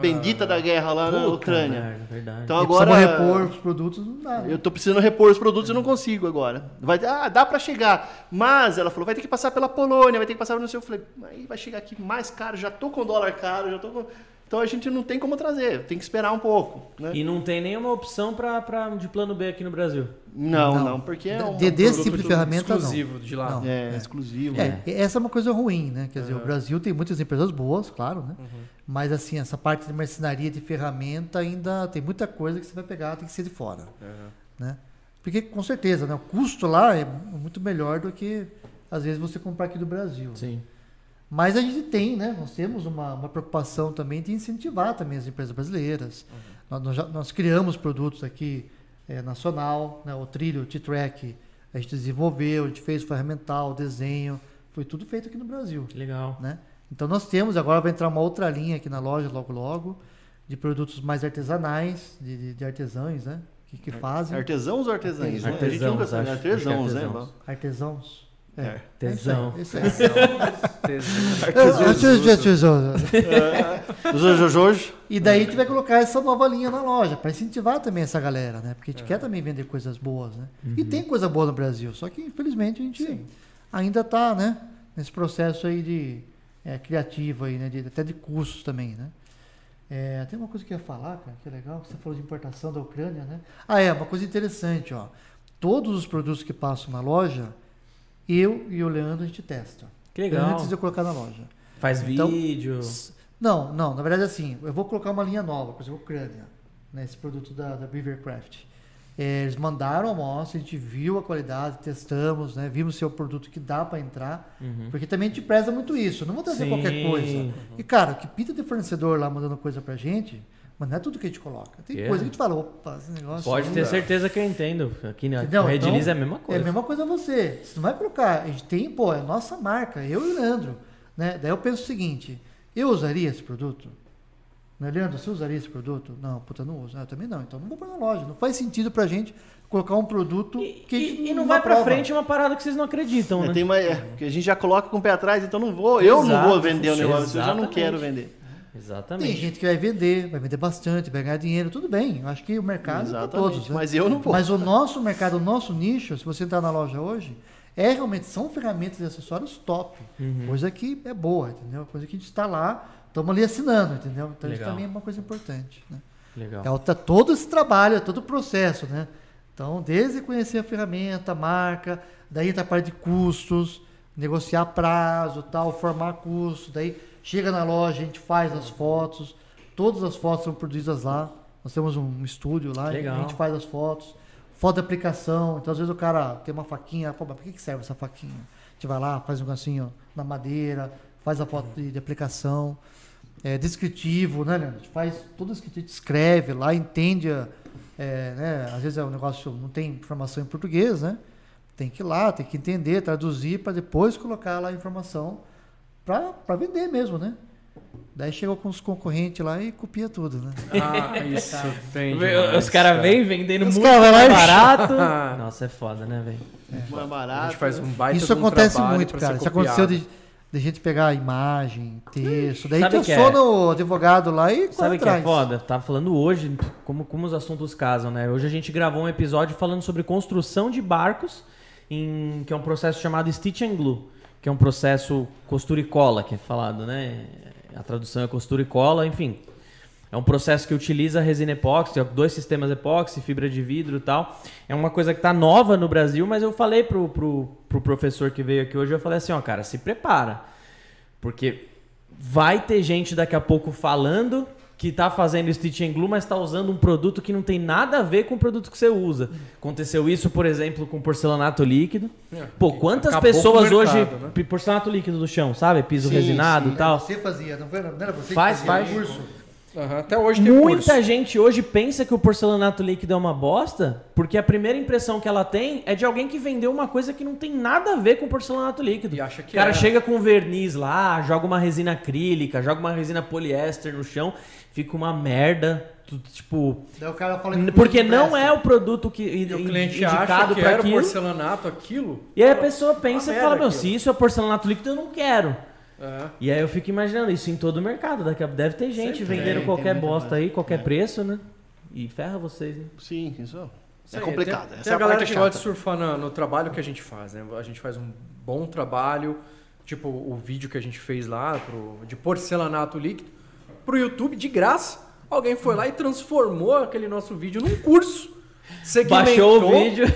C: bendita da guerra lá na
A: Puta
C: Ucrânia.
A: merda, verdade.
C: Então
D: Ah. né? E
C: agora.
D: precisamos repor os produtos, não dá. né?
C: Eu tô precisando repor os produtos, eu não consigo agora. Vai, ah, dá pra chegar. Mas ela falou, vai ter que passar pela Polônia, vai ter que passar no seu. Eu falei, aí vai chegar aqui mais caro, já tô com dólar caro, já tô com. Então a gente não tem como trazer, tem que esperar um pouco. Né?
A: E não tem nenhuma opção pra, pra- de plano B aqui no Brasil.
C: Não,
D: Não.
C: não, porque é um
D: De- desse tipo de
B: Produto
D: ferramenta,
B: exclusivo de lá.
D: não.
C: é, exclusivo.
D: É,
C: né?
D: e essa é uma coisa ruim, né? Quer dizer, o Brasil tem muitas empresas boas, claro, né? Mas assim, essa parte de marcenaria, de ferramenta, ainda tem muita coisa que você vai pegar, tem que ser de fora. Né? Porque com certeza, né? O custo lá é muito melhor do que às vezes você comprar aqui do Brasil. né?
A: Sim.
D: Mas a gente tem, né? Nós temos uma, uma preocupação também de incentivar também as empresas brasileiras. Nós, nós, já- nós criamos produtos aqui eh, nacional, né? o trilho, o T-Track, a gente desenvolveu, a gente fez o ferramental, o desenho, foi tudo feito aqui no Brasil.
A: Legal.
D: Né? Então nós temos, agora vai entrar uma outra linha aqui na loja logo logo, de produtos mais artesanais, de, de, de artesãos, né? Que, que fazem.
C: Artesãos ou artesãs? né? a gente
A: Artesãos,
C: nunca
A: acho.
C: sabe.
A: Acho que é
C: Artesãos, né?
A: artesãos.
D: Artesãos. É.
C: É.
A: Tesão.
D: É isso aí, [LAUGHS] é isso aí.
C: Artesãos. Os Jojo.
D: E daí tu vai colocar essa nova linha na loja, para incentivar também essa galera, né? Porque a gente quer também vender coisas boas, né?
A: Uhum.
D: E tem coisa boa no Brasil, só que infelizmente a gente ainda tá, né? Nesse processo aí de é, criativo aí, né? De- até de cursos também, né? É, tem uma coisa que eu ia falar, cara, que é legal, que você falou de importação da Ucrânia, né? Ah, é, uma coisa interessante, ó. Todos os produtos que passam na loja, eu e o Leandro a gente testa.
A: Que legal.
D: Antes de eu colocar na loja.
A: Faz
D: Então,
A: vídeo.
D: Não, não, na verdade assim, eu vou colocar uma linha nova, por exemplo, Ucrânia, né, esse produto da, da Beavercraft. É, eles mandaram a amostra, a gente viu a qualidade, testamos, né, vimos se é um produto que dá para entrar,
A: Uhum.
D: porque também a gente preza muito isso, não vou trazer
A: Sim.
D: qualquer coisa.
A: Uhum.
D: E cara, que pinta de fornecedor lá mandando coisa pra gente, mas não é tudo que a gente coloca. Tem
A: É.
D: coisa que a gente fala, opa, esse negócio...
A: Pode
D: não
A: ter
D: dá.
A: certeza que eu entendo. Aqui na
D: Entendeu?
A: Red
D: Então,
A: Liz é a mesma
D: É
A: coisa.
D: a mesma coisa você. Você não vai trocar. A gente tem, pô, é nossa marca, eu e o Leandro. Né? Daí eu penso o seguinte: eu usaria esse produto? Né, Leandro, você usaria esse produto? Não, puta, não uso. Ah, eu também não. Então não vou pôr na loja. Não faz sentido pra gente colocar um produto
A: E,
D: que. a gente
A: e- e não vai pra
D: aprova.
A: frente uma parada que vocês não acreditam, né?
C: Tem uma, é, porque a gente já coloca com o pé atrás, então não vou. Eu não
A: Exato,
C: vou vender o negócio, eu já não
A: exatamente.
C: quero vender.
D: Tem
A: Exatamente.
D: gente que vai vender, vai vender bastante, vai ganhar dinheiro, tudo bem. Eu acho que o mercado é pra
C: Exatamente,
D: todos. né?
C: mas eu não vou.
D: Mas o nosso mercado, o nosso nicho, se você entrar na loja hoje, é realmente, são ferramentas e acessórios top. Coisa que é boa, entendeu? Coisa que a gente está lá, estamos ali assinando, entendeu? Então isso
A: Legal.
D: também é uma coisa importante. Né?
A: Legal.
D: É o- tá todo esse trabalho, é todo o processo, né? Então, desde conhecer a ferramenta, a marca, daí entra a parte de custos, negociar prazo, tal, formar custo, daí chega na loja, a gente faz as fotos, todas as fotos são produzidas lá. Nós temos um estúdio lá,
A: Legal.
D: a gente faz as fotos, foto de aplicação. Então, às vezes o cara tem uma faquinha, pô, mas pra que que serve essa faquinha? A gente vai lá, faz um negocinho na madeira, faz a foto de- de aplicação é, descritivo, né, Leandro? A gente Faz tudo isso que a gente escreve lá, entende. a- é, né? Às vezes é um negócio não tem informação em português, né? Tem que ir lá, tem que entender, traduzir para depois colocar lá a informação para vender mesmo, né? Daí chega com os concorrentes lá e copia tudo, né?
B: Ah,
D: [LAUGHS]
B: isso tem.
A: Vê, Os caras vêm vendendo
D: Os
A: muito
D: cara vai lá e-
A: barato. Nossa, é foda, né, velho?
C: Não é
B: Ah, A
C: barato.
B: gente faz um baita
D: Isso
B: de um
D: acontece
B: trabalho
D: muito,
B: pra
D: cara.
B: ser
D: Isso aconteceu
B: copiado.
D: de, de gente pegar a imagem, texto. Daí
A: Sabe
D: tem
A: que
D: o
A: é?
D: sono advogado lá e corre
A: Sabe o que é
D: atrás.
A: foda? Tava falando hoje, como, como os assuntos casam, né? Hoje a gente gravou um episódio falando sobre construção de barcos, em- que é um processo chamado stitch and glue, que é um processo costura e cola, que é falado, né? A tradução é costura e cola, enfim. É um processo que utiliza resina epóxi, é dois sistemas epóxi, fibra de vidro e tal. É uma coisa que tá nova no Brasil, mas eu falei pro, pro, pro professor que veio aqui hoje, eu falei assim, ó, cara, se prepara. Porque vai ter gente daqui a pouco falando que tá fazendo Stitch and Glue, mas tá usando um produto que não tem nada a ver com o produto que você usa. Aconteceu isso, por exemplo, com porcelanato líquido. Pô, quantas
B: É, acabou
A: pessoas
B: com o
A: hoje...
B: mercado, né?
A: pi- Porcelanato líquido do chão, sabe? Piso resinado e tal.
D: Você fazia, não era, não era você
A: Faz,
D: que fazia
A: faz.
D: o curso?
B: Aham, Até hoje tem
A: Muita
B: curso.
A: gente hoje pensa que o porcelanato líquido é uma bosta, porque a primeira impressão que ela tem é de alguém que vendeu uma coisa que não tem nada a ver com porcelanato líquido.
B: E acha que
A: o cara
B: é.
A: chega com um verniz lá, joga uma resina acrílica, joga uma resina poliéster no chão, fica uma merda, tudo, tipo,
D: Daí o cara fala que
A: porque
D: curso
A: não
D: presta.
A: é o produto que
B: E
A: in-
B: o cliente
A: indicado
B: acha que
A: para
B: era
A: aquilo.
B: porcelanato aquilo. É.
A: E aí a pessoa pensa e
B: merda
A: fala, meu,
B: aquilo."
A: se isso é porcelanato líquido, eu não quero.
B: É.
A: E aí eu fico imaginando isso em todo o mercado. Daqui a... Deve ter gente
C: Sempre
A: vendendo
B: É,
C: tem,
A: qualquer
C: tem muita
A: bosta
C: coisa.
A: aí, qualquer
C: É.
A: preço, né? E ferra vocês, né?
C: Sim, isso.
B: Isso
C: É
B: aí,
C: complicado.
B: Tem,
C: Essa
B: tem
C: é
B: a
C: a
B: galera
C: parte
B: que
C: chata.
B: gosta de surfar na- no, trabalho que a gente faz, né? A gente faz um bom trabalho, tipo o vídeo que a gente fez lá pro- de porcelanato líquido. pro YouTube de graça. Alguém foi lá e transformou aquele nosso vídeo num curso. Segmentou.
A: Baixou o vídeo.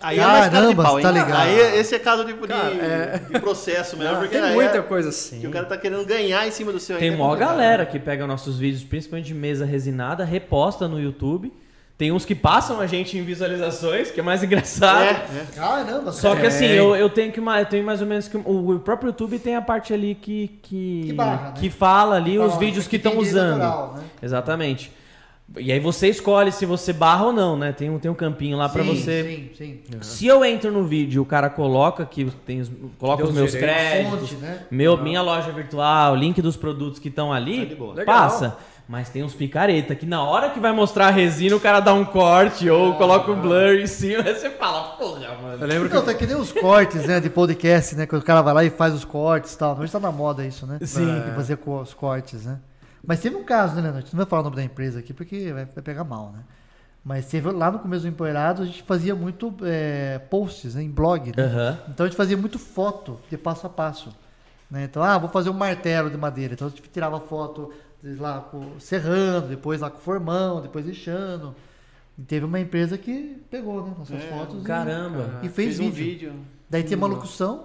C: Aí é mais cara de
D: Caramba,
C: pau, hein?
D: tá ligado.
C: Aí esse é caso de, de-
B: Cara, é.
C: de processo mesmo,
B: Ah,
C: porque
B: Tem
C: aí
B: muita
C: é-
B: coisa assim.
C: que o cara tá querendo ganhar em cima do seu. aí
A: Tem
C: é
A: mó
C: complicado.
A: galera que pega nossos vídeos, principalmente de mesa resinada, reposta no YouTube. Tem uns que passam a gente em visualizações, que é mais engraçado.
C: É, é.
D: Caramba,
A: Só que
B: É.
A: assim, eu, eu tenho que mais, eu tenho mais ou menos que o o próprio YouTube tem a parte ali que que,
D: Que barra, né?
A: que fala ali
D: Fala,
A: assim, os vídeos
D: isso
A: que
D: aqui
A: estão
D: tem direito
A: usando.
D: autoral, né?
A: Exatamente. E aí você escolhe se você barra ou não, né? Tem um tem um campinho lá pra
D: Sim,
A: você.
D: Sim, sim.
A: Se eu entro no vídeo, o cara coloca que tem os, coloca
B: Deu
A: os
B: os
A: meus
B: direitos.
A: créditos,
D: Fonte, né?
A: meu, minha loja virtual, link dos produtos que estão
C: Tá
A: ali,
C: de boa.
B: Legal.
A: passa. Mas tem uns picareta que na hora que vai mostrar a resina, o cara dá um corte ou coloca um blur em cima, [LAUGHS] aí você fala, porra, mano.
B: Eu lembro que
D: Não, tá que nem os cortes, né, de podcast, né, que o cara vai lá e faz os cortes e tal. Hoje tá na moda isso, né?
A: Sim.
D: De fazer co- os cortes, né? Mas teve um caso, né, Leandro? A gente não vai falar o nome da empresa aqui porque vai, vai pegar mal, né? Mas teve lá no começo do Empoeirado, a gente fazia muito é, posts né, em blog, né?
A: Aham.
D: Então a gente fazia muito foto de passo a passo. né? Então, ah, vou fazer um martelo de madeira. Então a gente tirava foto de lá com- serrando, depois lá com formão, depois lixando. E teve uma empresa que pegou né, nossas
C: É,
A: um
D: fotos e-
A: Uhum. Caramba.
D: e, fez
C: um
D: vídeo.
C: vídeo.
D: Daí tinha uma locução,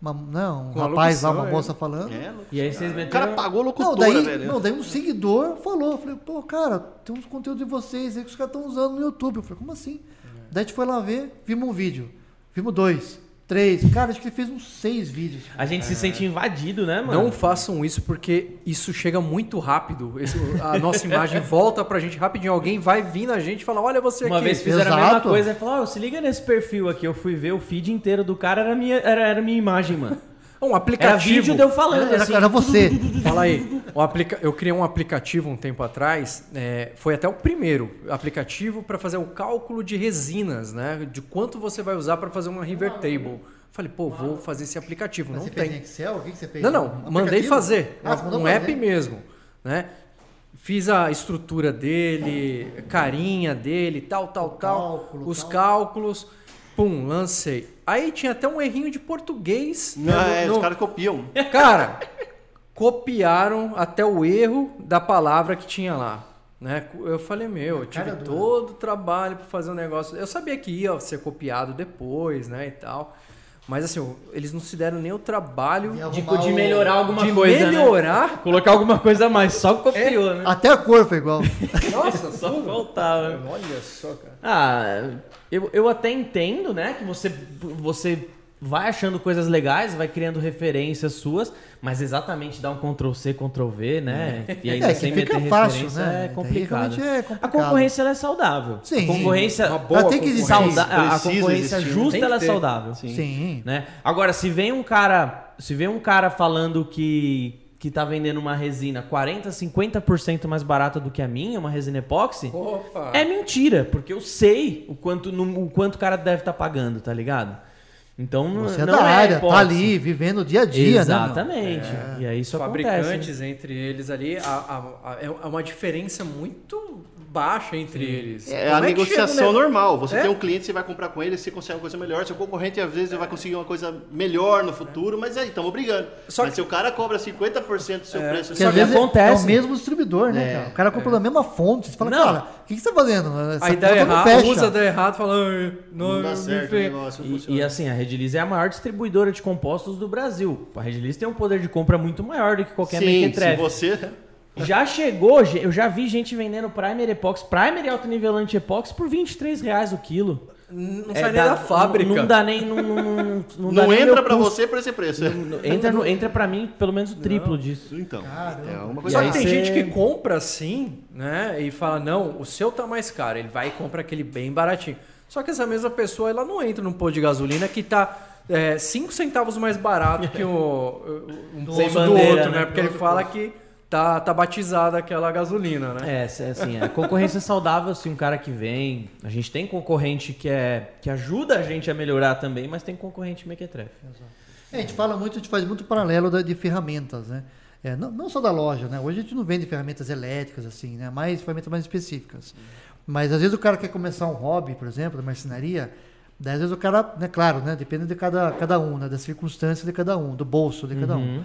D: uma, não, um
B: Hum. Com a
D: rapaz lá,
B: locução,
D: uma
B: é. né,
D: moça falando.
C: É, louco.
A: E aí vocês
C: O
A: meteram.
C: cara pagou a
D: Não
C: locutora,
D: daí,
C: velho.
D: não, daí um seguidor falou, falei, pô, cara, tem uns conteúdos de vocês aí que os caras estão usando no YouTube. Eu falei, como assim?
B: É.
D: Daí a gente foi lá ver, vimos um vídeo, vimos dois, três, cara, acho que ele fez uns seis vídeos.
A: A gente
C: É.
A: se sente invadido, né, mano?
B: Não façam isso porque isso chega muito rápido. Esse- a nossa imagem [LAUGHS] volta pra gente rapidinho. Alguém vai vir na gente e falar: Olha você
A: Uma
B: aqui.
A: vez fizeram a mesma
D: Exato.
A: coisa e falaram, "Ó, se liga nesse perfil aqui, eu fui ver o feed inteiro do cara, era minha, era, era minha imagem,
B: [LAUGHS]
A: mano.
B: Um
A: Era
B: aplicativo.
A: vídeo de eu falando,
D: Era,
A: assim.
D: era você.
B: Fala aí. O aplica... Eu criei um aplicativo um tempo atrás, é, foi até o primeiro aplicativo para fazer o cálculo de resinas, né? De quanto você vai usar para fazer uma river table. Falei, pô, vou fazer esse aplicativo.
D: Mas
B: Não
D: você fez em
B: tem.
D: Excel? O que, que você fez?
B: Não,
D: Um
B: não,
D: aplicativo?
B: mandei fazer.
D: Ah, você mandou
B: um
D: fazer.
B: app mesmo, né? Fiz a estrutura dele, carinha dele, tal, tal, tal,
D: cálculo,
B: os
D: tal.
B: cálculos. Pum, lancei. Aí tinha até um errinho de português. né,
C: Não, é,
B: no-
C: os
B: no-
C: caras copiam.
B: Cara, copiaram até o erro da palavra que tinha lá. Né? Eu falei, meu, eu tive
D: Cara dura.
B: todo o trabalho para fazer um negócio. Eu sabia que ia ser copiado depois, né, e tal. Mas assim, eles não se deram nem o trabalho
D: E
B: de,
D: arrumar
A: de um-
D: o-
A: melhorar alguma
B: de
A: coisa, né? [LAUGHS]
B: melhorar. É.
A: Colocar alguma coisa a mais, só copiou, né?
D: Até a cor foi igual.
B: Nossa,
A: Só faltava. né?
B: Olha só, cara.
A: Ah, eu, eu até entendo, né? Que você, você vai achando coisas legais, vai criando referências suas, mas exatamente dar um Ctrl-C, Ctrl-V, né? E ainda
D: É, que
A: sem
D: fica
A: meter
D: fácil,
A: referência
D: né?
A: é
D: Daí
A: complicado.
D: realmente é
A: A
D: complicado.
A: concorrência ela é saudável.
D: Sim, sim.
A: a concorrência,
B: Uma
D: Ela
B: boa
D: tem que existir. né?
A: sauda- a
C: Precisa
A: concorrência
C: existir.
A: justa
B: Tem que
A: ela é
B: ter.
A: saudável.
D: Sim.
A: Né? Agora, se vem um cara, se vem um cara falando que que tá vendendo uma resina 40, 50% mais barata do que a minha, uma resina epóxi,
B: Opa.
A: é mentira, porque eu sei o quanto no- o quanto o cara deve estar pagando, tá ligado? Então não-
D: Você é
A: não
D: da
A: é
D: área, tá
A: epóxi.
D: ali, vivendo o dia a dia, né?
A: Exatamente. E aí isso
B: fabricantes
A: acontece. né?
B: entre eles ali, a- a- a- é uma diferença muito baixa entre eles. Como que
C: É a
B: chega um
C: negociação
B: negócio-
C: normal. Você
B: É?
C: tem um cliente, você vai comprar com ele, você consegue uma coisa melhor. Seu concorrente, às vezes, vai conseguir uma coisa melhor no futuro, mas aí estamos brigando.
B: Só
C: mas
B: que-
C: se o cara cobra 50% do seu preço,
D: Porque
A: Só
D: às
A: que
D: vezes é-
A: acontece.
D: É o mesmo distribuidor, né, cara? O cara comprou da mesma fonte. Você fala,
A: Não.
D: cara, o que, que você tá fazendo? Essa
B: Aí dá
D: conta não
B: errado,
D: fecha.
B: usa, dá errado, fala. "Ai,
C: não dá
B: me
C: certo o
B: fe-".
C: negócio, não
A: E,
C: funciona.
A: e assim, a Redilize é a maior distribuidora de compostos do Brasil. A Redilize tem um poder de compra muito maior do que qualquer
C: Sim, se
A: mequetrefe.
C: você...
A: Já chegou, ge- eu já vi gente vendendo primer epoxy, primer e alto nivelante epoxy por 23 reais o quilo.
B: Não
A: É,
B: sai nem
A: dá-
B: da fábrica.
A: Não, não dá nem. Não, não, não, não
C: Não,
D: [LAUGHS]
A: dá nem
C: entra
A: meu
C: pra
A: custo.
C: você por esse preço.
A: Entra, no, entra pra mim pelo menos o triplo disso.
C: Então, é uma
B: Só
C: coisa...
A: E aí
B: que tem
A: você-
B: gente que compra assim, né? E fala, não, o seu tá mais caro. Ele vai e compra aquele bem baratinho. Só que essa mesma pessoa, ela não entra num pôr de gasolina que tá 5 centavos mais barato que o, o- um
A: Sem
B: posto do
A: bandeira,
B: outro, né?
A: né?
B: Porque ele fala que tá, tá batizada aquela gasolina, né?
A: É, se- assim, a concorrência saudável, assim, um cara que vem. A gente tem concorrente que, é, que ajuda a gente a melhorar também, mas tem concorrente mequetrefe.
D: É, a gente fala muito, a gente faz muito paralelo da- de ferramentas, né? É, não, não só da loja, né? Hoje a gente não vende ferramentas elétricas, assim, né? Mais ferramentas mais específicas. Mas às vezes o cara quer começar um hobby, por exemplo, da marcenaria. Daí às vezes o
A: Uhum.
D: cara, né, claro, né? Depende de cada, cada um, né? Da circunstância de cada um, do bolso de cada um.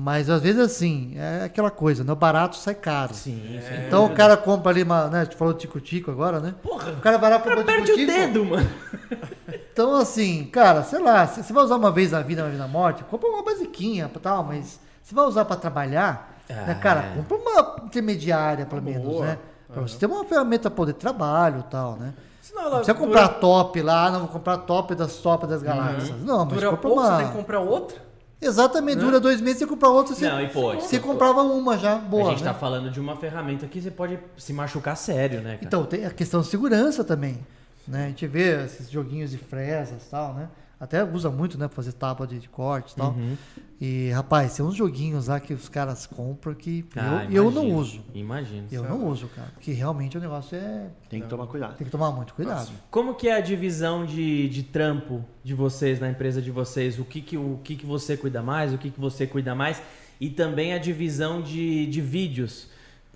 D: Mas às vezes assim, é aquela coisa, né? O barato sai caro.
A: Sim, sim.
D: Então o cara compra ali uma, né? Tu falou de tico-tico agora, né?
A: Porra,
D: O cara vai lá
A: o cara
D: comprar
A: perde o
D: tico-tico.
A: dedo, mano.
D: Então, assim, cara, sei lá, se você vai usar uma vez na vida, uma vez na morte, compra uma basiquinha e tal, mas se vai usar pra trabalhar,
A: Ah,
D: né,
A: é.
D: cara, compra uma intermediária, pelo menos, né? Pra você ter uma ferramenta pô, de trabalho e tal, né?
B: Senão
D: Não precisa comprar top lá, não vou comprar top das top
A: Uhum.
D: das galáxias. Não, mas
B: dura
D: compra
B: pouco, você tem
D: uma.
B: que comprar outra.
D: Exatamente, dura dois meses, você comprar outra, você,
A: Né? Não, e pô,
D: você comprava uma já, boa.
A: a gente
D: né?
A: tá falando de uma ferramenta que você pode se machucar sério, né, cara?
D: Então, tem a questão de segurança também. Né? A gente vê esses joguinhos de fresas e tal, né? Até usa muito, né? Pra fazer tábua de, de corte e tal.
A: Uhum.
D: E, rapaz, tem uns joguinhos lá que os caras compram que
A: Ah,
D: eu, eu não
A: imagino,
D: uso.
A: Imagino.
D: Eu não uso, cara. Porque realmente o negócio é.
C: Tem que tomar cuidado.
D: Tem que tomar muito cuidado.
A: Como que é a divisão de, de trampo de vocês, na empresa de vocês? O que que, o que que você cuida mais, o que que você cuida mais? E também a divisão de, de vídeos.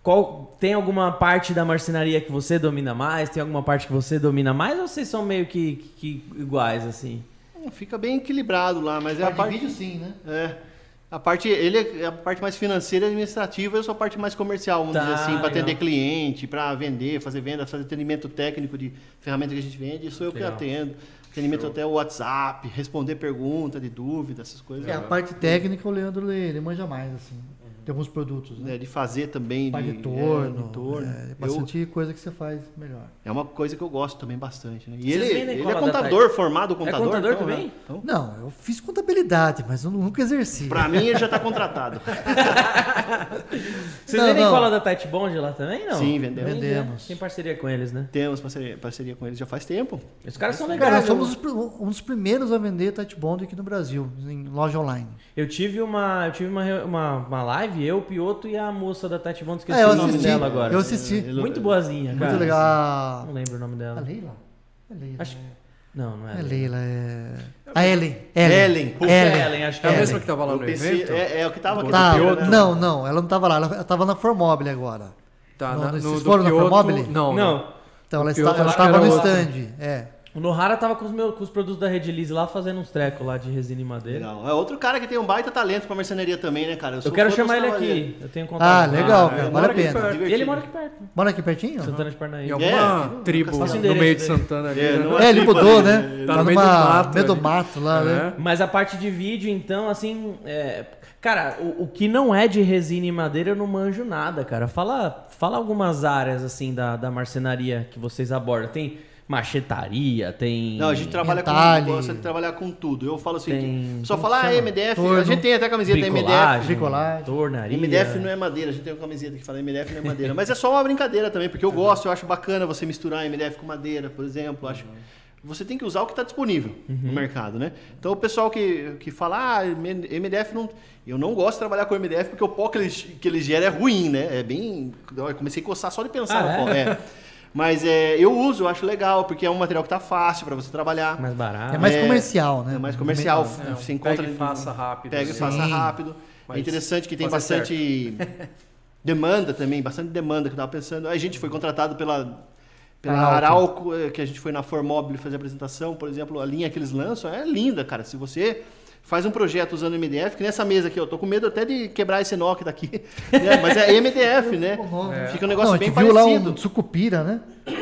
A: Qual, tem alguma parte da marcenaria que você domina mais? Tem alguma parte que você domina mais? Ou vocês são meio que, que iguais, assim?
C: Fica bem equilibrado lá, mas é a parte.
D: vídeo sim, né?
C: É. A parte, ele é a parte mais financeira e administrativa, eu sou a parte mais comercial, vamos
A: Tá,
C: dizer assim, para
A: legal.
C: atender cliente, para vender, fazer venda, fazer atendimento técnico de ferramenta que a gente vende, sou eu
A: Legal.
C: que atendo. Atendimento até o WhatsApp, responder pergunta de dúvida, essas coisas.
D: É, a parte técnica, o Leandro ele, ele manja mais, assim. Tem alguns produtos, né?
C: né, de fazer também.
D: Faz
C: de,
D: retorno.
C: É, de torno.
D: é,
C: Eu-
D: bastante coisa que você faz melhor.
C: é uma coisa que eu gosto também bastante. Né? E
A: Vocês
C: ele,
A: vendem
C: ele é
A: cola da
C: contador, formado contador.
A: contador
C: então, né?
A: também?
C: Então,
D: Não, eu fiz contabilidade, mas eu nunca exerci.
C: pra mim, ele já está contratado. [LAUGHS]
A: Vocês
D: Não,
A: vendem
D: não.
A: cola da Tight Bond lá também, não?
C: Sim, vendemos.
A: Vende, né?
D: Vendemos.
A: Tem parceria com eles, né?
C: Temos parceria, parceria com ele já faz tempo.
A: Os caras são legais.
D: Cara, nós
A: eu-
D: somos os pr- um dos primeiros a vender Tight Bond aqui no Brasil, em loja online.
A: Eu tive uma, eu tive uma, re- uma, uma live, eu, o Pioto e a moça da Tati Bond, esqueci
D: É, eu
A: o nome
D: assisti,
A: dela agora.
D: eu assisti.
A: É, Muito boazinha,
D: Muito
A: cara.
D: legal.
A: Não
D: A...
A: lembro o nome
D: a
A: dela.
D: Leila? É Leila.
A: Acho-
D: né?
A: Não, não
D: Não é
A: é.
D: Leila, é. A Ellen.
C: Ellen, puta,
A: Ellen, acho que
B: É a
A: é.
B: mesma que tava lá
C: Eu
B: no
C: pensei-
B: evento?
C: é, é o que tava
D: Tá,
C: aqui. né?
D: não, não, ela não tava lá, ela, ela tava na Formobile agora.
B: Tá,
D: Não,
B: na, no, do
D: vocês foram na
B: Kyoto-
D: Formobile?
B: Não, não.
A: Não,
D: Então ela,
B: Piotr
D: está, ela
B: acho que
D: estava
B: era
D: no
B: outro.
D: stand. É.
A: o Nohara tava com os, meus, com os produtos da Red Lease lá fazendo uns trecos lá de resina e madeira.
C: Legal. É outro cara que tem um baita talento pra mercenaria também, né, cara?
A: Eu quero chamar ele aqui. Eu tenho
D: Ah,
A: contato. com ele.
D: legal,
C: é,
D: cara,
C: mora
D: vale a
B: aqui
D: pena.
B: perto.
A: E ele mora aqui perto, tá-
D: Mora aqui pertinho?
A: Santana de
B: Em
A: Parnaíba.
B: alguma
C: É,
B: tribo
A: Faço
B: no
A: endereço
B: meio de
A: dele.
B: Santana ali.
C: É,
B: né?
C: não
D: É, ele
C: tribo
D: mudou,
C: ali,
D: né?
B: Tá no meio do
D: numa-
B: mato
D: meio do
B: ali.
D: mato lá, né?
B: É.
A: Mas a parte de vídeo, então, assim. é, Cara, o, o que não é de resina e madeira eu não manjo nada, cara. Fala, fala algumas áreas, assim, da, da marcenaria que vocês abordam. Tem machetaria, tem.
C: Não, a gente trabalha
D: Entalhe.
C: com. Gosta de trabalhar com tudo. Eu falo assim.
A: Tem-
C: Só
A: como
C: falar
A: chama?
C: ah, MDF. A
D: Torno.
C: gente tem até a camiseta
A: bricolagem,
C: MDF.
D: bricolagem.
A: tornaria.
C: MDF não é madeira, a gente tem uma camiseta que fala MDF não é madeira. Mas é só uma brincadeira também, porque eu gosto, eu acho bacana você misturar MDF com madeira, por exemplo. eu Acho. Você tem que usar o que está disponível no mercado, né? Então o pessoal que, que fala, ah, MDF não. Eu não gosto de trabalhar com MDF porque o pó que ele, que ele gera é ruim, né? É bem. Eu comecei a coçar só de pensar
A: Ah,
C: no pó. É. Mas é, eu uso, eu acho legal, porque é um material que tá fácil para você trabalhar.
A: Mais barato.
D: É mais
C: É,
D: comercial, né?
C: É mais comercial,
D: Bem-
B: É, um
C: você encontra.
B: pega e faça rápido,
C: Pega e
B: né?
C: faça
D: Sim.
C: rápido.
B: Mas
C: é interessante que tem
B: fazer
C: bastante demanda também, bastante demanda que eu tava pensando. A gente foi contratado pela, pela
D: Arauco.
C: Arauco, eh, que a gente foi na Formobile fazer a apresentação, por exemplo, a linha que eles lançam é linda, cara. Se você faz um projeto usando MDF, que nessa mesa aqui, eu tô com medo até de quebrar esse nó que tá aqui. [LAUGHS] né? Mas é MDF, né? Fica um negócio
D: Não, a gente
C: bem
D: viu lá
C: parecido.
D: um sucupira, né?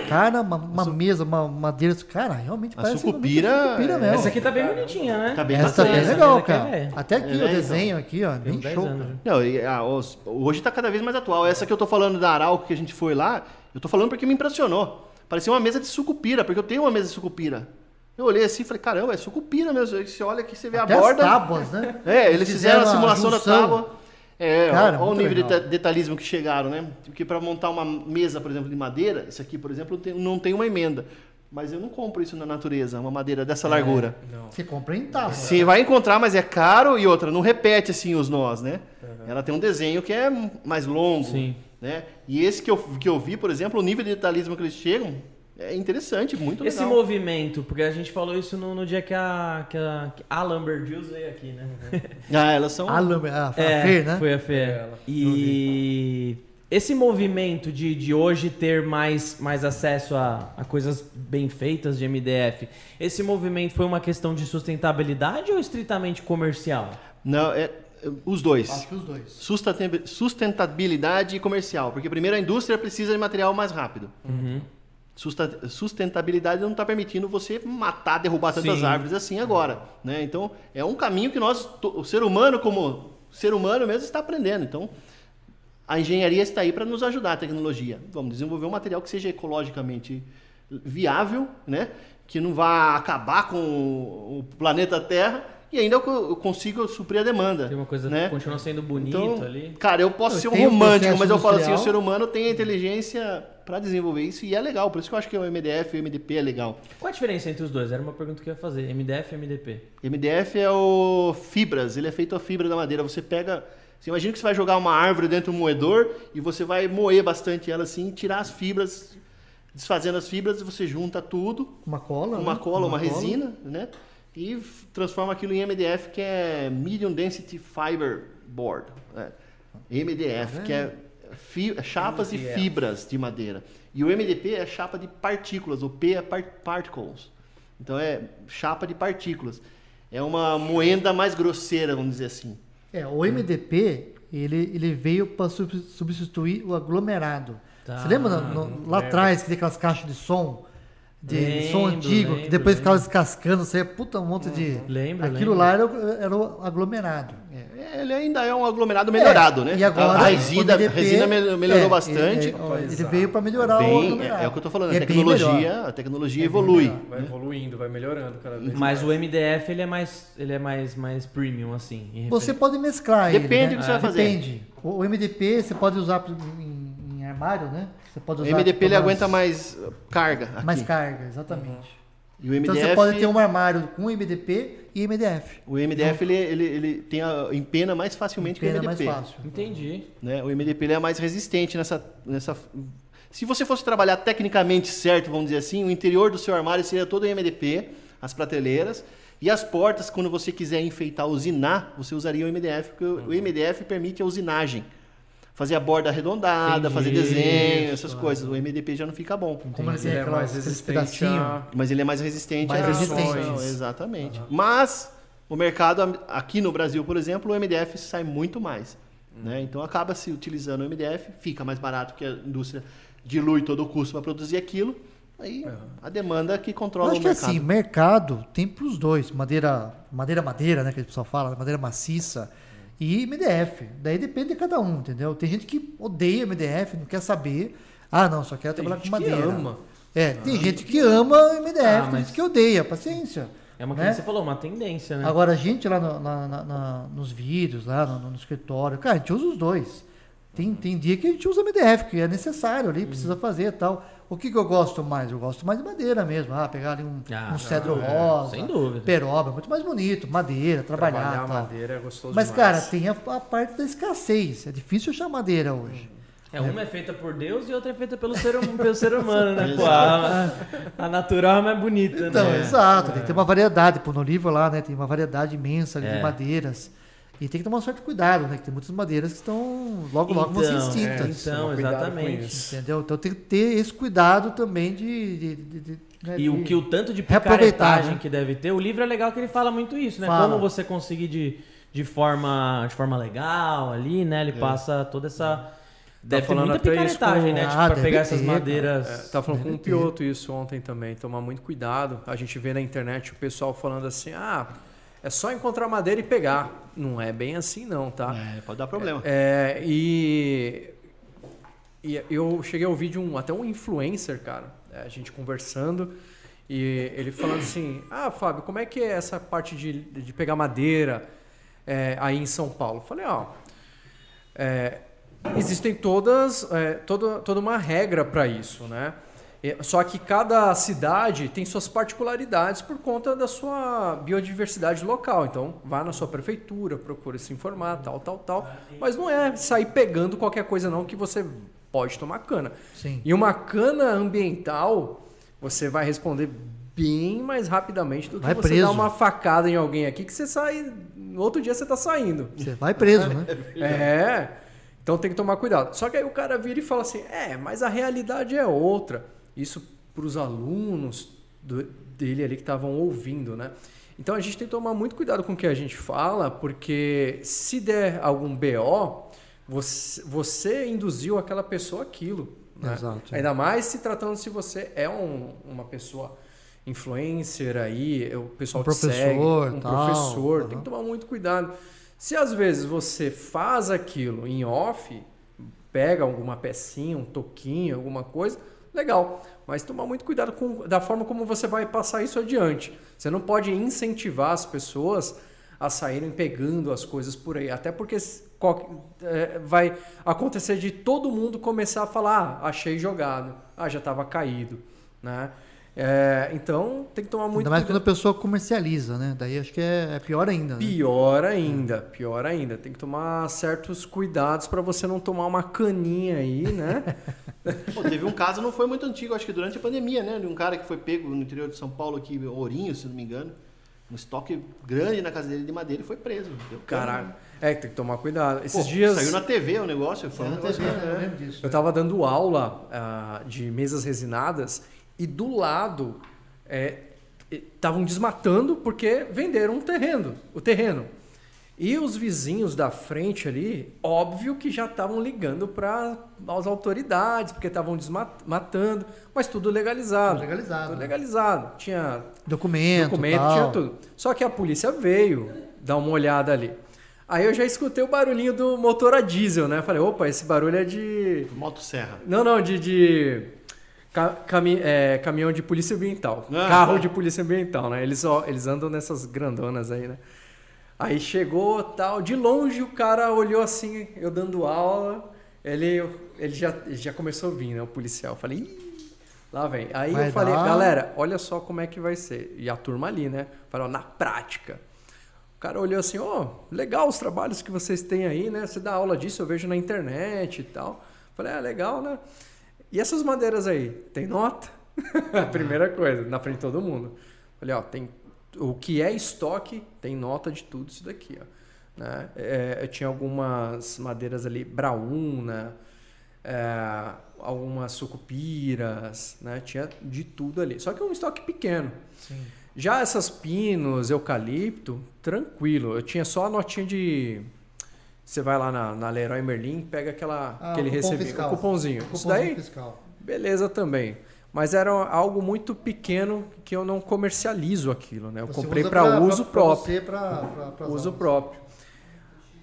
D: Cara, uma, uma mesa, uma madeira. Cara, realmente
C: A
D: parece
C: sucupira- é
D: uma sucupira mesmo.
A: Essa aqui tá bem bonitinha, né?
C: Tá bem
D: Essa tá
C: bacana.
D: bem
A: essa
D: legal,
A: mesa aqui é
D: cara.
A: velha.
D: Até aqui
C: É,
D: o
C: então.
D: desenho aqui, ó,
A: Tem uns
D: bem
A: 10
D: show,
A: anos,
D: cara.
A: né?
C: Não, e, ah, os- hoje tá cada vez mais atual. Essa que eu tô falando da Arauco que a gente foi lá, eu tô falando porque me impressionou. Parecia uma mesa de sucupira, porque eu tenho uma mesa de sucupira. Eu olhei assim e falei, caramba, é sucupira mesmo. Aí Você olha aqui, você vê
D: Até
C: a borda.
D: as tábuas, né?
C: É, eles fizeram, a simulação da
D: junção.
C: tábua. É,
D: Cara,
C: olha o
D: muito
C: nível de
D: legal.
C: deta- detalhismo que chegaram, né? Porque para montar uma mesa, por exemplo, de madeira, isso aqui, por exemplo, tem- não tem uma emenda. Mas eu não compro isso na natureza, uma madeira dessa
D: É.
C: largura.
D: Você compra em tábua.
C: Você vai encontrar, mas é caro e outra, não repete assim os nós, né? Ela tem um desenho que é mais longo,
A: Sim.
C: né? E esse que eu, que eu vi, por exemplo, o nível de detalhismo que eles chegam é interessante, muito
A: Esse
C: legal.
A: movimento, porque a gente falou isso no, no dia que a, que a, que a Lambert Jules veio aqui, né? É,
C: Ah, elas são...
D: A, lâmina- a, a Fer, né?
A: Foi a Fer. E esse movimento de, de hoje ter mais, mais acesso a, a coisas bem feitas de MDF, esse movimento foi uma questão de sustentabilidade ou estritamente comercial?
C: Não, é, Os dois.
A: Ah.
D: Acho que os dois.
C: Sustatem- Sustentabilidade e comercial. Porque primeiro a indústria precisa de material mais rápido. Susta- Sustentabilidade não está permitindo você matar, derrubar tantas
A: Sim.
C: árvores assim agora. Né? Então, é um caminho que nós, to- o ser humano como ser humano mesmo, está aprendendo. Então, a engenharia está aí para nos ajudar, a tecnologia. Vamos desenvolver um material que seja ecologicamente viável, né? que não vá acabar com o o planeta Terra e ainda eu co- eu consigo suprir a demanda.
A: Tem uma coisa
C: né?
A: que continua sendo bonito
C: Então,
A: ali.
C: cara, eu posso
D: Não,
C: ser um
D: tem o
C: romântico,
D: processo
C: mas eu falo assim, o
D: industrial.
C: ser humano tem a inteligência pra desenvolver isso e é legal. Por isso que eu acho que o MDF e o MDP é legal.
A: Qual a diferença entre os dois? Era uma pergunta que eu ia fazer. MDF e MDP.
C: MDF é o fibras, ele é feito a fibra da madeira. Você pega, você imagina que você vai jogar uma árvore dentro de um moedor e você vai moer bastante ela assim, tirar as fibras, desfazendo as fibras, você junta tudo,
D: Uma cola?
C: uma
D: né?
C: cola, uma, resina, né? E f- transforma aquilo em MDF, que é Medium Density Fiber Board. né?
D: Tá
C: MDF, que é fi- chapas e fibras de madeira. E o MDP é chapa de partículas, o P é par- particles. Então é chapa de partículas. É uma moenda mais grosseira, vamos dizer assim.
D: É, o MDP, ele, ele veio para substituir o aglomerado.
A: Tá,
D: Você lembra no- no- lá atrás que tem aquelas caixas de som? De som
A: Lembro,
D: antigo, que
A: lembro,
D: depois ficava
A: lembro.
D: descascando, saía puta um monte de.
A: Lembro,
D: Aquilo
A: lembro.
D: lá era, o- era o aglomerado.
C: É, ele ainda é um aglomerado melhorado,
D: É,
C: né?
D: E agora,
C: a resina,
D: o MDP,
C: resina mel- melhorou
D: é,
C: bastante.
D: Ele, ele-
A: é.
D: ele veio para melhorar
C: Bem-
D: o
C: é,
D: aglomerado.
C: é o que eu tô falando,
D: E
C: a
D: é bem melhor. É
C: tecnologia, a tecnologia evolui.
B: Vai evoluindo, vai melhorando cada vez
A: Mas
B: mais.
A: o MDF ele é mais, ele é mais, mais premium, assim. em
D: Você
A: referência.
D: pode mesclar ele.
C: Depende
D: né?
C: do que você vai fazer.
D: Depende. O o MDP você pode usar em, em armário, né? Você pode
C: O
D: usar
C: MDP ele
D: pra
C: aguenta
D: mais,
C: mais uh, carga. Aqui.
D: mais carga, exatamente.
A: Uhum.
C: E o MDF,
D: Então você pode ter um armário com MDP e MDF.
C: o MDF ele, ele, ele tem a, empena mais facilmente
D: Então Pena
C: que o
D: mais
C: MDP.
D: fácil.
A: Entendi.
C: né? O MDP ele é mais resistente nessa, nessa. Se você fosse trabalhar tecnicamente certo, vamos dizer assim, o interior do seu armário seria todo em MDP, as prateleiras. E as portas, quando você quiser enfeitar, usinar, você usaria o MDF, porque o-
D: Uhum.
C: o MDF permite a usinagem. Fazer a borda arredondada,
A: Entendi.
C: fazer desenho, essas coisas. O MDP já não fica bom.
D: Como ele
B: Ele
D: tem
B: é mais
D: aquelas, aqueles
B: resistente
D: pedacinhos.
B: a...
C: Mas ele é mais resistente
D: Mais
C: a
D: resistente.
C: função, Exatamente. Mas o mercado am- aqui no Brasil, por exemplo, o MDF sai muito mais. Né? Então acaba se utilizando o MDF, fica mais barato porque a indústria dilui todo o custo para produzir aquilo. Aí a demanda que
D: Eu
C: controla
D: acho
C: o
D: que
C: mercado.
D: assim, mercado tem pros dois. Madeira, madeira, madeira, né? Que a pessoa fala, madeira maciça. E MDF. Daí depende de cada um, entendeu? Tem gente que odeia MDF, não quer saber. Ah, não, só quero trabalhar com
A: gente que
D: madeira.
A: ama.
D: É, tem gente que ama MDF,
A: Ah,
D: tem
A: mas-
D: gente que odeia, paciência.
A: É uma que
D: né?
A: nem você falou, uma tendência, né?
D: Agora, a gente lá no- na- na- na- nos vídeos, lá no, no escritório, cara, a gente usa os dois. Tem, tem dia que a gente usa MDF, que é necessário
A: Hum.
D: ali, precisa fazer e tal. O que, que eu gosto mais? Eu gosto mais de madeira mesmo. Ah, pegar ali um,
A: Ah,
D: um cedro
A: é,
D: rosa,
A: sem dúvida.
D: peroba, muito mais bonito, madeira, trabalhar,
B: Trabalhar
D: e tal.
B: madeira é gostoso
D: Mas,
B: demais.
D: cara, tem a, a parte da escassez. É difícil achar madeira hoje.
A: É, uma é feita por Deus e outra é feita pelo ser, hum- pelo ser humano, né?
B: [LAUGHS]
A: Pô, a, a natural é mais bonita,
D: Então,
A: né?
D: exato, tem que ter uma variedade. Pô, no livro lá, né, tem uma variedade imensa ali
A: É.
D: de madeiras. E tem que tomar um certo cuidado, né? Que tem muitas madeiras que estão logo, logo vão ser
A: Então,
D: extintas.
A: é, então,
B: Toma cuidado com
A: exatamente.
B: isso.
D: Entendeu? Então tem que ter esse cuidado também de. de- de- de- né,
A: E o
D: de-
A: que o tanto de
D: Reaproveitar,
A: picaretagem
D: né?
A: que deve ter, o livro é legal que ele fala muito isso, né?
D: Fala.
A: Como você conseguir de, de, forma, de forma legal ali, né? Ele passa toda essa. Deve ter
B: É. Tá falando
A: muita
B: até isso
A: picaretagem,
D: com-
A: né? Tipo,
D: Ah,
A: pra
D: deve
A: pegar essas
D: ter, cara.
A: madeiras.
B: É, tava falando com o Pioto isso ontem também, tomar muito cuidado. A gente vê na internet o pessoal falando assim, ah, é só encontrar madeira e pegar. Não é bem assim não, tá?
C: É, pode dar problema.
B: É, e, e eu cheguei a ouvir de um, até um influencer, cara, é, a gente conversando, e ele falando assim, ah, Fábio, como é que é essa parte de, de pegar madeira é, aí em São Paulo? Eu falei, ó, é, existem todas, é, toda, toda uma regra para isso, né? E- Só que cada cidade tem suas particularidades por conta da sua biodiversidade local. Então, vá na sua prefeitura, procure se informar, tal, tal, tal. Mas não é sair pegando qualquer coisa, não, que você pode tomar cana.
D: Sim.
B: E uma cana ambiental, você vai responder bem mais rapidamente do que
D: Vai
B: você dar
D: preso.
B: uma facada em alguém aqui, que você sai. No outro dia você tá saindo.
D: Você vai
B: [LAUGHS]
D: preso, né?
B: É. Então tem que tomar cuidado. Só que aí o cara vira e fala assim: é, mas a realidade é outra. Isso para os alunos do- dele ali que estavam ouvindo, né? Então a gente tem que tomar muito cuidado com o que a gente fala, porque se der algum BO, você, você induziu aquela pessoa aquilo. né?
D: É.
G: Exato.
B: Ainda mais se tratando se você é um- uma pessoa influencer aí, é o pessoal
G: Um
B: que segue,
G: professor,
B: um
G: tal.
B: professor,
G: Aham.
B: tem que tomar muito cuidado. Se às vezes você faz aquilo em off, pega alguma pecinha, um toquinho, alguma coisa, legal. Mas tomar muito cuidado com, da forma como você vai passar isso adiante. Você não pode incentivar as pessoas a saírem pegando as coisas por aí. Até porque s- qual- é, vai acontecer de todo mundo começar a falar: ah, achei jogado, ah, já estava caído. Né? É, então tem que tomar muito
D: Ainda mais
B: cuidado.
D: quando a pessoa comercializa, né? Daí acho que é, é pior ainda. né?
B: Pior ainda, pior ainda. Tem que tomar certos cuidados para você não tomar uma caninha aí,
D: [LAUGHS]
B: né?
C: Pô, teve um caso, não foi muito antigo, acho que durante a pandemia, né? De um cara que foi pego no interior de São Paulo, aqui, em Ourinho, se não me engano. Um estoque grande na casa dele de madeira e foi preso. Deu
B: Caraca. É, tem que tomar cuidado.
C: Pô,
B: Esses dias
C: Saiu na TV o negócio, foi um
D: Eu
C: negócio.
B: é.
D: lembro
C: né?
D: disso.
B: eu tava dando aula ah, de mesas resinadas e do lado estavam desmatando porque venderam um terreno, o terreno. E os vizinhos da frente ali, óbvio que já estavam ligando para as autoridades, porque estavam desmatando, mas tudo legalizado.
D: Tudo legalizado,
B: Tudo
D: né?
B: legalizado. Tinha
D: Documento,
B: documento,
D: tal.
B: tinha tudo. Só que a polícia veio dar uma olhada ali. Aí eu já escutei o barulhinho do motor a diesel, né? Falei, opa, esse barulho é de.
C: Motosserra.
B: Não, não, de. de ca- cami- é, caminhão de polícia ambiental.
C: Ah.
B: Carro de polícia ambiental, né? Eles, ó, eles andam nessas grandonas aí, né? Aí chegou tal, de longe o cara olhou assim, eu dando aula, ele, ele já, ele já começou a vir, né? O policial. Eu Falei, "Ih, lá vem. Aí
D: Vai
B: eu falei,
D: dar.
B: galera, olha só como é que vai ser. E a turma ali, né? Falou, na prática. O cara olhou assim, ó, legal os trabalhos que vocês têm aí, né? Você dá aula disso, eu vejo na internet e tal. Falei, ah, legal, né? E essas madeiras aí, tem nota? [LAUGHS] A Primeira coisa, na frente de todo mundo. Falei, ó, tem o que é estoque, tem nota de tudo isso daqui, ó. Né? É, eu tinha algumas madeiras ali, braúna, é, algumas sucupiras, né? Tinha de tudo ali. Só que é um estoque pequeno. Já essas pinos, eucalipto, tranquilo. Eu tinha só a notinha de. Você vai lá na, na Leroy Merlin, pega aquela,
D: Ah,
B: aquele
D: o cupom
B: recebido,
D: fiscal.
B: o cupomzinho. Isso
D: Cupomzinho
B: daí,
D: fiscal.
B: beleza também. Mas era algo muito pequeno que eu não comercializo aquilo, né? Eu
D: Então, Você
B: comprei
D: usa
B: para
D: pra-
B: uso
D: pra- pra
B: próprio
D: você, pra- pra- pras
B: uso
D: aulas.
B: próprio.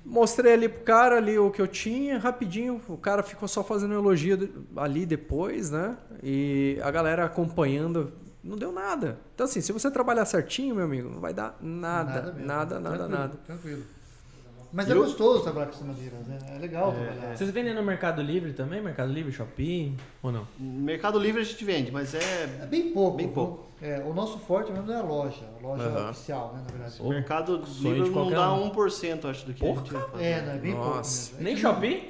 B: Mostrei ali pro cara ali o que eu tinha, rapidinho, o cara ficou só fazendo elogio de- ali depois, né? E a galera acompanhando, não deu nada. Então assim, se você trabalhar certinho, meu amigo, não vai dar nada,
D: mesmo.
B: nada, nada,
D: Tranquilo,
B: nada.
D: Tranquilo. Mas
C: E
D: é
C: eu-
D: gostoso trabalhar com essas madeiras, né? É legal trabalhar.
A: Vocês vendem no Mercado Livre também? Mercado Livre, Shopping ou não?
C: Mercado Livre a gente vende, mas
D: É
C: é
D: bem pouco.
C: Bem
D: viu?
C: pouco.
D: É, o nosso forte mesmo é a loja, a loja
B: Aham.
D: oficial, né, na verdade.
C: Mercado
A: sonho
C: Livre
A: de
C: não
A: qualquer
C: dá
A: um.
C: 1%, acho, do que a gente faz.
D: É, né, é bem
B: Nossa.
D: pouco. mesmo. É
A: Nem
D: que
A: Shopping?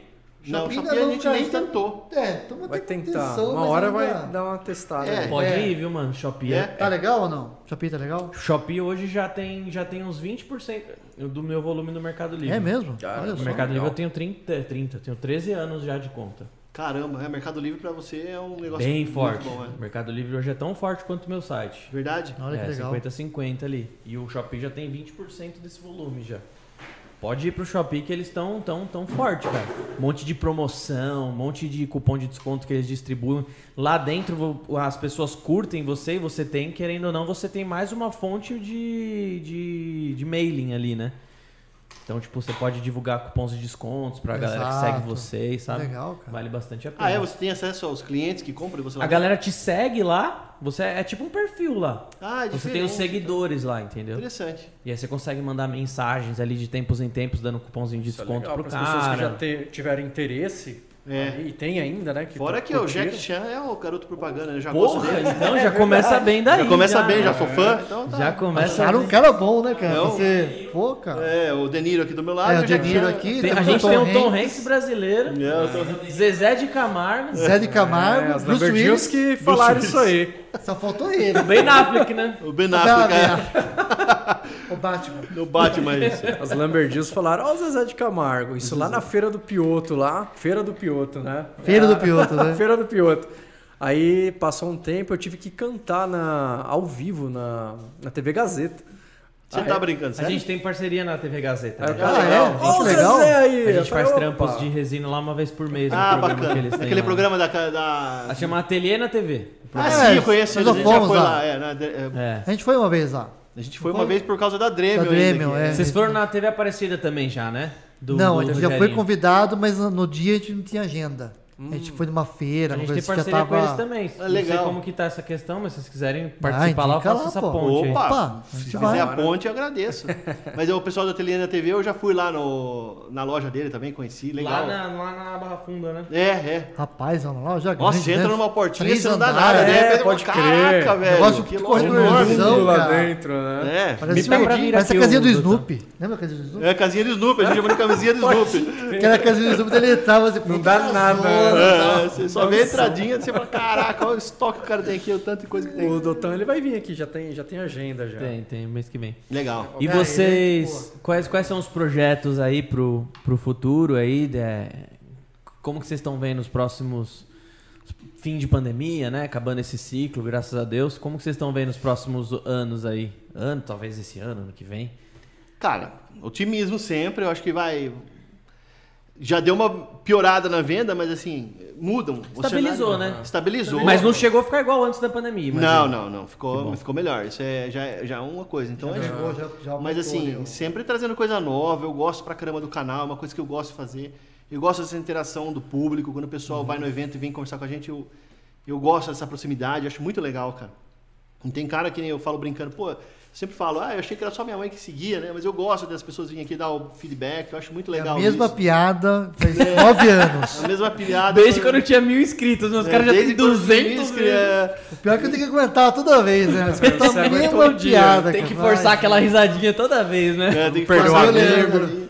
C: Não,
D: Shopping
C: Shopee
D: ainda
C: a
D: não é
C: gente nem
D: está-
C: tentou.
D: É, toma
B: Vai
D: tem
B: tentar.
D: atenção,
B: uma
D: mas
B: hora
D: ainda-
B: vai dar uma testada.
C: É.
B: né?
A: Pode
D: É.
A: ir, viu, mano? Shopping
C: É.
D: Tá legal ou não? Shopping tá legal?
A: Shopee hoje já tem, já tem uns 20% do meu volume no Mercado Livre.
D: É mesmo?
B: Cara,
D: Olha
A: No
D: só.
A: Mercado
B: Legal.
A: Livre eu tenho 30, 30, tenho 13 anos já de conta.
C: Caramba, é, Mercado Livre pra você é um negócio
A: Bem
C: muito
A: forte.
C: bom, é.
A: O Mercado Livre hoje é tão forte quanto o meu site.
C: Verdade?
D: Olha que
A: é,
D: legal.
A: 50-50 ali. E o Shopee já tem 20% desse volume já. Pode ir pro Shopee que eles estão tão, tão forte, cara. Um monte de promoção, um monte de cupom de desconto que eles distribuem. Lá dentro vo- as pessoas curtem você e você tem, querendo ou não, você tem mais uma fonte de, de, de mailing ali, né? Então, tipo, você pode divulgar cupons de descontos pra galera que
D: Exato.
A: segue vocês, sabe?
D: Legal, cara.
A: Vale bastante a pena.
C: Ah, é? Você tem acesso aos clientes que compram e você
A: A
C: não-
A: galera te segue lá, você é tipo um perfil lá.
C: Ah, é
A: Você tem um Tipo,
B: então.
A: os
C: diferente,
A: seguidores lá, entendeu?
C: Interessante.
A: E aí você consegue mandar mensagens ali de tempos em tempos, dando cupomzinho de
B: Isso é
A: desconto
B: legal
A: pro
B: pras pessoas que já
A: cara.
B: te- tiveram interesse.
C: É.
B: aí, E tem ainda, né? Que
C: Fora
B: tu-
C: que o
B: curtiram.
C: Jack Chan é o garoto propaganda, né? Já gosto
A: Porra,
C: dele.
A: então já começa bem daí.
C: Já começa bem, já sou fã. Então tá.
A: Já começa.
D: Acharam um
A: bem.
D: cara bom, né, cara?
C: Não.
D: Você. Pô, cara.
C: É, o De Niro aqui do meu lado.
D: É, o
C: o Jack
D: Jadiro
C: Chan.
D: aqui.
A: Tem- a
D: temos
A: gente
D: o
A: tem um Tom
D: Hanks,
A: Hanks brasileiro,
C: É, eu tô-
A: Zezé de Camargo,
D: Zé de Camargo,
B: É, os
D: Ah, Bruce
B: Lambertinhos
D: Willis.
B: que falaram isso aí.
D: Só faltou ele.
A: Ben Affleck, né?
C: O
D: Tá
C: Ben Affleck é,
D: né? O Batman.
C: no Batman. isso.
B: As Lamberdils falaram, ó o Zezé de Camargo, isso lá na Feira do Pioto, lá. Feira do Pioto, né?
D: Feira do
B: Ah,
D: Pioto, né?
B: [LAUGHS] Feira do Pioto. Aí passou um tempo, eu tive que cantar na, ao vivo na, na TV Gazeta.
C: Você tá brincando,
A: A
C: sério?
A: gente tem parceria na TV Gazeta.
B: Aí o
A: né?
B: cara,
C: Ah, é? tá
B: legal.
D: Ó,
B: Ó,
D: o
B: o
D: legal.
B: Zezé aí.
A: A gente
B: Eu
A: faz
B: falei,
A: trampos
B: opa.
A: de resina lá uma vez por mês. no
C: Ah,
A: programa que
C: bacana.
A: eles têm
C: Aquele
A: lá.
C: programa da. ca- da...
A: Ah, Chama Ateliê na TV.
C: Ah,
D: É,
C: sim, eu conheço. eles,
D: nós
C: A gente
D: fomos
C: já foi
D: lá.
C: lá. é, na- é,
A: É.
D: A gente foi uma vez lá.
C: a gente foi
D: Foi?
C: uma vez por causa da Dremel.
D: Da
C: ainda né?
D: Dremel,
C: que-
D: é.
A: Vocês foram na TV Aparecida também já, né? Do-
D: não,
A: do
D: a gente já foi
A: Rogerinho.
D: convidado, mas no dia a gente não tinha agenda. A gente foi numa
A: Hum.
D: feira,
A: A gente
D: uma
A: tem
D: coisa
A: parceria
D: que já tava...
A: com eles também. Não sei
C: Ah, legal.
A: como que tá essa questão, mas se vocês quiserem
D: Ah,
A: participar lá, eu
D: indica
A: faço
D: lá,
A: essa
D: pô.
A: ponte. aí.
C: Opa,
D: Opa, a
C: se
D: gente
C: fizer
D: vai.
C: a ponte, eu agradeço.
D: [LAUGHS]
C: Mas o pessoal da Ateliê na TV, eu já fui lá no, na loja dele também, conheci,
A: Lá
C: legal.
A: na, lá na Barra Funda, né?
C: É, é.
D: Rapaz, olha lá,
C: Nossa,
D: já grande,
C: você entra
D: né?
C: numa portinha,
D: Três
C: você não dá
D: andares,
C: nada,
D: né?
C: né?
B: é,
C: Pedro,
B: pode
C: Caraca,
B: crer.
C: velho.
D: Negócio
C: que
D: corredorzão.
C: enorme.
B: Tudo lá
D: cara.
B: dentro, né?
C: É,
D: Parece,
A: Me
D: um,
A: dá pra vir
D: parece a
A: aqui
D: casinha
A: o
D: do
A: Dudu.
D: Snoopy. Lembra a casinha do Snoopy?
C: é a casinha do Snoopy, a gente chama de camisinha do Snoopy.
D: Aquela casinha do Snoopy, ele entrava assim...
B: Não dá
D: puta,
B: nada.
D: zona.
C: É, é, você só vê a entradinha, você fala, caraca, olha o estoque que o cara tem aqui, o tanto de coisa que É, tem.
B: O Dotão, ele vai vir aqui, já tem, já tem agenda já.
A: Tem, tem, mês que vem.
C: Legal.
A: E vocês, quais, quais são os projetos aí pro, pro futuro aí? né? como que vocês estão vendo os próximos fim de pandemia, né? Acabando esse ciclo, graças a Deus. Como que vocês estão vendo os próximos anos aí? Ano, talvez esse ano, ano que vem.
C: Cara, otimismo sempre, eu acho que vai. Já deu uma piorada na venda, mas assim, mudam. O
A: Estabilizou,
C: cenário-
A: né?
C: Estabilizou.
A: Mas não chegou a ficar igual antes da pandemia. imagina.
C: Não, não, não. Ficou, ficou melhor. Isso é, já, é- já é uma coisa. Então é.
D: Pegou, já-
A: Tá
D: já
C: Mas
D: aumentou né?
C: assim,
D: ali, ó.
C: sempre trazendo coisa nova. Eu gosto pra caramba do canal, é uma coisa que eu gosto de fazer. Eu gosto dessa interação do público. Quando o pessoal vai no
A: Uhum.
C: evento e vem conversar com a gente, eu, eu gosto dessa proximidade, eu acho muito legal, cara. Não tem cara que nem eu falo brincando, pô, eu sempre falo, ah, eu achei que era só minha mãe que seguia, né? Mas eu gosto das pessoas virem aqui dar o feedback, eu acho muito
D: É a
C: legal.
D: mesma
C: isso. É
D: piada faz nove anos.
A: [LAUGHS]
C: A mesma piada.
A: Desde quando eu tinha mil inscritos, meus
C: É,
A: caras já têm
C: desde quando eu tinha
A: 200
C: isso, é.
D: O pior é que eu tenho que aguentar toda vez, né? Escutar
A: é
B: Você
D: a
B: aguenta
D: mesma
B: todo dia.
D: piada.
A: Tem que
D: cara.
A: forçar aquela risadinha toda vez, né?
C: É, tem que
B: Perdeu
C: fazer
B: o
C: olhando
B: amigo.
C: ali.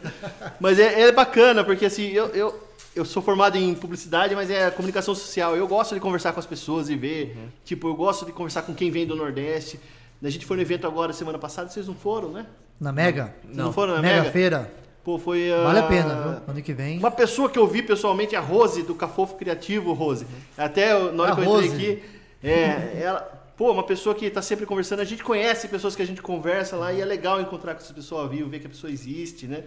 C: Mas é, é bacana, porque assim, eu, eu, eu sou formado em publicidade, mas é comunicação social. Eu gosto de conversar com as pessoas e ver.
D: Uhum.
C: Tipo, eu gosto de conversar com quem vem do Nordeste. A gente foi no evento agora, semana passada, vocês não foram, né?
D: Na Mega?
C: Vocês não foram na
D: Mega,
C: Mega?
D: Feira.
C: Pô, foi. ah,
D: Vale a pena, viu? Ano que vem.
C: Uma pessoa que eu vi pessoalmente, a Rose, do Cafofo Criativo, Rose. Até eu- na hora
D: A
C: que eu entrei
D: Rose.
C: aqui, é, ela. Pô, uma pessoa que tá sempre conversando, a gente conhece pessoas que a gente conversa lá e é legal encontrar com essa pessoa ao vivo, ver que a pessoa existe,
D: [LAUGHS]
C: né?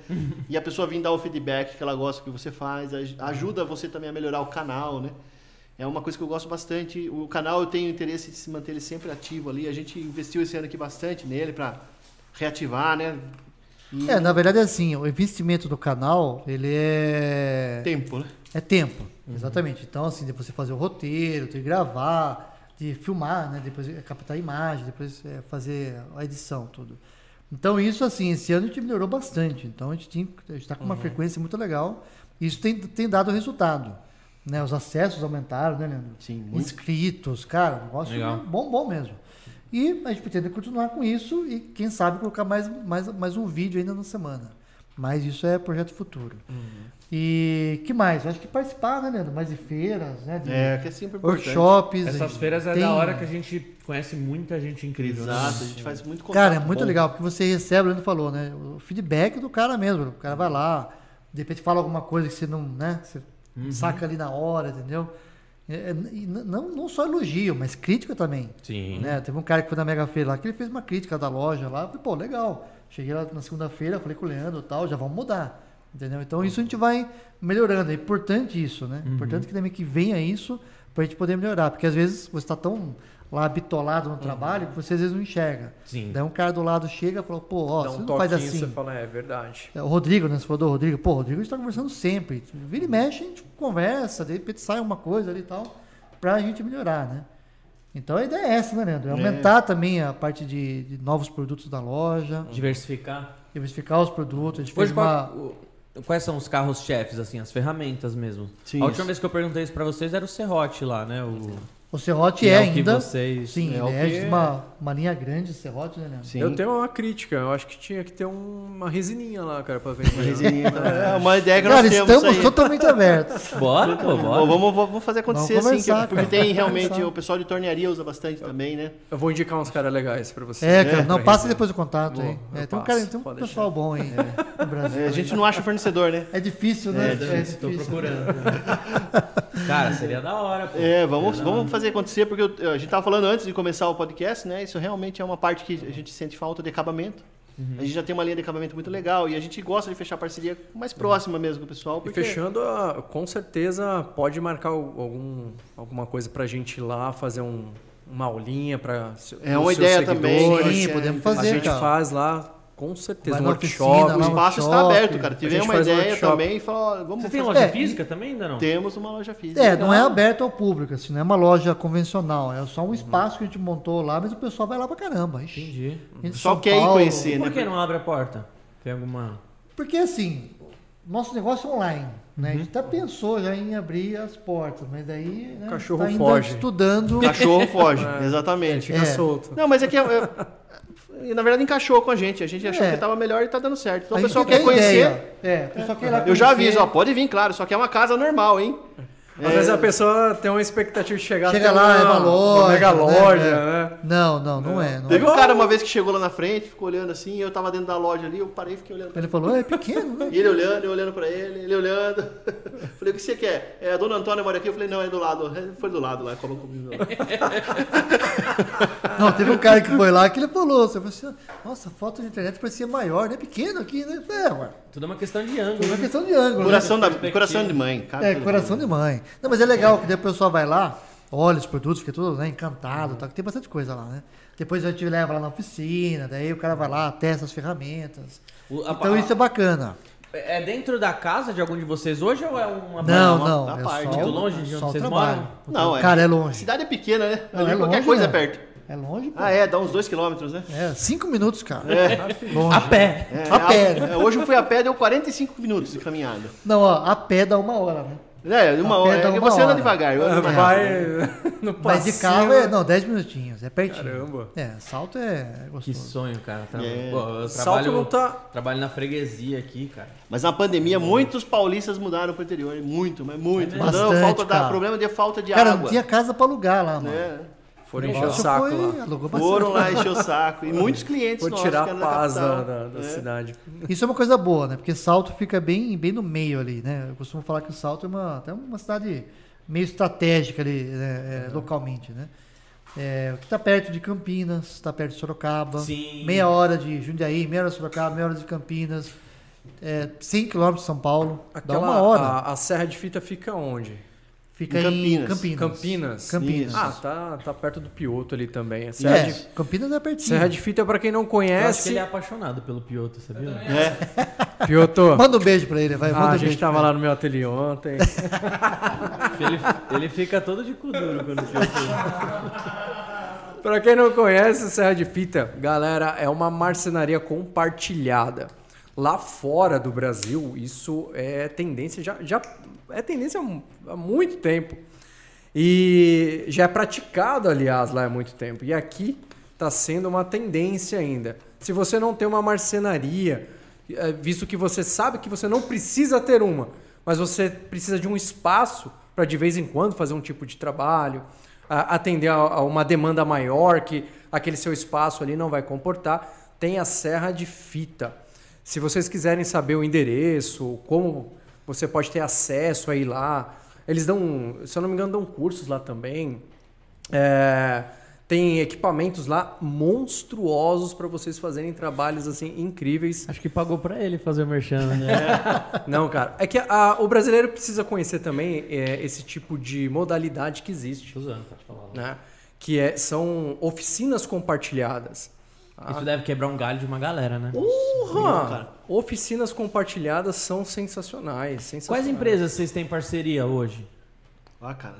C: E a pessoa vir dar o feedback que ela gosta que você faz, aj- ajuda você também a melhorar o canal, né? É uma coisa que eu gosto bastante. O canal eu tenho interesse de se manter ele sempre ativo ali. A gente investiu esse ano aqui bastante nele pra reativar, né? E
D: É, na verdade é assim, o investimento do canal, ele é...
C: tempo, né?
D: É tempo, exatamente. Então, assim, depois você fazer o roteiro, de gravar, de filmar, né? Depois é, captar a imagem, depois é, fazer a edição, tudo. Então, isso, assim, esse ano a gente melhorou bastante. Então, a gente está com uma frequência muito legal. Isso tem, tem dado resultado. Né? Os acessos aumentaram, né, Leandro?
C: Sim, muito.
D: Inscritos, cara, um negócio
A: Legal.
D: bom, bom mesmo. E a gente pretende continuar com isso e, quem sabe, colocar mais, mais, mais um vídeo ainda na semana. Mas isso é projeto futuro.
A: Uhum.
D: E que mais? Eu acho que participar, né, Leandro? Mais de feiras, né? De
C: É, que é sempre importante.
D: workshops. a
A: Essas
D: gente
A: feiras é
D: tem-
A: da hora que a gente conhece muita gente incrível. né?
C: Exato, a gente faz muito contato.
D: Cara, é muito
C: bom.
D: legal, porque você recebe, o Leandro falou, né? O feedback do cara mesmo. O cara vai lá, de repente fala alguma coisa que você não, né? Você
C: Uhum.
D: saca ali na hora, entendeu? É, é, e n- não, não só elogio, mas crítica também.
A: Sim.
D: né? Teve um cara que foi na Mega Feira lá, que ele fez uma crítica da loja lá, falei, pô, legal. Cheguei lá na segunda-feira, falei com o Leandro e tal, já vamos mudar. Entendeu? Então isso a gente vai melhorando. É importante isso, né?
B: Uhum.
D: Importante que também que venha isso pra gente poder melhorar. Porque às vezes você tá tão lá bitolado
B: Uhum.
D: no trabalho que você às vezes não enxerga.
A: Sim.
D: Daí um cara do lado chega e fala, pô, ó,
B: Dá
D: você
B: um
D: não faz
B: toquinho,
D: assim.
B: você fala, é verdade.
D: É, O Rodrigo, né? Você falou do Rodrigo. Pô, o Rodrigo a gente tá conversando sempre. Vira e
B: Uhum.
D: mexe, a gente conversa, de repente sai uma coisa ali e tal, pra gente melhorar, né? Então a ideia é essa, né, Leandro? É aumentar também a parte de, de novos produtos da loja,
A: Diversificar.
D: diversificar os produtos. A gente fez
A: Hoje,
D: uma.
A: qual- é o- quais são os carros-chefes, assim, as ferramentas mesmo?
C: Sim,
A: a última
C: isso.
A: vez que eu perguntei isso pra vocês era o Serrote lá, né? O,
D: O Serrote
A: que
D: é,
A: é o que
D: ainda.
A: vocês-
D: Sim,
C: é
D: é,
C: o
D: né?
C: que-
D: Diz uma, uma linha grande de Serrote, né, Leandro?
C: Sim.
B: Eu tenho uma crítica, eu acho que tinha que ter uma resininha lá, cara, pra vender.
C: Uma resenha também. É uma ideia que
D: Cara,
C: nós temos
D: estamos
C: aí.
A: [LAUGHS]
D: totalmente abertos.
A: Bora, pô,
C: Bom,
A: bora.
C: vamos, vamos fazer acontecer
D: Vamos
C: sim, que-
D: conversar,
C: porque
D: cara.
C: tem realmente
D: Conversar.
C: o pessoal de tornearia usa bastante também, né?
B: Eu vou indicar uns caras legais pra você.
D: É, cara, não,
B: pra
D: passa
B: resenha.
D: depois o contato
B: Vou,
D: aí. É,
B: eu
D: tem um,
B: passo,
D: cara, tem um
B: pode
D: pessoal bom aí no Brasil.
C: É, a gente não acha fornecedor, né?
D: É difícil, né?
A: Estou procurando. [LAUGHS] Cara, seria da hora, pô.
C: É, vamos, vamos fazer acontecer, porque eu- a gente tava falando antes de começar o podcast, né? Isso realmente é uma parte que a gente sente falta de acabamento.
D: Uhum.
C: A gente já tem uma linha de acabamento muito legal e a gente gosta de fechar parceria mais próxima mesmo com o pessoal.
B: E
C: Porque...
B: fechando, ah, com certeza pode marcar al- algum, alguma coisa pra gente ir lá, fazer um- uma aulinha pra se-
C: É
B: pros
C: uma
B: seus
C: ideia também. né?
B: seguidores.
C: pode
D: Sim,
C: ser.
D: podemos
B: A
D: fazer,
B: gente
D: cara.
B: faz lá, com certeza,
D: Vai
B: um
D: na
B: workshop.
D: oficina,
C: O
D: lá.
C: espaço está
D: workshop.
C: aberto, cara. Tiver
B: gente
C: uma
B: faz
D: um
C: ideia
B: workshop.
C: também e fala, ó, vamos
A: Você tem
C: fazer-
A: loja
D: É.
A: física também ainda não?
C: Temos uma loja física.
D: É, não é aberto ao público, assim, não é uma loja convencional, é só um espaço que a gente montou lá, mas o pessoal vai lá pra caramba. Ixi,
A: Entendi.
D: gente de
C: Só
D: São
C: quer ir
D: Paulo.
C: conhecer, né?
A: Por que não abre a porta? Tem alguma.
D: Porque assim, nosso negócio é online, né? A gente
B: Uhum.
D: até pensou já em abrir as portas, mas daí né,
B: O cachorro
D: tá ainda
B: foge.
D: estudando.
C: Cachorro foge, exatamente.
B: Fica
D: É.
B: solto.
C: Não, mas é que é, é, na verdade encaixou com a gente. A gente achou
D: É.
C: que tava melhor e tá dando certo. Então o
D: A gente
C: pessoal
D: tem
C: quer conhecer.
D: ideia. É, o pessoal quer ir lá
C: Eu já
D: conhecer.
C: aviso, ó, pode vir, claro, só que é uma casa normal, hein? É.
B: Às vezes a pessoa tem uma expectativa de chegar
D: É. Chega
B: até
D: lá,
B: uma-
D: é uma loja,
B: uma mega
D: né?
B: loja,
D: É.
B: né?
D: Não, não, não é. não é.
C: Teve um cara uma vez que chegou lá na frente, ficou olhando assim, eu tava dentro da loja ali, eu parei e fiquei olhando. pra
D: Ele falou, é pequeno, né?
C: ele. E ele olhando, eu olhando pra ele, ele olhando. [LAUGHS] falei, o que você quer? É, a dona Antônia mora aqui? Eu falei, não, é do lado. Ele Foi do lado lá, colocou comigo.
D: Não, teve um cara que foi lá que ele falou, você falou assim, nossa, a foto de internet parecia maior, né? Pequeno aqui, né? É, ué,
A: Tudo é uma questão de
D: é
A: ângulo,
D: uma
A: né?
D: questão de ângulo. né?
C: Coração, da, coração de mãe, cara.
D: É, coração de mãe. Não, mas é legal que daí o pessoal vai lá, olha os produtos, fica todo né, encantado, tá? que tem bastante coisa lá, né? Depois a gente leva lá na oficina, daí o cara vai lá, testa as ferramentas.
A: O- a-
D: Então
A: a-
D: isso é bacana.
A: É dentro da casa de algum de vocês hoje ou é uma
D: Não,
A: uma-
D: não.
C: da
D: É
C: parte.
D: só,
A: Muito longe de
D: é
A: onde
D: só o
A: vocês
D: trabalho.
A: moram?
C: Não, é.
D: Cara, é
C: A
D: longe.
C: cidade é pequena, né?
D: Não,
C: Ali
D: é
C: qualquer
D: longe,
C: coisa é
D: né?
C: perto.
D: É longe, pô.
C: Ah, é, dá uns dois quilômetros, né?
D: É, cinco minutos, cara. Tá Longe.
A: A pé.
C: É,
D: A pé, né?
C: é, hoje eu fui a pé, deu 45 minutos de caminhada.
D: Não, ó, a pé dá uma hora, né?
C: É, uma
D: A pé
C: hora.
D: dá
C: É que
D: uma
C: você
D: hora. Ah,
C: anda devagar. Eu ando
B: [LAUGHS]
C: mais
B: Vai
C: rápido.
B: no passinho.
D: É. Mas de carro é, não, dez minutinhos, é pertinho.
B: assim Caramba.
D: É, salto é
A: Que
D: gostoso.
A: sonho, cara. Tra-
C: É.
A: Pô, eu
B: Salto
A: trabalho,
B: não tá...
A: trabalho na freguesia aqui, cara.
C: Mas na pandemia, muitos paulistas mudaram pro interior. Muito, mas muito.
D: Bastante,
C: Mudaram, falta da,
D: cara.
C: problema de falta de
D: Cara,
C: água.
D: não tinha casa pra alugar lá, mano.
C: né?
B: Foram
D: O
B: encher o
D: negócio
B: saco
D: foi-
B: lá.
D: alugou bastante.
C: Foram lá encher o saco. E muitos clientes
B: Foi
C: nossos
B: tirar
D: é
C: que
B: a
C: eram
B: paz da,
C: capital.
B: da- da
C: É.
B: cidade.
D: Isso é uma coisa boa, né? Porque Salto fica bem, bem no meio ali, né? Eu costumo falar que o Salto é uma, até uma cidade meio estratégica ali, né? É, localmente, né? É, que tá perto de Campinas, está perto de Sorocaba.
A: Sim.
D: Meia hora de Jundiaí, meia hora de Sorocaba, meia hora de Campinas. É, 100 quilômetros de São Paulo.
B: Aquela, Ah,
D: dá uma hora.
B: A, a Serra de Fita fica onde?
D: fica
C: em
D: em
C: Campinas.
D: Campinas.
B: Campinas.
D: Campinas.
C: Isso.
B: Ah, tá, tá perto do Pioto ali também. A Serra,
D: é,
B: de,
D: Campinas é pertinho.
B: Serra de Fita, pra quem não
A: Eu acho que
B: conhece...
A: ele é apaixonado pelo Pioto, sabia?
C: É.
B: Pioto,
D: Manda um beijo pra ele, vai. Manda
B: ah,
D: um
B: a gente
D: beijo
B: tava
D: pra
B: lá no meu ateliê ontem.
A: Ele, ele fica todo de cu duro quando o Pioto...
B: Pra quem não conhece, Serra de Fita, galera, é uma marcenaria compartilhada. Lá fora do Brasil, isso é tendência, já, já é tendência há mu- há muito tempo. E já é praticado, aliás, lá há muito tempo. E aqui está sendo uma tendência ainda. Se você não tem uma marcenaria, eh, visto que você sabe que você não precisa ter uma, mas você precisa de um espaço para de vez em quando fazer um tipo de trabalho, a- atender a, a uma demanda maior que aquele seu espaço ali não vai comportar, tem a Serra de Fita. Se vocês quiserem saber o endereço, como você pode ter acesso aí lá, eles dão, se eu não me engano, dão cursos lá também. É, tem equipamentos lá monstruosos para vocês fazerem trabalhos assim incríveis.
A: Acho que pagou pra ele fazer o merchan, [LAUGHS] né?
B: Não, cara, é que a- o brasileiro precisa conhecer também é, esse tipo de modalidade que existe,
A: Suzano, pode falar. lá.
B: né? Que é, são oficinas compartilhadas.
A: Isso deve quebrar um galho de uma galera, né?
B: Porra! Oficinas compartilhadas são sensacionais, sensacionais.
A: Quais empresas vocês têm parceria hoje? Tá
C: Ah, cara.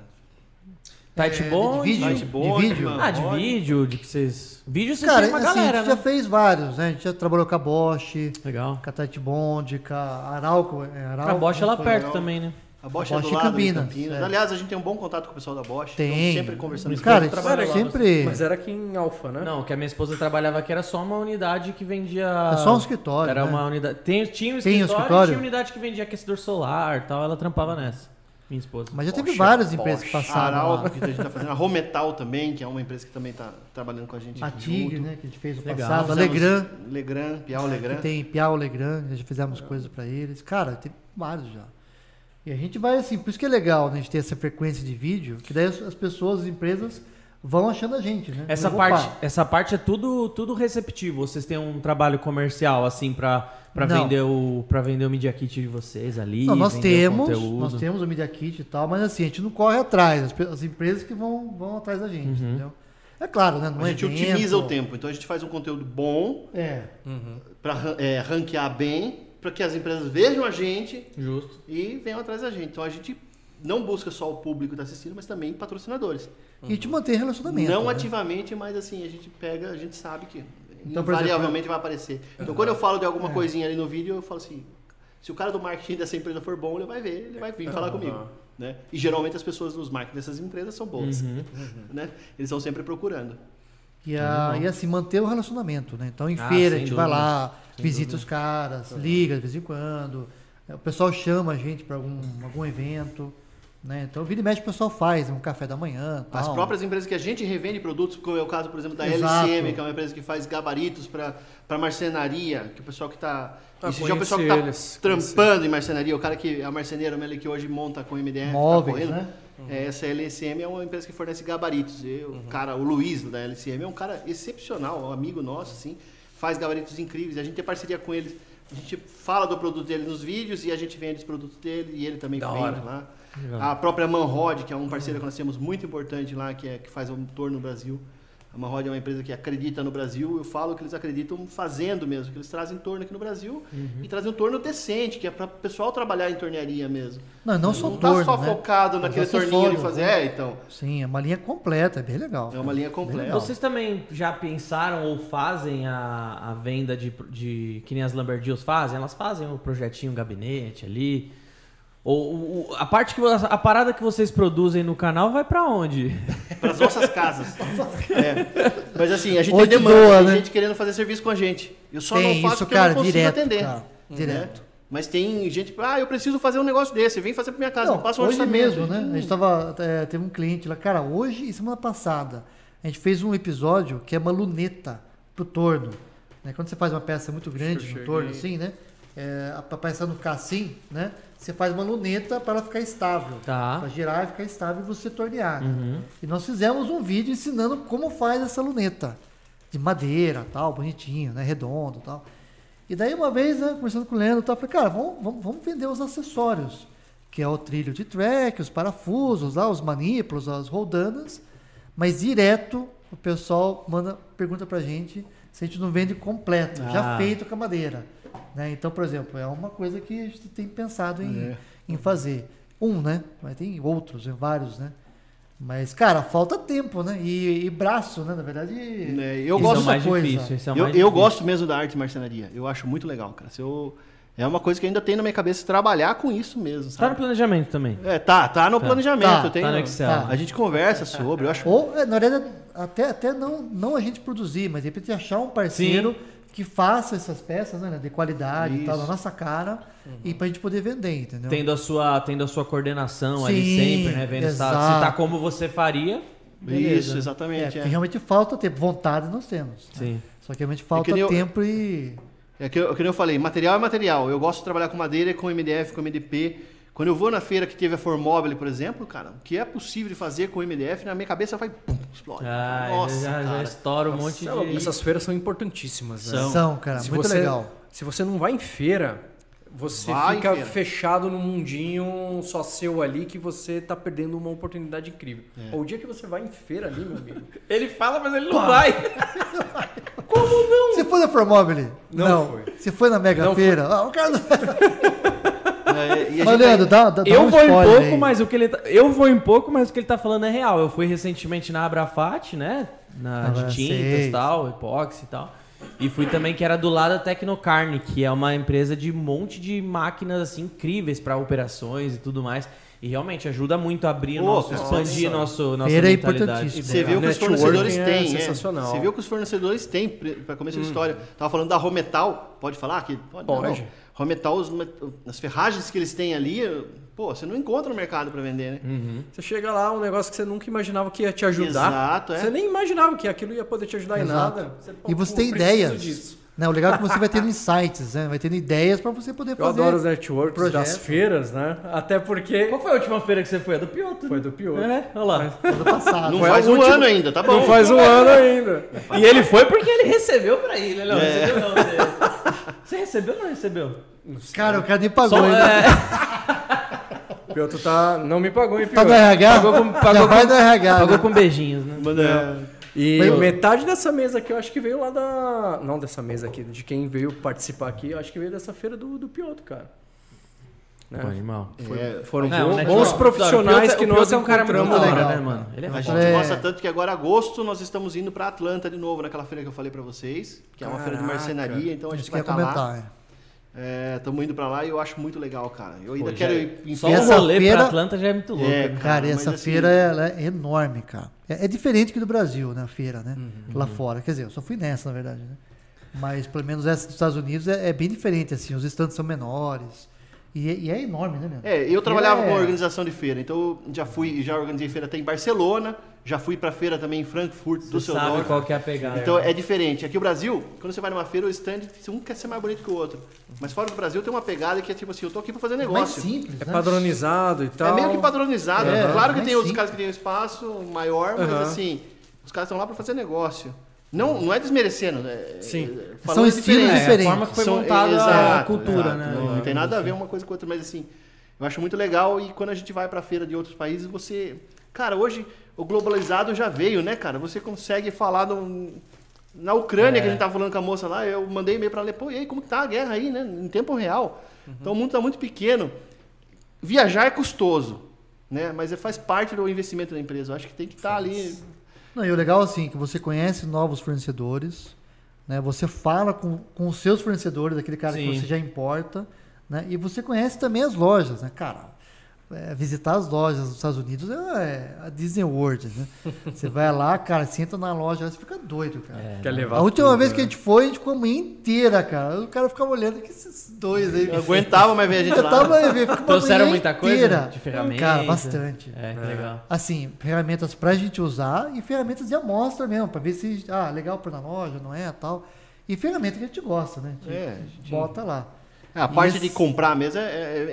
A: Tight Bond?
D: É, de vídeo?
C: Tite Bond,
D: de vídeo?
C: mano.
A: Ah, de vídeo, de que vocês... Vídeo vocês
D: Cara,
A: têm uma
D: assim, a
A: galera,
D: gente
A: né?
D: já fez vários, né? A gente já trabalhou com a Bosch.
A: Legal.
D: Catete Bond, com a Arauco. É Arauco
A: A Bosch é lá
D: Foi-
A: perto
C: legal.
A: também, né?
C: A Bosch,
D: A
C: é do
D: Bosch
C: lado de
D: Campinas,
C: Campinas.
D: é.
C: Aliás, a gente tem um bom contato com o pessoal da Bosch.
D: Tem.
C: Estamos sempre conversando com
D: Cara,
C: eles.
D: a
A: trabalha
D: gente
A: lá
D: sempre. é
B: Mas era aqui em Alfa, né?
A: Não, que a minha esposa trabalhava que era só uma unidade que vendia.
D: É só um escritório,
A: Era
D: né?
A: uma unidade. Tem, tinha um
D: Tem um
A: escritório,
D: escritório?
A: e tinha unidade que vendia aquecedor solar e tal. Ela trampava nessa. Minha esposa.
D: Mas já teve
B: Poxa,
D: várias
B: Bosch,
D: empresas que
C: A
D: passaram. lá.
C: Arauco, que a gente tá fazendo. A Rometal também, que é uma empresa que também tá trabalhando com a gente.
D: A
C: junto.
D: Tig, né? Que a gente fez o
A: Legal.
D: passado. A
C: Fizemos
D: Legrand,
C: Legrand, Piau Legrand.
D: que tem Piau Legrand, que já fizemos coisas pra eles. Cara, teve vários já. E a gente vai assim, por isso que é legal né, a gente ter essa frequência de vídeo, que daí as as pessoas, as empresas vão achando a gente, né?
A: Essa
D: Opa,
A: parte, essa parte é tudo, tudo receptivo. Vocês têm um trabalho comercial assim para para
D: Não.
A: vender o para vender o media kit de vocês ali.
D: Não, nós
A: vender o
D: temos,
A: conteúdo.
D: nós temos o Media Kit e tal, mas assim, a gente não corre atrás, as, pe- as empresas que vão, vão atrás da gente,
A: Uhum.
D: entendeu? É claro, né? Não
C: A
D: é
C: gente
D: evento,
C: otimiza o tempo, então a gente faz um conteúdo bom
D: É.
C: para ranquear bem, para que as empresas vejam a gente
A: Justo.
C: e venham atrás da gente. Então a gente não busca só o público que está assistindo, mas também patrocinadores.
D: E te manter relacionamento.
C: não
D: né?
C: ativamente, mas assim, a gente pega, a gente sabe que
D: Então, por exemplo, é.
C: invariavelmente vai aparecer. Então quando eu falo de alguma coisinha ali no vídeo, eu falo assim, se o cara do marketing dessa empresa for bom, ele vai ver, ele vai vir falar comigo. Né? E geralmente as pessoas nos marketing dessas empresas são boas.
D: Uhum.
C: Né? Eles estão sempre procurando.
D: E, a, e assim, manter o relacionamento, né? Então, em
A: Uhum. Ah,
D: feira,
A: sem
D: a
A: Uhum.
D: gente vai
A: dúvida,
D: lá, visita os caras, liga de vez em quando. é, O pessoal chama a gente para algum, algum evento, né? Então, vira e mexe, o pessoal faz um café da manhã, tal.
C: As próprias empresas que a gente revende produtos, como é o caso, por exemplo, da
D: Exato.
C: LCM, que é uma empresa que faz gabaritos para marcenaria, que o pessoal que está.
B: Ah,
C: Isso já é o pessoal que
B: conhecer
C: está
B: eles,
C: trampando em marcenaria, o cara que é marceneiro mesmo, ele que hoje monta com MDF, tá
D: Móveis,
C: correndo.
D: né?
C: É, essa LCM é uma empresa que fornece gabaritos. E
B: Uhum.
C: o cara, o Luiz da LCM, é um cara excepcional, um amigo nosso, assim, faz gabaritos incríveis. A gente tem parceria com ele, a gente fala do produto dele nos vídeos e a gente vende os produtos dele e ele também
B: Da
C: vende
B: hora. Uhum.
C: lá. A própria Manrod, que é um parceiro que nós temos muito importante lá, que, é, que faz um tour no Brasil. A Manrod é uma empresa que acredita no Brasil. Eu falo que eles acreditam fazendo mesmo, que eles trazem torno aqui no Brasil
B: Uhum.
C: e trazem um torno decente, que é para o pessoal trabalhar em tornearia mesmo.
D: Não, não só
C: Não tá
D: torno,
C: só
D: né?
C: focado
D: Mas
C: naquele
D: acessórios,
C: torninho de fazer. É, então.
D: Sim, é uma linha completa, é bem legal.
C: É uma linha
D: Bem
C: completa.
D: legal.
A: Vocês também já pensaram ou fazem a, a venda de, de. que nem as Lamberdios fazem? Elas fazem o projetinho gabinete ali. Ou o- a parte que vo- a parada que vocês produzem no canal vai pra
C: [LAUGHS]
A: onde?
C: Para as nossas
D: [LAUGHS]
C: casas. É. Mas assim, a gente
D: Ou
C: tem
D: te
C: demanda,
D: doa,
C: tem
D: né?
C: gente querendo fazer serviço com a gente. Eu só
D: Tem
C: não faço
D: isso,
C: porque eu
D: cara,
C: não consigo
D: direto,
C: atender.
D: cara,
C: né?
D: direto.
C: Mas tem gente, ah, eu preciso fazer um negócio desse, vem fazer para minha casa,
D: Não,
C: me passa um
D: hoje
C: orçamento.
D: mesmo, né? A gente tava, é, teve um cliente lá, cara, hoje e semana passada, a gente fez um episódio que é uma luneta pro torno. né? Quando você faz uma peça muito grande
B: Deixa eu
D: no torno,
B: chegar
D: assim, né? É, a- pra peça não ficar assim, né? Você faz uma luneta para ela ficar estável.
A: Tá.
D: Pra girar e ficar estável e você tornear. né? E nós fizemos um vídeo ensinando como faz essa luneta. De madeira, tal, bonitinho, né? Redondo tal. E daí uma vez, né, conversando com o Leandro, tal, eu falei, cara, vamos, vamos, vamos vender os acessórios. Que é o trilho de track, os parafusos, lá, os manípulos, as roldanas. Mas direto o pessoal manda pergunta pra gente se a gente não vende completo, já
A: Ah.
D: feito com a madeira. né? Então, por exemplo, é uma coisa que a gente tem pensado
C: É.
D: em, em fazer. Um, né? Mas tem outros, né, vários, né? Mas, cara, falta tempo, né? E, e braço, né? Na verdade.
C: Né, eu
D: isso
A: Esse
C: gosto
D: é
A: é o
D: uma
A: mais
D: coisa.
A: difícil. esse é o
C: eu
A: mais
C: eu
A: difícil.
C: gosto mesmo da arte e marcenaria. Eu acho muito legal, cara. Se eu- é uma coisa que ainda tem na minha cabeça, trabalhar com isso mesmo,
A: Tá no
C: sabe?
A: planejamento também.
C: É, tá, tá no planejamento.
D: Tá,
C: eu tenho-
A: tá no Excel.
D: Tá.
C: A gente conversa sobre, eu acho
D: Ou, é, na verdade, até, até não, não a gente produzir, mas de repente achar um parceiro que faça essas peças, né? De qualidade e
C: Isso.
D: tal,
C: Uhum.
D: na nossa cara, e pra gente poder vender, entendeu? É,
A: Tendo a sua, tendo a sua coordenação ali
D: Sim,
A: sempre, né? Vendo se tá, se tá
D: exato.
A: como você faria.
C: Isso,
A: Beleza.
D: É,
C: exatamente.
D: porque
C: é.
D: realmente falta tempo. Vontade nós temos. né?
A: Sim.
D: Só que realmente falta
C: que nem eu-
D: tempo e.
C: É que, eu, que nem eu falei, material é material. Eu gosto de trabalhar com madeira, com MDF, com MDP. Quando eu vou na feira que teve a Formobile, por exemplo, cara, o que é possível de fazer com MDF, na minha cabeça vai pum, explode.
A: Ah,
C: Nossa, é
A: já, já
C: cara.
A: estoura um monte de.
B: Essas feiras são importantíssimas, né?
C: Então,
D: São, cara,
B: Se
D: muito
B: você-
D: legal.
B: Se você não vai em feira, você
C: Vai em
B: fica
C: feira.
B: fechado num mundinho só seu ali que você tá perdendo uma oportunidade incrível. O dia que você vai em feira ali, meu amigo.
A: [LAUGHS] Ele fala, mas ele não vai.
D: Você foi na Formobile?
B: Não foi.
D: Você foi na Mega
B: Não
D: Feira? Ah, o cara.
C: É, e a
D: Mas,
C: gente-
D: Leandro, dá, dá, dá
A: Eu
D: um
A: vou em
D: spoiler
A: pouco,
D: aí.
A: mas o que ele tá, eu vou em pouco, mas o que ele tá falando é real. Eu fui recentemente na Abrafat, né? Na
D: Ah,
A: de tintas
D: sei.
A: e tal, epóxi e tal. E fui também que era do lado da Tecnocarne, que é uma empresa de um monte de máquinas assim incríveis para operações e tudo mais. E realmente ajuda muito a abrir,
C: Pô,
A: nosso,
C: cara,
A: expandir
C: nossa.
A: nosso nossa
D: Feira é
A: mentalidade.
D: importantíssimo.
C: Você vê o que os
B: Networking
C: fornecedores
B: é
C: têm. É
B: sensacional.
C: Você vê o que os fornecedores têm, para começo a história. Tava falando da Rometal, pode falar aqui? Pode.
B: Pode.
C: Rometal, os ma- as ferragens que eles têm ali, pô, você não encontra no mercado para vender, né?
B: Você chega lá, um negócio que você nunca imaginava que ia te ajudar.
C: Exato, é.
B: Você nem imaginava que aquilo ia poder te ajudar em
D: Exato.
B: nada.
D: E você
B: pô,
D: tem
B: preciso
D: ideias.
B: disso.
D: Né? O legal é que você vai tendo insights, né? vai tendo ideias para você poder
B: Eu
D: fazer.
B: adoro os networks das
D: projeto.
B: feiras, né? Até porque
A: Qual foi a última feira que você foi? A do Piotr.
B: foi do pior.
A: É, né? Olha lá.
D: do passado.
C: Não
B: Foi
C: faz
B: a
C: um
B: última-
C: ano ainda,
D: É,
C: tá bom.
B: Não faz um ano ainda.
A: E ele foi porque ele recebeu pra ir, né, Léo?
C: É.
A: Recebeu não, você... você recebeu ou não recebeu?
D: Cara, o cara nem pagou
A: Só-
D: ainda.
A: é,
B: O Piotr tá... não me pagou, hein,
D: Tá
B: Piotr?
D: do RH?
A: Pagou com-
D: Já
A: pagou
D: vai
A: com-
D: do RH.
A: pagou
D: né?
A: com beijinhos, né?
C: Mano, é.
B: E
D: Foi-
B: metade dessa mesa aqui eu acho que veio lá da... Não dessa mesa aqui, de quem veio participar aqui, eu acho que veio dessa feira do, do Piotr, cara. Né?
A: animal.
C: É,
B: Foram
A: Não,
B: bons,
A: né,
B: bons
A: tipo,
B: profissionais
A: o Piotr-
B: que
A: o
B: nós
A: Piotr é um cara muito
B: encontramos
A: da
B: lá.
A: hora,
D: legal.
A: né, mano? Ele é
C: A
A: foda.
C: gente
D: É.
C: gosta tanto que agora, agosto, nós estamos indo pra Atlanta de novo, naquela feira que eu falei pra vocês, que é uma feira de
B: Caraca.
C: marcenaria, então a gente
D: Isso que eu
C: vai
D: ia
C: estar lá.
D: comentar. é.
C: Estamos indo pra lá e eu acho muito legal, cara. Eu ainda
A: Pô,
C: quero
A: já- é
C: ir em
A: Só
D: E
A: o
D: essa
A: rolê
D: feira-
A: pra Atlanta já é muito louco.
C: É,
A: né?
D: Cara, e
C: mas
D: essa
C: assim-
D: feira ela é enorme, cara. É, é diferente que do Brasil, né? A feira, né?
C: Uhum.
D: Lá fora. Quer dizer, eu só fui nessa, na verdade, né? Mas pelo menos essa dos Estados Unidos é, é bem diferente, assim. Os estandes são menores. E, é- e é enorme, né, meu?
C: É, eu trabalhava
D: É.
C: com organização de feira, então eu já fui, já organizei feira até em Barcelona, já fui pra feira também em Frankfurt, do
A: Você sabe qual que é a pegada.
C: Então é diferente. Aqui no Brasil, quando você vai numa feira, o stand, um quer ser mais bonito que o outro. Mas fora do Brasil tem uma pegada que é tipo assim, eu tô aqui pra fazer negócio.
D: mais simples,
B: É
D: né?
B: padronizado e tal.
C: É meio que padronizado. né?
D: É,
C: claro que
D: mas
C: tem outros
D: sim.
C: caras que têm um espaço maior, mas
B: Aham.
C: assim, os caras estão lá para fazer negócio. Não, não é desmerecendo, né?
B: Sim.
C: É,
D: São
C: falando
D: estilos
C: diferente.
A: É, a
D: diferentes.
A: forma que foi
C: São-
A: montada a
C: exato,
A: cultura,
C: exato.
A: né?
C: Não, não tem nada a ver uma coisa com outra, mas assim, eu acho muito legal e quando a gente vai pra feira de outros países, você. Cara, hoje o globalizado já veio, né, cara? Você consegue falar num- na Ucrânia,
A: É.
C: que a gente tava falando com a moça lá, eu mandei e-mail pra ela, pô, e aí, como que tá a guerra aí, né? Em tempo real.
A: Uhum.
C: Então o mundo tá muito pequeno. Viajar é custoso, né? Mas é- faz parte do investimento da empresa. Eu acho que tem que estar ali.
D: Não, e o legal assim, que você conhece novos fornecedores, né? Você fala com, com os seus fornecedores, aquele cara
A: Sim.
D: que você já importa, né? E você conhece também as lojas, né? Cara, é, visitar as lojas dos Estados Unidos é, é a Disney World, né?
A: [LAUGHS]
D: Você vai lá, cara, senta na loja, você fica doido, cara.
A: É.
B: Quer levar
D: A última
B: tudo,
D: vez
B: né?
D: que a gente foi, a gente ficou a manhã inteira, cara. O cara ficava olhando, que esses dois aí.
C: Eu aguentava mais ver a gente
D: Eu
C: lá.
D: tava aí, ficou uma
A: Trouxeram
D: manhã
A: muita coisa
D: inteira.
A: de ferramenta?
D: Cara, bastante
A: É, que legal.
D: assim, ferramentas pra gente usar e ferramentas de amostra mesmo, pra ver se, ah, legal pôr na loja, não é, tal. E ferramenta que a gente gosta, né? Que
C: É,
D: a gente bota lá.
C: A parte
D: Isso.
C: de comprar mesmo é,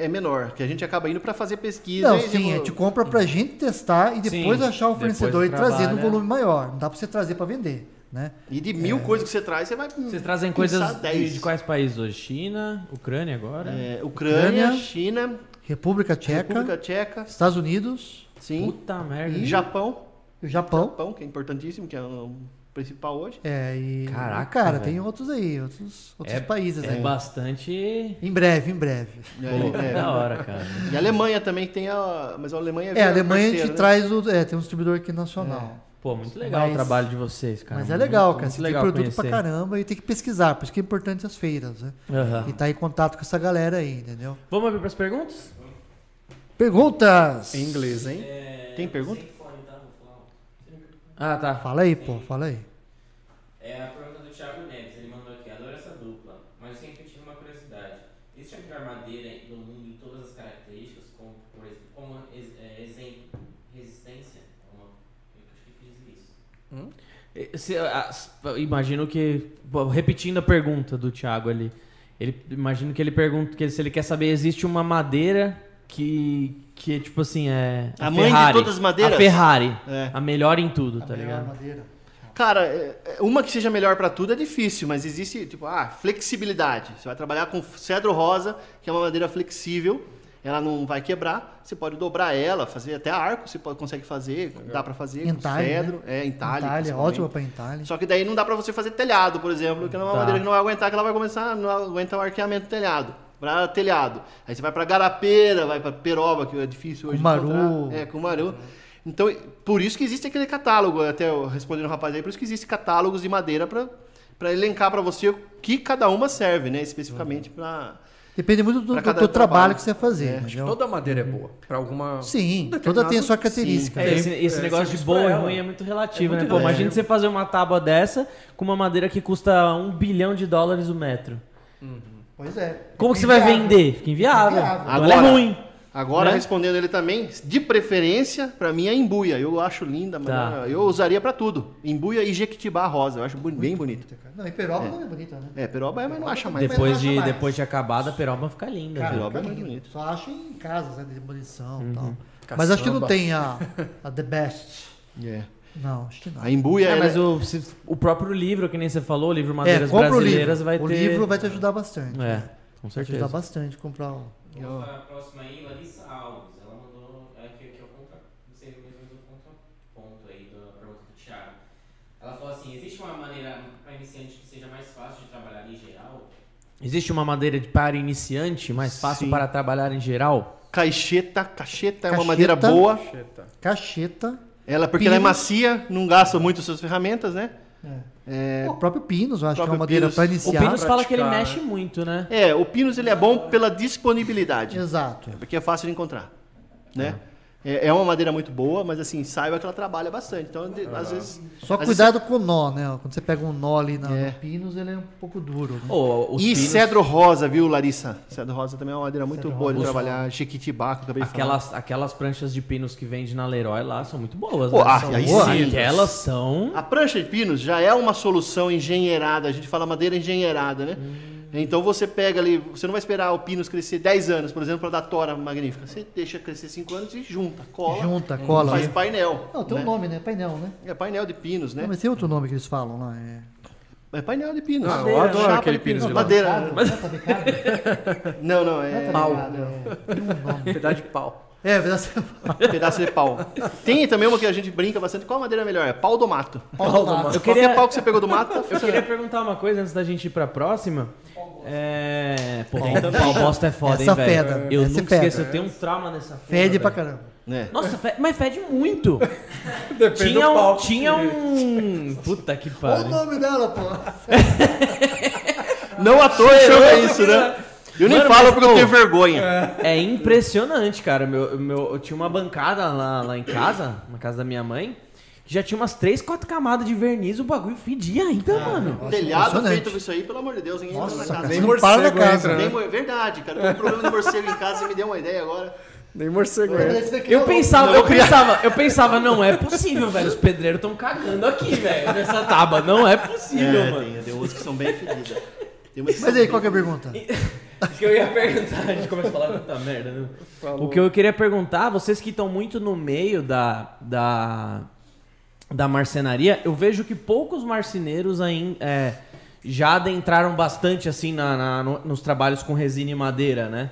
C: é- é menor, que a gente acaba indo para fazer pesquisa.
D: Não,
C: e
D: sim, é
C: tipo,
D: a gente compra pra gente testar e depois
A: Sim,
D: achar o
A: depois
D: fornecedor e
A: trabalha.
D: trazer no volume maior. Não dá pra você trazer pra vender, né?
C: E de mil coisas que você traz, você vai.
A: Vocês trazem
C: pensar
A: coisas de,
C: 10.
A: de quais países hoje? China, Ucrânia agora?
C: É, Ucrânia,
D: Ucrânia,
C: China,
D: República Tcheca,
C: República Tcheca,
D: Estados Unidos,
C: sim.
A: Puta merda. Hum,
C: E Japão.
D: o Japão.
C: Japão, que é importantíssimo, que é o principal hoje.
D: É, e
A: Caraca,
D: cara,
A: velho.
D: tem outros aí, outros, outros
A: É-
D: países
A: É
D: aí.
A: bastante.
D: Em breve, em breve.
A: Pô,
C: É,
A: [LAUGHS] da hora, cara.
C: é. E a Alemanha também que tem a. Mas a Alemanha
D: É, a Alemanha a gente
C: parceira, né?
D: traz o. É, tem um distribuidor aqui nacional.
A: Pô, muito legal
D: Mas-
A: o trabalho de vocês, cara.
D: Mas é legal,
A: Muito-
D: cara.
A: muito
D: Você
A: legal
D: tem produto
A: conhecer.
D: pra caramba e tem que pesquisar. Por isso que é importante as feiras, né?
A: Aham.
D: E tá em contato com essa galera aí, entendeu?
A: Vamos abrir pras perguntas?
D: Perguntas!
C: né?
B: Em inglês, hein?
F: É,
C: Tem pergunta?
F: tá,
A: Ah, tá.
D: Fala aí, pô, fala aí.
F: É a pergunta do Thiago Neves, ele mandou aqui, adoro essa dupla, mas eu sempre tive uma curiosidade. Existe alguma armadeira no mundo de todas as características, como, por exemplo, como ex- é, exemplo, resistência? É Uma- eu acho que fiz isso.
A: Esse, ah, s- imagino que. bom, Repetindo a pergunta do Thiago ali. Ele, imagino que ele pergunta que se ele quer saber, existe uma madeira que. que é tipo assim, é.
C: A mãe de todas as madeiras?
A: A Ferrari.
C: É.
A: A melhor em tudo, tá
D: A melhor
A: ligado?
D: madeira.
C: Cara, é- é, uma que seja melhor pra tudo é difícil, mas existe, tipo, ah, flexibilidade. Você vai trabalhar com cedro rosa, que é uma madeira flexível, ela não vai quebrar, você pode dobrar ela, fazer até arco, você pode- consegue fazer, dá pra fazer
D: Entalhe,
C: com cedro, é, entalhe.
D: né? Itália,
C: principalmente.
D: ótima pra Itália.
C: Só que daí não dá pra você fazer telhado, por exemplo, que é uma
A: Tá.
C: madeira que não vai aguentar, que ela vai começar, não aguenta o arqueamento do telhado. Pra telhado. Aí você vai pra garapeira, vai pra peroba, que é difícil hoje
D: Cumaru.
C: encontrar. É, Cumaru. Então, por isso que existe aquele catálogo, até eu respondendo o rapaz aí, por isso que existem catálogos de madeira pra, pra elencar pra você o que cada uma serve, né? Especificamente pra...
D: Depende muito do,
C: Pra
D: do
C: cada
D: teu trabalho
C: trabalho.
D: que você vai fazer,
C: É,
D: entendeu?
B: Toda madeira é boa. Pra alguma.
D: Sim,
B: Determinado-
D: toda tem a
C: assim,
D: sua característica.
A: É,
D: né?
A: esse esse
B: é,
A: negócio de
B: serviço
A: boa
B: pra
A: e
B: ela.
A: ruim é muito relativo,
B: É
A: né?
B: muito
A: Pô, imagina
B: relativo.
A: você fazer uma tábua dessa com uma madeira que custa um bilhão de dólares o metro.
D: Pois é.
A: Como que você vai vender? Fica inviável.
D: Inviável.
A: Então ela é ruim.
C: Agora,
A: Né?
C: respondendo ele também, de preferência, pra mim é embuia. Eu acho linda, mas
A: Tá.
C: eu usaria pra tudo. Embuia e jequitibá rosa, eu acho bu- bem bonito.
D: Não, e Peroba não é bonita, né?
C: É, peroba é, mas não acha mais.
D: Depois
A: Depois
D: acho
A: de,
D: mais.
A: depois de acabada, a peroba fica linda.
D: Cara,
A: viu?
C: Peroba é
D: fica
C: mais
D: lindo.
C: bonito.
D: Só acho em casas, né? De demolição e
A: Uhum.
D: tal. Mas acho que não
B: Caçamba.
D: tem a, a The Best.
C: É.
D: Não, acho que não.
C: A embuia
A: É,
C: ela-
A: mas o, se- o próprio livro, que nem você falou, o livro Madeiras Brasileiras,
D: É, o livro.
A: vai
D: O
A: ter.
D: livro vai te ajudar bastante. né?
A: É, com
D: Vai te ajudar
A: certeza.
D: bastante comprar o.
F: Vamos para a próxima aí, Larissa Alves. Ela mandou. É, que, que é o contra. Não sei se é o contraponto aí da pergunta do Thiago. Ela falou assim: existe uma maneira para iniciante que seja mais fácil de trabalhar em geral?
A: Existe uma madeira de- para iniciante, mais fácil
C: Sim.
A: para trabalhar em geral?
C: Caixeta, cacheta é uma
D: Cacheta.
C: madeira boa.
D: Cacheta.
C: Ela, porque ela é
D: Pinos.
C: macia, não gasta muito suas ferramentas, né?
D: Pô, o próprio Pinos, eu acho que é
C: próprio
D: uma madeira
C: Pinos.
D: para
A: O
D: iniciar.
A: Pinos fala que ele
B: Praticar,
A: mexe muito, né?
C: É, o Pinus ele é bom pela disponibilidade,
D: Exato.
C: porque é fácil de encontrar, né? É, é uma madeira muito boa, mas assim, saiba que ela trabalha bastante. Então, de- às vezes...
D: Só
C: às vezes
D: cuidado com o nó, né? Quando você pega um nó ali na,
C: É.
D: no Pinos, ele é um pouco duro. Né?
A: Ô, os
C: E
A: pinos-
C: cedro rosa, viu, Larissa? Cedro rosa também é uma madeira muito
D: Cedro
C: boa de
D: rosa.
C: trabalhar. Jequitibá, que eu acabei de falar.
A: Aquelas, aquelas pranchas de pinos que vende na Leroy lá são muito boas.
C: Pô,
A: né?
C: ah,
A: são
C: aí
A: boas.
C: sim.
A: Aquelas são.
C: A prancha de pinos já é uma solução engenheirada. A gente fala madeira engenheirada, né? Então você pega ali, você não vai esperar o pinos crescer 10 anos, por exemplo, para dar tora magnífica. Você deixa crescer 5 anos e junta, cola.
D: Junta, cola.
C: É, Faz
D: né?
C: painel.
D: Não, tem um
C: né?
D: nome, né? Painel, né?
C: É painel de pinos, né?
D: Não, mas tem outro nome que eles falam lá. É...
C: É painel de pinos.
B: Não, Ah, eu adoro
C: Chapa
B: aquele
C: de
B: pinos de lá.
C: Madeira.
D: Mas... Não, tá becado?
C: [LAUGHS] Não, não, é.
D: Não,
C: Pau.
D: tá becado, é. Tem um nome.
B: Pedaço de pau.
D: É, mas... [LAUGHS]
C: Pedaço de pau. Tem também uma que a gente brinca bastante. Qual madeira é melhor? É pau do mato.
A: Eu
C: Qualquer
A: queria,
C: pau que você pegou do mato, tá
A: eu
C: funcionando.
A: queria perguntar uma coisa antes da gente ir pra próxima. É. Pô, pau bosta é foda,
D: Essa
A: hein, velho?
D: feda,
A: Eu
D: essa
A: nunca
D: feda.
A: esqueço, eu tenho um trauma nessa foda.
D: Fede pra
A: velho.
D: caramba.
C: É.
A: Nossa, fe- mas fede muito.
B: Depende
A: tinha
B: do
A: um,
B: pau.
A: tinha um. Puta que
D: Olha o
A: pariu.
D: nome dela, pô.
C: Não à toa chama isso, né? Eu nem
A: Mano,
C: falo
A: mas,
C: porque eu
A: ô,
C: tenho vergonha.
A: É impressionante, cara. Meu, meu, eu tinha uma bancada lá, lá em casa, na casa da minha mãe, que já tinha umas 3, 4 camadas de verniz, o bagulho fedia ainda, mano.
C: Um Telhado
D: impressionante.
C: feito com isso aí, pelo amor de Deus, ninguém entra
D: Nossa,
C: na
D: cara.
C: casa.
D: você
B: Nem
D: não para na
B: morcego
D: casa.
B: entra,
D: né?
B: né?
C: Nem mo- verdade, cara. Tem um problema de morcego em casa e me deu uma ideia agora.
B: Nem morcego é.
D: Esse daqui é
A: Eu
D: o-
A: pensava, eu pensava, eu pensava, não é possível, velho. Os pedreiros estão cagando aqui, velho, nessa tábua. Não é possível,
C: É,
A: mano.
C: tem, tem umas que são bem fedidas. Tem umas que
D: Mas
C: são
D: aí,
C: bem-
D: qual que é a pergunta?
A: que eu ia perguntar, a gente começa a falar tanta merda, né? O que eu queria perguntar, vocês que estão muito no meio da, da, da marcenaria, eu vejo que poucos marceneiros ainda é, já adentraram bastante assim na, na- no- nos trabalhos com resina e madeira, né?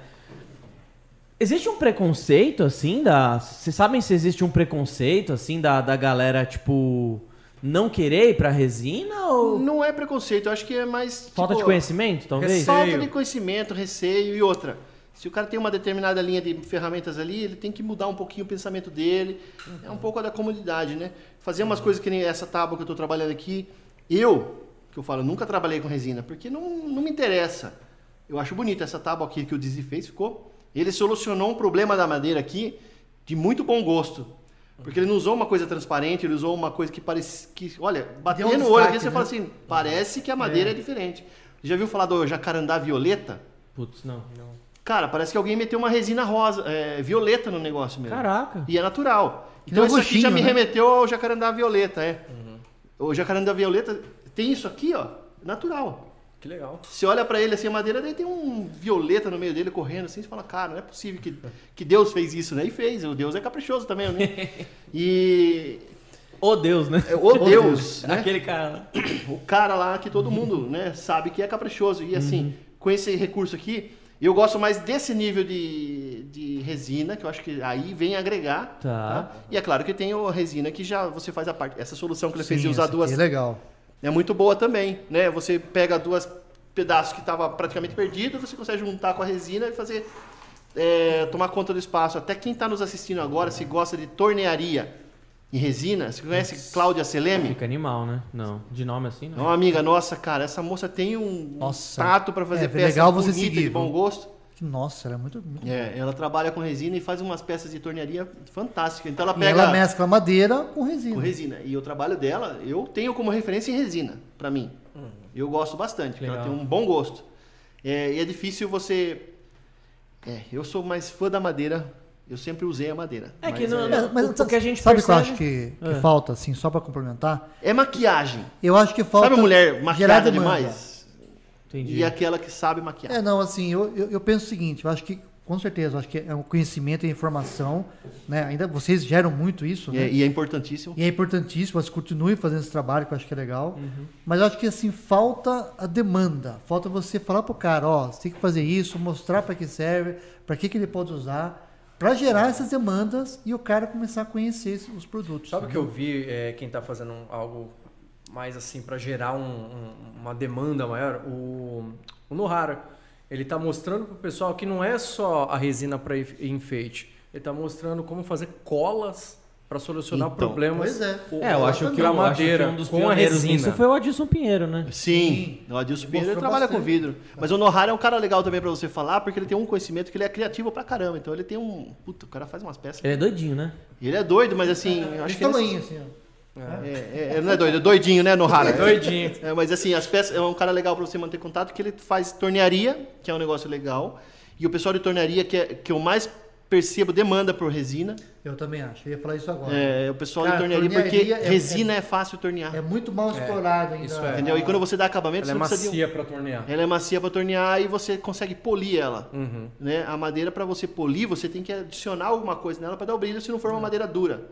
A: Existe um preconceito, assim, da. Vocês sabem se existe um preconceito, assim, da, da galera, tipo, não querer ir pra resina ou.
C: Não é preconceito, eu acho que é mais.
A: Falta de
C: tipo,
A: conhecimento, talvez?
C: Falta
B: Receio.
C: de conhecimento, receio e outra. Se o cara tem uma determinada linha de ferramentas ali, ele tem que mudar um pouquinho o pensamento dele. É um pouco da comodidade, né? Fazer umas coisas que nem essa tábua que eu tô trabalhando aqui. Eu, que eu falo, nunca trabalhei com resina, porque não, não me interessa. Eu acho bonita essa tábua aqui que o Dizzy fez, ficou. Ele solucionou um problema da madeira aqui de muito bom gosto. Porque ele não usou uma coisa transparente, ele usou uma coisa que parece que, olha, bateu
D: Deu um
C: no olho aqui,
D: destaque,
C: você
D: né?
C: fala assim, parece que a madeira é diferente. Já viu falar do jacarandá violeta?
A: Putz, não. não.
C: Cara, parece que alguém meteu uma resina rosa, é, violeta no negócio mesmo.
A: Caraca.
C: E é natural.
D: Que
C: Então
D: dá um
C: isso aqui já
D: gostinho,
C: me
D: né?
C: remeteu ao jacarandá violeta, é. O jacarandá violeta tem isso aqui, ó, natural.
B: Que legal.
C: Você olha pra ele assim, a madeira, daí tem um violeta no meio dele correndo assim, você fala, cara, não é possível que, que Deus fez isso, né? E fez, o Deus é caprichoso também, né? E...
A: Ô Deus, né?
C: é, O Deus, né?
A: Aquele cara. lá.
C: o cara lá que todo mundo né, sabe que é caprichoso. E assim, com esse recurso aqui, eu gosto mais desse nível de, de resina, que eu acho que aí vem agregar.
A: Tá.
C: E é claro que tem a resina que já você faz a parte. Essa solução que ele fez
D: Sim,
C: de usar
D: essa aqui
C: duas
D: É legal.
C: é muito boa também, né? Você pega duas pedaços que estavam praticamente perdidos, você consegue juntar com a resina e fazer é, tomar conta do espaço. Até quem está nos assistindo agora, se gosta de tornearia em resina, você conhece Cláudia Seleme?
A: Fica animal, né? Não. De nome assim,
C: É
A: não.
C: uma amiga nossa, cara. Essa moça tem um
D: Nossa.
C: tato pra fazer
D: É, foi
C: peça
D: legal você
C: bonita,
D: seguir,
C: de bom
D: viu?
C: gosto.
D: Nossa, ela é muito. muito-
C: É, ela trabalha com resina e faz umas peças de tornearia fantásticas. Então ela
D: E ela é
C: pega
D: mescla madeira com resina.
C: com resina. E o trabalho dela, eu tenho como referência em resina, pra mim. Eu gosto bastante, porque ela
A: Legal.
C: tem um bom gosto. É, e é difícil você É, eu sou mais fã da madeira. Eu sempre usei a madeira.
A: É que
C: mas
A: não-
C: é,
A: não- o- o
D: sabe-
A: que a gente
D: sabe o que eu
A: percebe-
D: acho que, que
A: Ah.
D: falta, assim, só pra complementar?
C: é maquiagem.
D: Eu acho que falta.
C: Sabe a mulher
D: gerar
C: maquiada
D: demanda.
C: demais?
A: Entendi.
C: E aquela que sabe maquiar.
D: É, não, assim, eu, eu, eu penso o seguinte, eu acho que, com certeza, eu acho que é um conhecimento e informação, né? Ainda vocês geram muito isso,
C: E é-
D: né?
C: e é importantíssimo.
D: E é importantíssimo, mas continue fazendo esse trabalho, que eu acho que é legal. Mas eu acho que, assim, falta a demanda. Falta você falar pro cara, ó, você tem que fazer isso, mostrar para que serve, para que, que ele pode usar, para gerar essas demandas e o cara começar a conhecer esses- os produtos.
B: Sabe o que eu vi é, quem tá fazendo um- algo mais assim pra gerar um- um- uma demanda maior? O, o Nohara. Ele tá mostrando pro pessoal que não é só a resina para enfeite. Ele tá mostrando como fazer colas pra solucionar
C: Então,
B: problemas.
D: pois é.
B: o-
A: É, eu acho que,
B: pra
A: eu acho que
B: madeira
A: um dos
B: com a
A: pioneiros
B: resina.
A: nisso foi o Adilson Pinheiro, né?
C: Sim, o Adilson
D: Ele
C: Pinheiro ele
D: mostrou
C: trabalha
D: bastante.
C: com vidro. Mas o Nohara é um cara legal também pra você falar, porque ele tem um conhecimento que ele é criativo pra caramba. Então ele tem um. Puta, o cara faz umas peças.
A: Ele é doidinho, né?
C: E ele é doido, mas assim. eu acho
D: Desse
C: que ele-
D: tamanho, assim, ó.
C: É, é, é, não é doido, é doidinho, né, Nohara?
B: Doidinho.
C: É, mas assim, as peças, é um cara legal pra você manter contato, que ele faz tornearia, que é um negócio legal. E o pessoal de tornearia, que, é, que eu mais percebo demanda por resina,
D: Eu também acho, eu ia falar isso agora.
C: é o pessoal
D: Cara,
C: de tornearia,
D: tornearia
C: porque
D: é-
C: resina é, fácil tornear.
D: É muito mal
B: É,
D: explorado ainda.
B: isso é.
C: entendeu? E quando você dá acabamento,
B: Ela
C: você
B: é
C: não precisa de um-
B: macia pra tornear.
C: Ela é macia pra tornear e você consegue polir ela.
B: Uhum.
C: né? A madeira, para você polir, você tem que adicionar alguma coisa nela para dar o brilho, se não
A: Hum.
C: for uma madeira dura.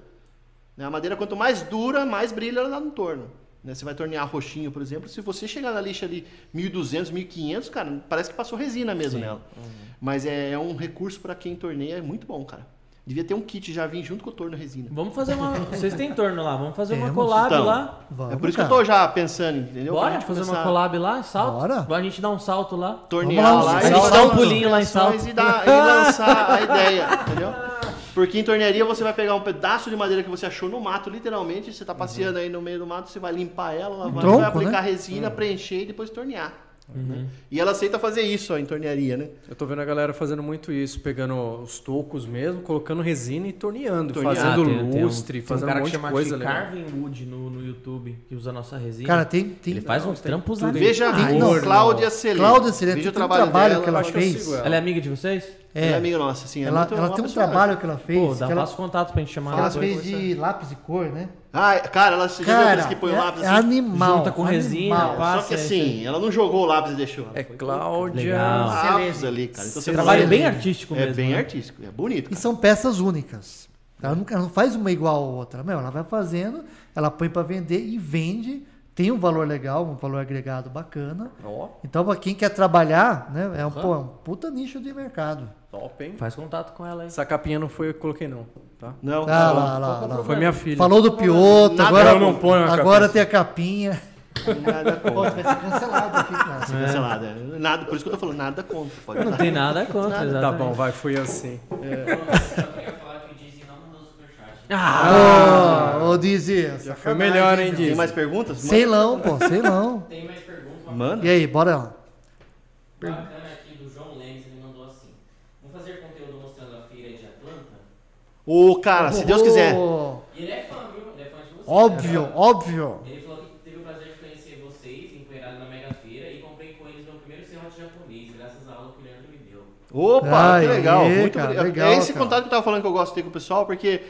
C: Né? A madeira, quanto mais dura, mais brilho ela dá no torno. né? Você vai tornear roxinho, por exemplo, se você chegar na lixa ali 1.200, 1.500, cara, parece que passou resina mesmo nela.
A: Uhum.
C: Mas é, é um recurso para quem torneia, é muito bom, cara. Devia ter um kit, já vim junto com o torno resina.
A: Vamos fazer uma. Vocês têm torno lá, vamos fazer uma
D: Temos.
A: collab
C: Então,
A: lá.
D: Vamos,
C: é por isso
D: cara.
C: que eu tô já pensando, entendeu? Pra
A: Bora
C: gente
A: fazer uma
C: começar
A: collab lá, salto.
D: Bora.
A: A gente dá um salto lá.
C: tornear
D: Vamos lá,
C: lá,
D: a gente
C: lançar
D: dá um
C: as
A: pulinho lá em
C: inspirações
A: Salto.
C: E, dá- e lançar a ideia, entendeu? Porque em tornearia você vai pegar um pedaço de madeira que você achou no mato, literalmente, você tá passeando aí no meio do mato, você vai limpar ela, lavar,
D: tronco,
C: vai aplicar
D: né? Uhum.
C: resina, preencher e depois tornear. né? E ela aceita fazer isso ó, em tornearia, né?
B: Eu tô vendo a galera fazendo muito isso, pegando os tocos mesmo, colocando resina e torneando,
C: Tornear.
B: fazendo
A: Ah, tem- tem um-
B: lustre,
A: tem um
B: fazendo
A: cara que
B: um monte de
A: chama
B: coisa
A: de
B: legal.
A: Carving Wood no, no YouTube, que usa a nossa resina.
D: Cara, tem. tem
A: ele faz uns
B: tem
A: trampos
B: tudo.
A: ali.
C: Veja
D: tem-
C: a
D: não.
C: Cláudia Celê.
D: Cláudia Celê,
C: Veja o
D: tem um
C: trabalho,
D: trabalho
C: dela.
D: que ela
C: acho
D: fez.
B: sigo
A: Ela é amiga de vocês?
C: Ela é amiga nossa, assim. é
D: ela,
C: muito-
D: ela
C: uma
D: tem um
C: pessoa-
D: trabalho que ela fez.
A: Pô, dá um
D: que ela,
A: passo contato pra gente chamar
D: que ela
A: ela.
D: fez de lápis e cor, né?
C: Ah, cara, ela se
D: Cara,
C: que põe o
D: é-
C: lápis
D: é
C: assim.
D: animal.
A: junta com
D: animal.
A: resina, pá.
C: Só que assim, ela não jogou o lápis e deixou. Ela
B: É
C: foi
B: Cláudia.
C: com
A: Legal.
C: lápis ali, cara. Então você
A: Trabalho
C: fala,
A: bem
C: "Gente,
A: artístico mesmo.
C: É bem
A: né?
C: artístico, é bonito.
D: E
C: cara.
D: são peças únicas. Ela, nunca, ela não faz uma igual a outra. Meu, ela vai fazendo, ela põe pra vender e vende. Tem um valor legal, um valor agregado bacana.
B: Ó,
D: Então, pra quem quer trabalhar, né? É um, pô, é um puta nicho de mercado.
B: top, hein?
A: Faz contato com ela aí.
B: Essa capinha não foi eu que coloquei, não, tá?
C: Não, não.
D: Ah, lá, lá, lá.
B: Foi minha filha.
D: Falou do Pioto,
C: Nada
D: agora,
B: eu não ponho na
D: agora
B: cabeça.
D: tem a capinha.
A: [LAUGHS]
C: Nada
D: Pô,
C: contra. Tá
D: vai ser cancelado aqui, cara.
C: Cancelada. Nada, por isso que eu tô falando, nada contra. Pode
A: Não
C: falar.
A: tem nada contra, exatamente.
B: Tá bom, vai, fui assim.
F: Eu queria falar que o Disney não mandou superchat.
A: Ah,
D: Ô, ô Dizzy.
B: Já foi melhor, hein,
C: Tem
B: Diz?
C: mais perguntas?
D: Sei não, pô, sei não.
F: Tem mais perguntas? Uma
C: Manda.
D: E aí, bora lá.
F: bacana aqui do João Lemes, ele mandou assim. Vou fazer conteúdo mostrando a feira de Atlanta?
C: Ô, cara, se Deus quiser.
D: Ô,
F: E ele é fã, viu? Ele é fã de vocês.
D: Óbvio, óbvio.
F: Ele falou que teve o prazer de conhecer vocês, empoeirado na Mega Feira, e comprei com eles meu primeiro serrote japonês, graças à aula que o Leandro me deu.
C: Opa,
D: Aí,
C: que legal. Muito
D: cara,
C: bri- é-
D: legal,
C: É esse
D: cara.
C: contato que eu tava falando que eu gosto de ter com o pessoal, porque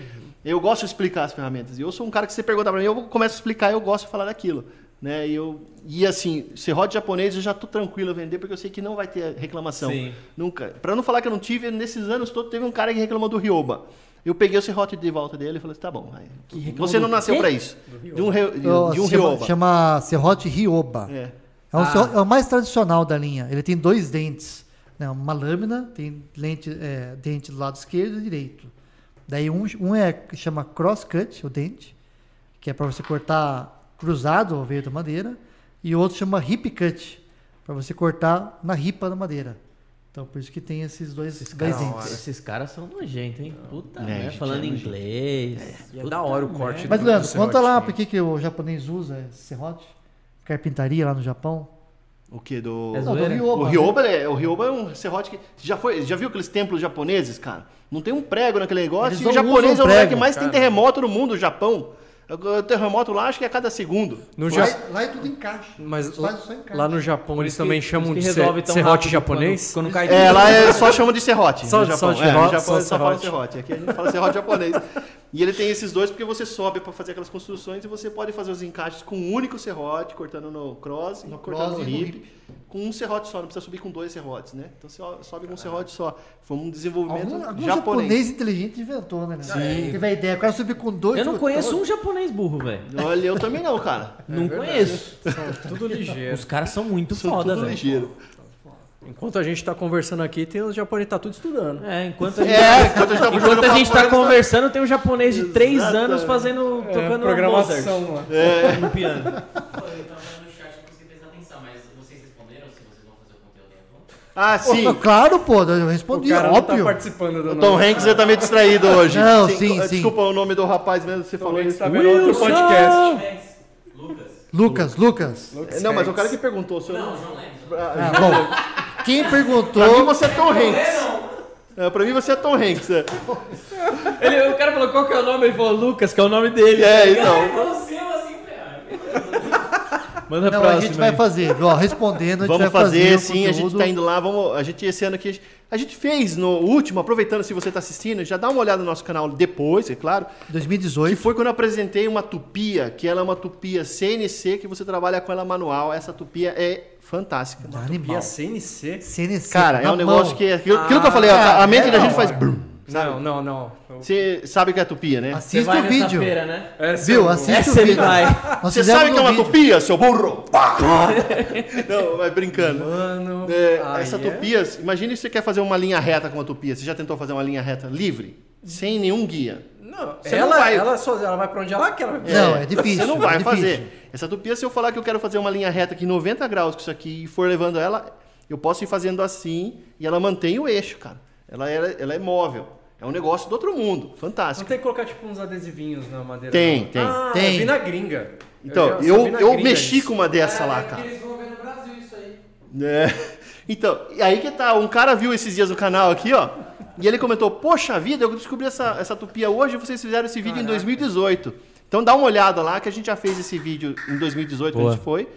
C: eu gosto de explicar as ferramentas. E eu sou um cara que você pergunta pra mim, eu começo a explicar eu gosto de falar daquilo. Né? E, eu, e assim, serrote japonês eu já tô tranquilo a vender, porque eu sei que não vai ter reclamação.
A: Sim.
C: Nunca. Pra não falar que eu não tive, nesses anos todos teve um cara que reclamou do Ryoba. Eu peguei o serrote de volta dele e falei assim, tá bom, vai. você não nasceu pra isso. De um, re, de,
D: Ô,
C: de um
D: chama,
C: Ryoba.
D: chama Serrote Rioba. É,
C: É.
D: um serro- é o mais tradicional da linha. Ele tem dois dentes. Né? Uma lâmina, tem lente, é, dente do lado esquerdo e direito. Daí um, um é que chama crosscut, o dente, que é para você cortar cruzado ao veio da madeira. E o outro chama hip cut, para você cortar na ripa da madeira. Então por isso que tem esses dois,
A: é
D: dois
B: caras-
D: dentes.
A: esses caras são nojentos, hein? Puta
C: É,
A: merda,
C: gente,
A: falando
C: é nojento.
A: inglês.
B: E é
A: Puta
B: da hora o
A: merda.
B: corte.
D: Mas,
B: do-
D: Leandro,
B: do
D: conta lá
C: né?
B: serrote.
D: por que, que o japonês usa esse serrote? Carpintaria lá no Japão?
C: O que? Do.
A: É
D: Não, do
A: zoeira?
D: Ryoba.
C: O
D: né?
C: Ryoba, é, o Ryoba é um serrote que. você Já, foi, já viu aqueles templos japoneses, cara? Não tem um prego naquele negócio.
D: Eles
C: E o
D: não
C: japonês é
D: usam
C: o lugar
D: prego,
C: que mais tem
B: cara.
C: terremoto no mundo, o Japão. Agora, O terremoto lá acho que é a cada segundo.
B: No
D: Lá,
B: Ja-
D: lá é tudo encaixa.
B: Mas
D: Faz só encaixa.
B: lá no Japão eles também
A: Por isso
B: chamam
A: que
B: de
A: resolve
B: ser-
A: tão
B: serrote
A: rápido
B: japonês.
A: Quando, quando cai
C: É, lá
D: [LAUGHS]
C: é, só chama de serrote.
B: Só-
C: no
B: só
C: Japão.
B: de
C: é, no
B: serrote,
C: Japão
B: só
C: eles só falam
B: serrote.
C: serrote. Aqui a gente fala serrote japonês. E ele tem esses dois porque você sobe para fazer aquelas construções e você pode fazer os encaixes com um único serrote, cortando no cross,
D: No
C: cortando
D: cross
C: no
D: e no
C: hip, com um serrote só, não precisa subir com dois serrotes, né? Então você sobe com um serrote só. Foi um desenvolvimento
D: Algum, algum
C: japonês.
D: japonês inteligente inventou, né? Sim.
B: Sim.
D: Teve a ideia. O cara subiu com dois.
A: Eu não
D: botões.
A: conheço um japonês burro, velho.
C: Olha, eu também não, cara.
A: não conheço.
B: São tudo ligeiro.
A: Os caras são muito
C: Sou
A: foda,
C: tudo
A: velho.
C: ligeiro.
B: Enquanto a gente tá conversando aqui, tem os japoneses tá tudo estudando.
A: É, enquanto a gente,
C: É, enquanto a gente tá, puxando
A: enquanto a
C: papo,
A: gente tá
C: eles tão-
A: conversando, tem um japonês de 3
C: Exatamente.
A: anos fazendo.
B: É,
A: tocando
B: lá.
A: Mozart no piano.
F: Pô, eu tava no chat, não consegui prestar atenção, mas vocês responderam se vocês vão fazer o conteúdo ou não?
C: Ah,
D: Pô,
C: sim.
D: Claro, pô, eu
B: O
D: respondi,
B: cara não tá
D: óbvio.
B: participando do
C: O Tom
B: nosso-
C: Hanks já tá meio distraído hoje.
D: Não, sim, sim.
C: Desculpa o nome do rapaz mesmo, que você falou
B: Tom Hanks
C: isso.
B: tá vendo outro
A: Wilson!
B: podcast.
F: Max, Lucas.
D: Lucas, Lucas.
C: É, Não, mas o cara que perguntou o seu
F: Não,
C: nome.
F: João Lemos.
D: Ah,
C: Ah,
D: bom. Quem
C: Pra mim
D: perguntou.
C: você é Tom Hanks.
F: Não,
C: É, pra mim você é Tom Hanks. É,
A: Ele, o cara falou qual que é o nome, ele falou Lucas, que é o nome dele.
C: é então.
F: não, o seu assim, falei, ah, meu Deus.
A: Manda
D: Não, a
A: próxima.
D: gente vai
A: aí.
D: fazer, ó, respondendo, a gente
C: Vamos
D: vai
C: fazer,
D: o
C: sim, a gente
D: conteúdo.
C: tá indo lá, vamos, a gente esse ano aqui, a gente fez no último, aproveitando se você tá assistindo, já dá uma olhada no nosso canal depois, é claro, que
D: 2018.
C: foi quando eu apresentei uma tupia, que ela é uma tupia CNC, que você trabalha com ela manual, essa tupia é fantástica.
B: E
D: Animal.
B: a CNC?
D: CNC.
C: Cara, é
D: na
C: um negócio
D: mão.
C: que, aquilo, aquilo que eu falei, tá, a, a mente da gente faz... brum, sabe?
B: Não, não, não.
C: Você sabe o que é tupia, né?
A: Você
D: Assista
A: vai
D: o
A: nessa
D: vídeo.
A: feira, né?
B: Essa é
D: Viu?
B: eu-
C: Assim
D: Assiste o
A: Essa ele
D: vídeo.
A: vai.
D: Nós
C: é Você
D: fizemos
C: sabe que é
D: um
C: uma
D: vídeo.
C: tupia, seu burro? Pá! Não, mas brincando.
B: Mano,
C: É,
B: aí
C: essa
B: é-
C: tupia, imagine se você quer fazer uma linha reta com uma tupia. Você já tentou fazer uma linha reta livre? Sem nenhum guia.
B: Não,
C: Você
B: ela,
C: não vai-
B: ela, só, ela vai pra onde ela quer. Ela vai-
D: Não, é difícil.
C: Você não vai
D: é difícil.
C: fazer. Essa tupia, se eu falar que eu quero fazer uma linha reta aqui 90 graus com isso aqui e for levando ela, eu posso ir fazendo assim e ela mantém o eixo, cara. Ela, ela, ela é móvel. É um negócio do outro mundo.
B: Não
C: Fantástico.
B: tem que colocar, tipo, uns adesivinhos na madeira.
C: Tem,
B: não.
C: tem.
B: Ah,
D: Tem.
B: eu vi na gringa.
C: Então,
B: vi- só
C: eu,
B: vi na
C: eu
B: gringa
C: mexi
B: isso.
C: com uma dessa
E: É,
C: lá,
E: porque
C: cara.
E: Eles vão ver no Brasil isso aí.
C: É. Então, e aí que tá, um cara viu esses dias o canal aqui, ó, e ele comentou, poxa vida, eu descobri essa, essa tupia hoje, vocês fizeram esse vídeo em 2018. Então dá uma olhada lá, que a gente já fez esse vídeo em 2018, que a gente foi,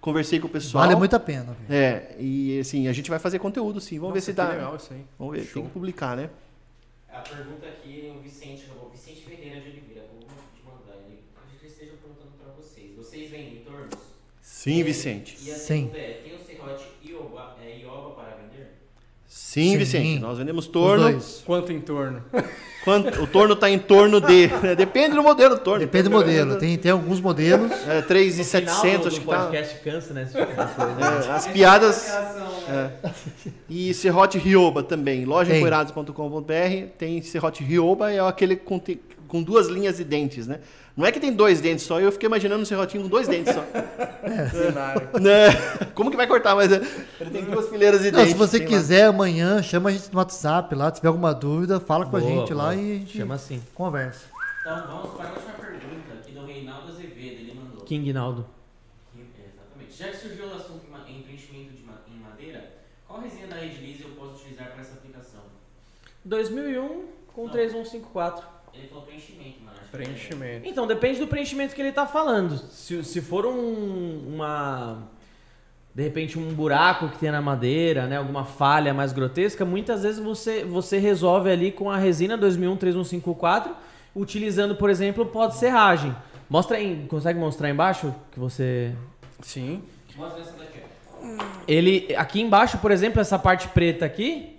C: conversei com o pessoal.
D: Vale muito a pena. velho.
C: É, e assim, a gente vai fazer conteúdo sim, vamos ver
B: Nossa,
C: se tá.
B: que
C: dá. né?
B: legal isso aí.
C: Vamos ver, tem que publicar, né?
F: A pergunta aqui é o Vicente, o Vicente Ferreira de Oliveira, como te mandar ele. Acredito que ele esteja perguntando pra vocês. Vocês vendem tornos?
C: Sim, Vicente.
F: E a
D: Sim.
F: segunda é, tem o serrote Ioba, é, Ioba para vender?
C: Sim,
D: Sim.
C: Vicente, nós vendemos
D: Os
C: torno,
D: dois.
B: Quanto em
C: [LAUGHS]
B: torno?
C: quanto, o torno tá em torno de, né? depende do modelo do torno.
D: Depende do modelo. Tem, tem alguns modelos.
C: É,
A: No
C: 3,700
A: final
C: acho
A: do
C: que tá.
A: podcast cansa, né?
C: É, as piadas... é.
E: Ação, né?
C: E Serrote Rioba também.
D: Tem.
C: Lojaempoeirados.com.br tem Serrote Rioba, é aquele com, te- com duas linhas de dentes, né? Não é que tem dois dentes só, eu fiquei imaginando um serrotinho com dois dentes só. [LAUGHS]
B: Cenário.
C: Né? Como que vai cortar? Mas é, ele tem duas fileiras de
D: Não,
C: dentes.
D: se você
C: tem lá.
D: quiser, amanhã chama a gente no WhatsApp lá. Se tiver alguma dúvida, fala com a gente lá e a gente
A: Chama assim.
D: conversa.
F: Então vamos para a última pergunta, aqui do Reinaldo Azevedo, ele mandou.
A: King Naldo.
F: É, Exatamente. Já que surgiu o assunto em ma- em preenchimento de ma- em madeira, qual resenha da Edilize eu posso utilizar para essa aplicação?
A: 2001 com 3154.
F: Ele falou preenchimento, mano. acho que- é
B: Preenchimento.
A: Então, depende do preenchimento que ele tá falando. Se, se for um, uma. De repente, um buraco que tem na madeira, né? Alguma falha mais grotesca, muitas vezes você, você resolve ali com a resina 2001-3154, utilizando, por exemplo, pó de serragem. Mostra aí, consegue mostrar embaixo que você
B: Sim.
F: Mostra essa daqui, ó.
A: ele aqui embaixo, por exemplo, essa parte preta aqui,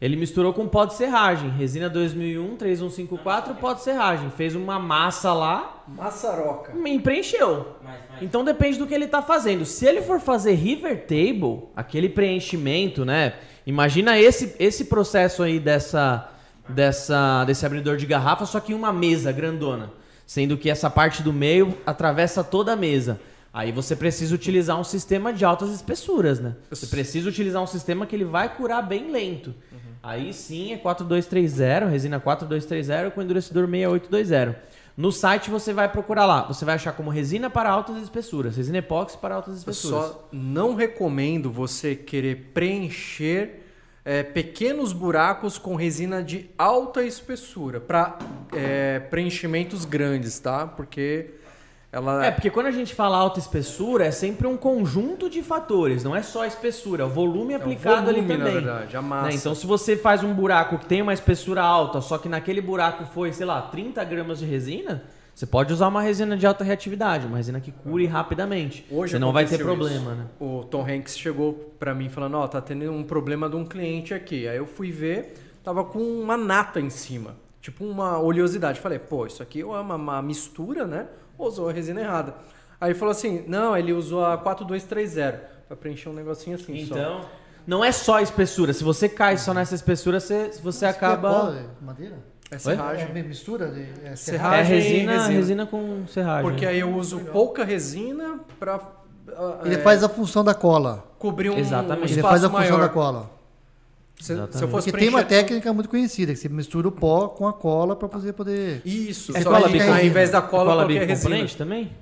A: ele misturou com pó de serragem, resina 2001 3154, pó de serragem, fez uma massa lá
B: Massaroca.
A: e preencheu.
F: Mais, mais.
A: Então depende do que ele tá fazendo. Se ele for fazer river table, aquele preenchimento, né? Imagina esse esse processo aí dessa dessa desse abridor de garrafa, só que em uma mesa grandona, sendo que essa parte do meio atravessa toda a mesa. Aí você precisa utilizar um sistema de altas espessuras, né? Você precisa utilizar um sistema que ele vai curar bem lento. Aí sim é 4230, resina 4230 com endurecedor 6820. No site você vai procurar lá, você vai achar como resina para altas espessuras, resina epóxi para altas
B: Eu
A: espessuras.
B: só não recomendo você querer eh, preencher é, pequenos buracos com resina de alta espessura. Para é, preenchimentos grandes, tá? Porque ela
A: É, porque quando a gente fala alta espessura, é sempre um conjunto de fatores, não é só a espessura, é o volume aplicado
B: um volume,
A: ali
B: na
A: também.
B: verdade, a massa.
A: Né, Então, se você faz um buraco que tem uma espessura alta, só que naquele buraco foi, sei lá, 30 gramas de resina, você pode usar uma resina de alta reatividade, uma resina que cure rapidamente. você não vai ter
B: aconteceu
A: problema,
B: isso.
A: né?
B: O Tom Hanks chegou pra mim falando, ó, tá tendo um problema de um cliente aqui. Aí eu fui ver, tava com uma nata em cima, tipo uma oleosidade. Falei, pô, isso aqui é uma, uma mistura, né? Usou a resina errada. Aí ele falou assim, não, ele usou a 4230 pra preencher um negocinho assim só.
A: Então, não é só a espessura. Se você cai só nessa espessura, você, você acaba.
D: Bola, é madeira?
B: É
D: É
B: serragem.
D: me- mistura de é
A: É
B: Serragem.
A: resina,
B: Ah, resina.
A: resina com serragem.
B: Porque aí eu uso pouca resina pra ah,
D: Ele
B: é,
D: faz a função da cola.
B: cobrir um, um
A: Exatamente.
B: espaço
D: Ele faz a função
B: maior.
D: da cola.
B: Se, se eu
A: Exatamente.
B: fosse
D: Porque tem uma
B: preencher-
D: técnica muito conhecida, que você mistura o pó com a cola para poder poder.
B: Isso,
A: É
B: só
A: cola
B: que
A: bico-
B: ao invés
D: né?
B: da cola,
A: É cola
B: qualquer resina.
A: bicomponente também?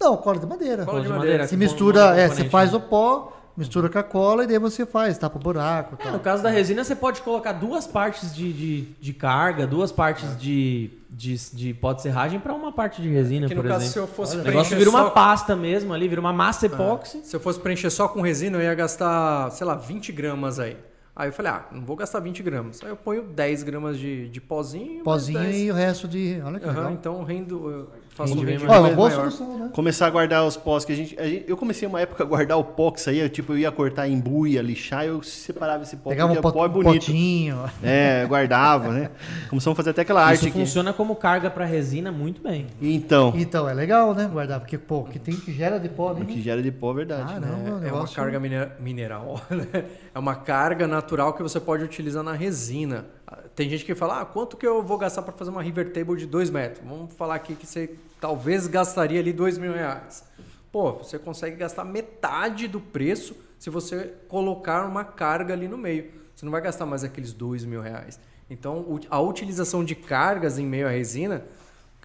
D: Não, cola de madeira.
B: Cola de madeira.
D: Você
A: com
D: mistura, é, você
A: componente,
D: faz
A: né?
D: o pó, mistura com a cola e daí você faz, tapa o buraco.
A: É,
D: tal.
A: no caso da resina, você pode colocar duas partes de, de, de carga, duas partes
B: É.
A: de, de, de pó de serragem para uma parte de resina,
B: Que no
A: por
B: caso, se
A: exemplo.
B: eu fosse
A: O
B: preencher
A: negócio vira uma
B: só- É.
A: pasta mesmo ali, vira uma massa epóxi.
B: Se eu fosse preencher só com resina, eu ia gastar, sei lá, 20 gramas aí. Aí eu falei, ah, não vou gastar 20 gramas. Aí eu ponho 10 gramas de, de pozinho. mais
D: Pozinho
B: 10.
D: e o resto de. Olha que
B: Aham,
D: legal.
B: então rendo, eu faço um
A: Rende bem
B: rendimento
D: Ó, é
B: maior.
D: uma boa solução, né?
C: Começar a guardar os pós que a gente, a gente- Eu comecei uma época a guardar o pó que saía, tipo, eu ia cortar em buia, lixar, eu separava esse pó,
D: Pegava um,
C: porque
D: pot,
C: o pó é
D: um
C: bonito.
D: potinho.
C: É, guardava, né? Começamos a fazer até aquela arte
A: Isso
C: aqui.
A: funciona como carga para resina muito bem.
C: Então,
D: Então, é legal, né? Guardar, porque, pô, o que tem que gera de pó, né?
C: o que gera de pó é verdade.
D: Ah,
C: né?
D: não,
B: É uma carga mine- mineral, [LAUGHS] né? É uma carga natural que você pode utilizar na resina. Ah, Tem gente que fala, ah, quanto que eu vou gastar para fazer uma river table de 2 metros? Vamos falar aqui que você talvez gastaria ali 2 mil reais. Pô, você consegue gastar metade do preço se você colocar uma carga ali no meio. Você não vai gastar mais aqueles 2 mil reais. Então, u- a utilização de cargas em meio à resina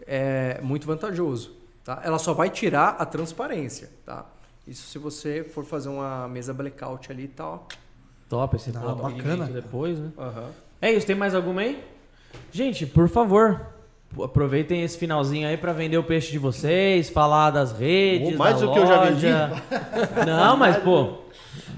B: é muito vantajoso. Tá? Ela só vai tirar a transparência, tá? Isso se você for fazer uma mesa blackout ali e tal.
A: Top esse
B: Ah,
D: Não,
A: pó.
D: bacana.
A: Depois, né?
B: Aham.
A: É isso, tem mais alguma aí? Gente, por favor, aproveitem esse finalzinho aí para vender o peixe de vocês, falar das redes,
C: Ou mais
A: da
C: do que eu já vendi. [LAUGHS]
A: loja. Não, mas pô,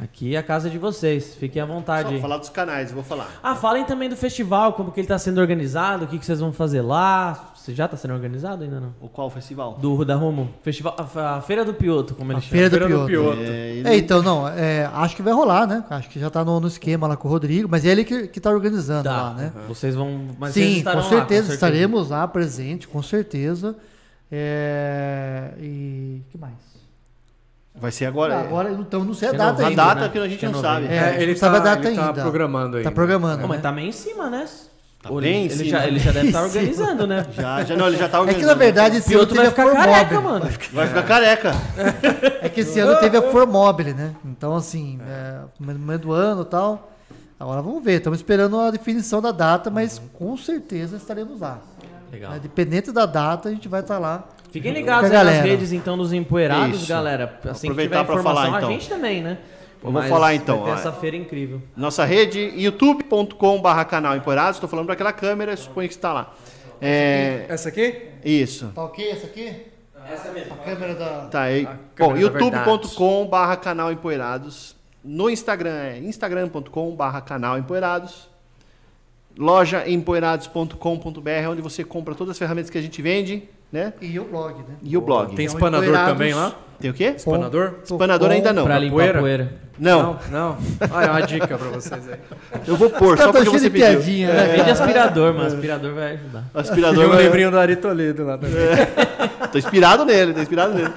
A: aqui é a casa de vocês, fiquem à vontade.
C: Só
A: aí.
C: falar dos canais, vou falar.
A: Ah, falem também do festival, como que ele tá sendo organizado, o que, que vocês vão fazer lá. Você já tá sendo organizado ainda não?
C: O qual festival?
A: Do da Rumo? Festival, a, a Feira do Pioto, como
D: A
A: eles
D: feira
A: chamam.
B: Feira
D: do
B: do
D: Pioto.
B: Pioto.
C: É, ele-
D: É, então, não, é, acho que vai rolar, né? Acho que já tá no, no esquema lá com o Rodrigo, mas é ele que, que tá organizando
A: Tá,
D: lá, né?
A: Vocês vão. Mas vocês
D: Sim,
A: estarão
D: com
A: lá,
D: certeza estaremos lá presente, com certeza. É, e que mais?
C: Vai ser agora.
D: Ah, agora, então, não sei a
A: Acho que
D: data
A: não,
C: A
A: vai
D: ainda.
A: dar,
C: data que a gente
A: Que
C: não
A: não
C: sabe.
B: É,
D: É,
B: ele
D: não sabe
B: está
D: a data
B: tá
D: ainda.
B: programando aí.
D: Tá programando.
A: Não, mas
D: né?
A: tá meio em cima, né?
C: Tá
A: Ou
C: bem [LAUGHS] em
A: ele,
C: cima.
A: ele já, ele já deve estar
D: Em cima.
A: organizando, né?
C: Já, já não, ele já tá
D: [LAUGHS] É
C: organizando.
D: que na verdade esse ano
A: Pioto
D: teve
A: vai
D: a
A: ficar careca,
D: Formobile.
A: mano.
C: Vai ficar careca.
D: É que esse ano teve a Formobile, né? Então, assim, é, no meio do ano e tal. Agora vamos ver, estamos esperando a definição da data, mas com certeza estaremos lá.
A: Uhum. Legal.
D: Né? Dependente da data, a gente vai estar lá.
A: Fiquem ligados aí
D: Fica,
A: nas
D: galera.
A: redes, então, dos empoeirados,
C: Isso.
A: galera. Assim que
C: Aproveitar
A: tiver
C: pra
A: informação,
C: falar, então.
A: a gente também, né?
C: Eu vou falar, então,
A: vai ter
C: ó.
A: essa feira incrível.
C: Nossa rede, youtube.com.br canal Empoeirados. Estou falando daquela câmera, suponho que está lá. É,
B: Essa aqui?
C: isso.
D: Tá ok essa aqui?
F: Essa mesmo.
D: A câmera da.
C: Tá aí.
B: A câmera
C: Bom,
B: da
C: youtube.com.br canal Empoeirados. No Instagram é instagram.com.br canal Empoeirados. Loja empoeirados.com.br, é onde você compra todas as ferramentas que a gente vende, né?
D: E o blog, né?
C: E o blog.
B: Tem
D: Então,
B: espanador
D: empoeirados-
B: também lá?
C: Tem o quê?
B: Espanador?
C: Espanador ainda não.
A: pra limpar
B: poeira?
A: a poeira.
C: Não,
B: Não. Ah, é uma dica pra vocês aí.
C: eu vou pôr,
D: Tá
C: só porque você pediu.
D: piadinha, né?
A: Vende É, aspirador,
C: É.
A: mas aspirador vai ajudar.
C: O
B: Tem [LAUGHS]
C: Aspirador.
B: um
C: vai-
B: livrinho do Ari Toledo lá também.
C: Tô inspirado nele, tô inspirado nele.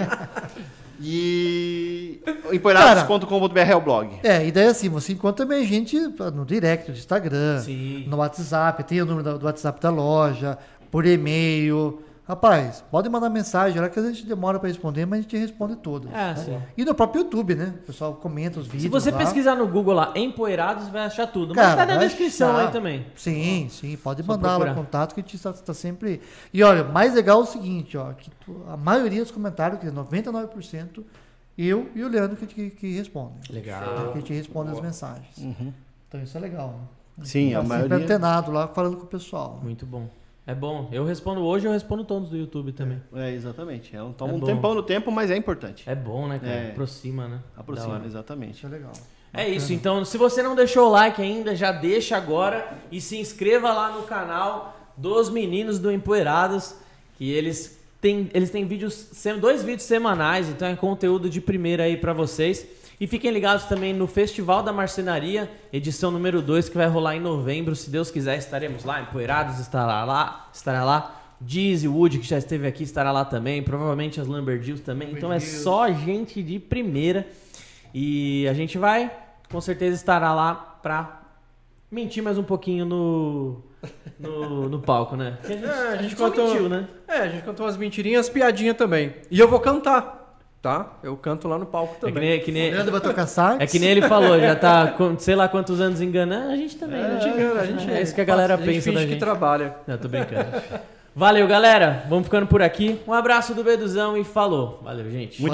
C: E empoeirados.com.br é o blog.
D: É, e daí assim, você encontra também gente no direct do Instagram,
A: Sim.
D: no WhatsApp, tem o número da- do WhatsApp da loja, por e-mail. Rapaz, pode mandar mensagem, olha que a gente demora pra responder, mas a gente responde todas.
A: Ah,
D: né?
A: sim.
D: E no próprio YouTube, né? O pessoal comenta os vídeos.
A: Se você
D: lá.
A: pesquisar no Google lá, empoeirados, vai achar tudo.
D: Cara,
A: Mas tá na
D: vai
A: descrição
D: achar.
A: aí também.
D: Sim, sim, pode
A: Só
D: mandar lá
A: procurar.
D: o contato que a gente está tá sempre. E olha, o mais legal é o seguinte, ó, que tu- a maioria dos comentários, é quer dizer, 99%, eu e o Leandro que, que, que respondem.
A: Legal.
D: Que a gente responde as mensagens. Então isso é legal. Né?
C: Uhum. Sim,
D: tá
C: a
D: sempre
C: maioria.
D: antenado lá falando com o pessoal. né?
A: Muito bom. É bom. Eu respondo hoje, eu respondo todos do YouTube também.
C: É, exatamente. É um, toma
A: É
C: um
A: bom.
C: tempão no tempo, mas é importante.
A: É, bom, né, cara?
C: É.
A: Aproxima, né? Da
C: Aproxima,
A: hora.
C: exatamente.
D: Isso é legal.
A: É isso, então, se você não deixou o like ainda, já deixa agora e se inscreva lá no canal dos meninos do Empoeirados, que eles têm, eles têm vídeos, sem- dois vídeos semanais, então é conteúdo de primeira aí pra vocês. E fiquem ligados também no Festival da Marcenaria, edição número 2, que vai rolar em novembro, se Deus quiser, estaremos lá, Empoeirados estará lá, estará lá. Dizzy Wood, que já esteve aqui, estará lá também. Provavelmente as Lamberdills também. Então é só gente de primeira. E a gente vai, com certeza estará lá pra mentir mais um pouquinho no, no, no palco, né? Porque a gente,
B: É,
A: a gente contou... mentiu, né?
B: É, a gente cantou umas mentirinhas, piadinha também. E eu vou cantar, tá? Eu canto lá no palco
A: É que,
B: também.
A: nem, é que nem-
D: Leandro vai tocar sax.
A: é que nem ele falou, já tá com sei lá quantos anos enganando, a gente também, né?
B: A gente engana, a gente
A: É isso que a galera
B: gente
A: pensa
B: finge
A: da
B: que
A: gente.
B: trabalha.
A: Não, tô brincando. Valeu, galera. Vamos ficando por aqui. Um abraço do Beduzão e falou. Valeu, gente.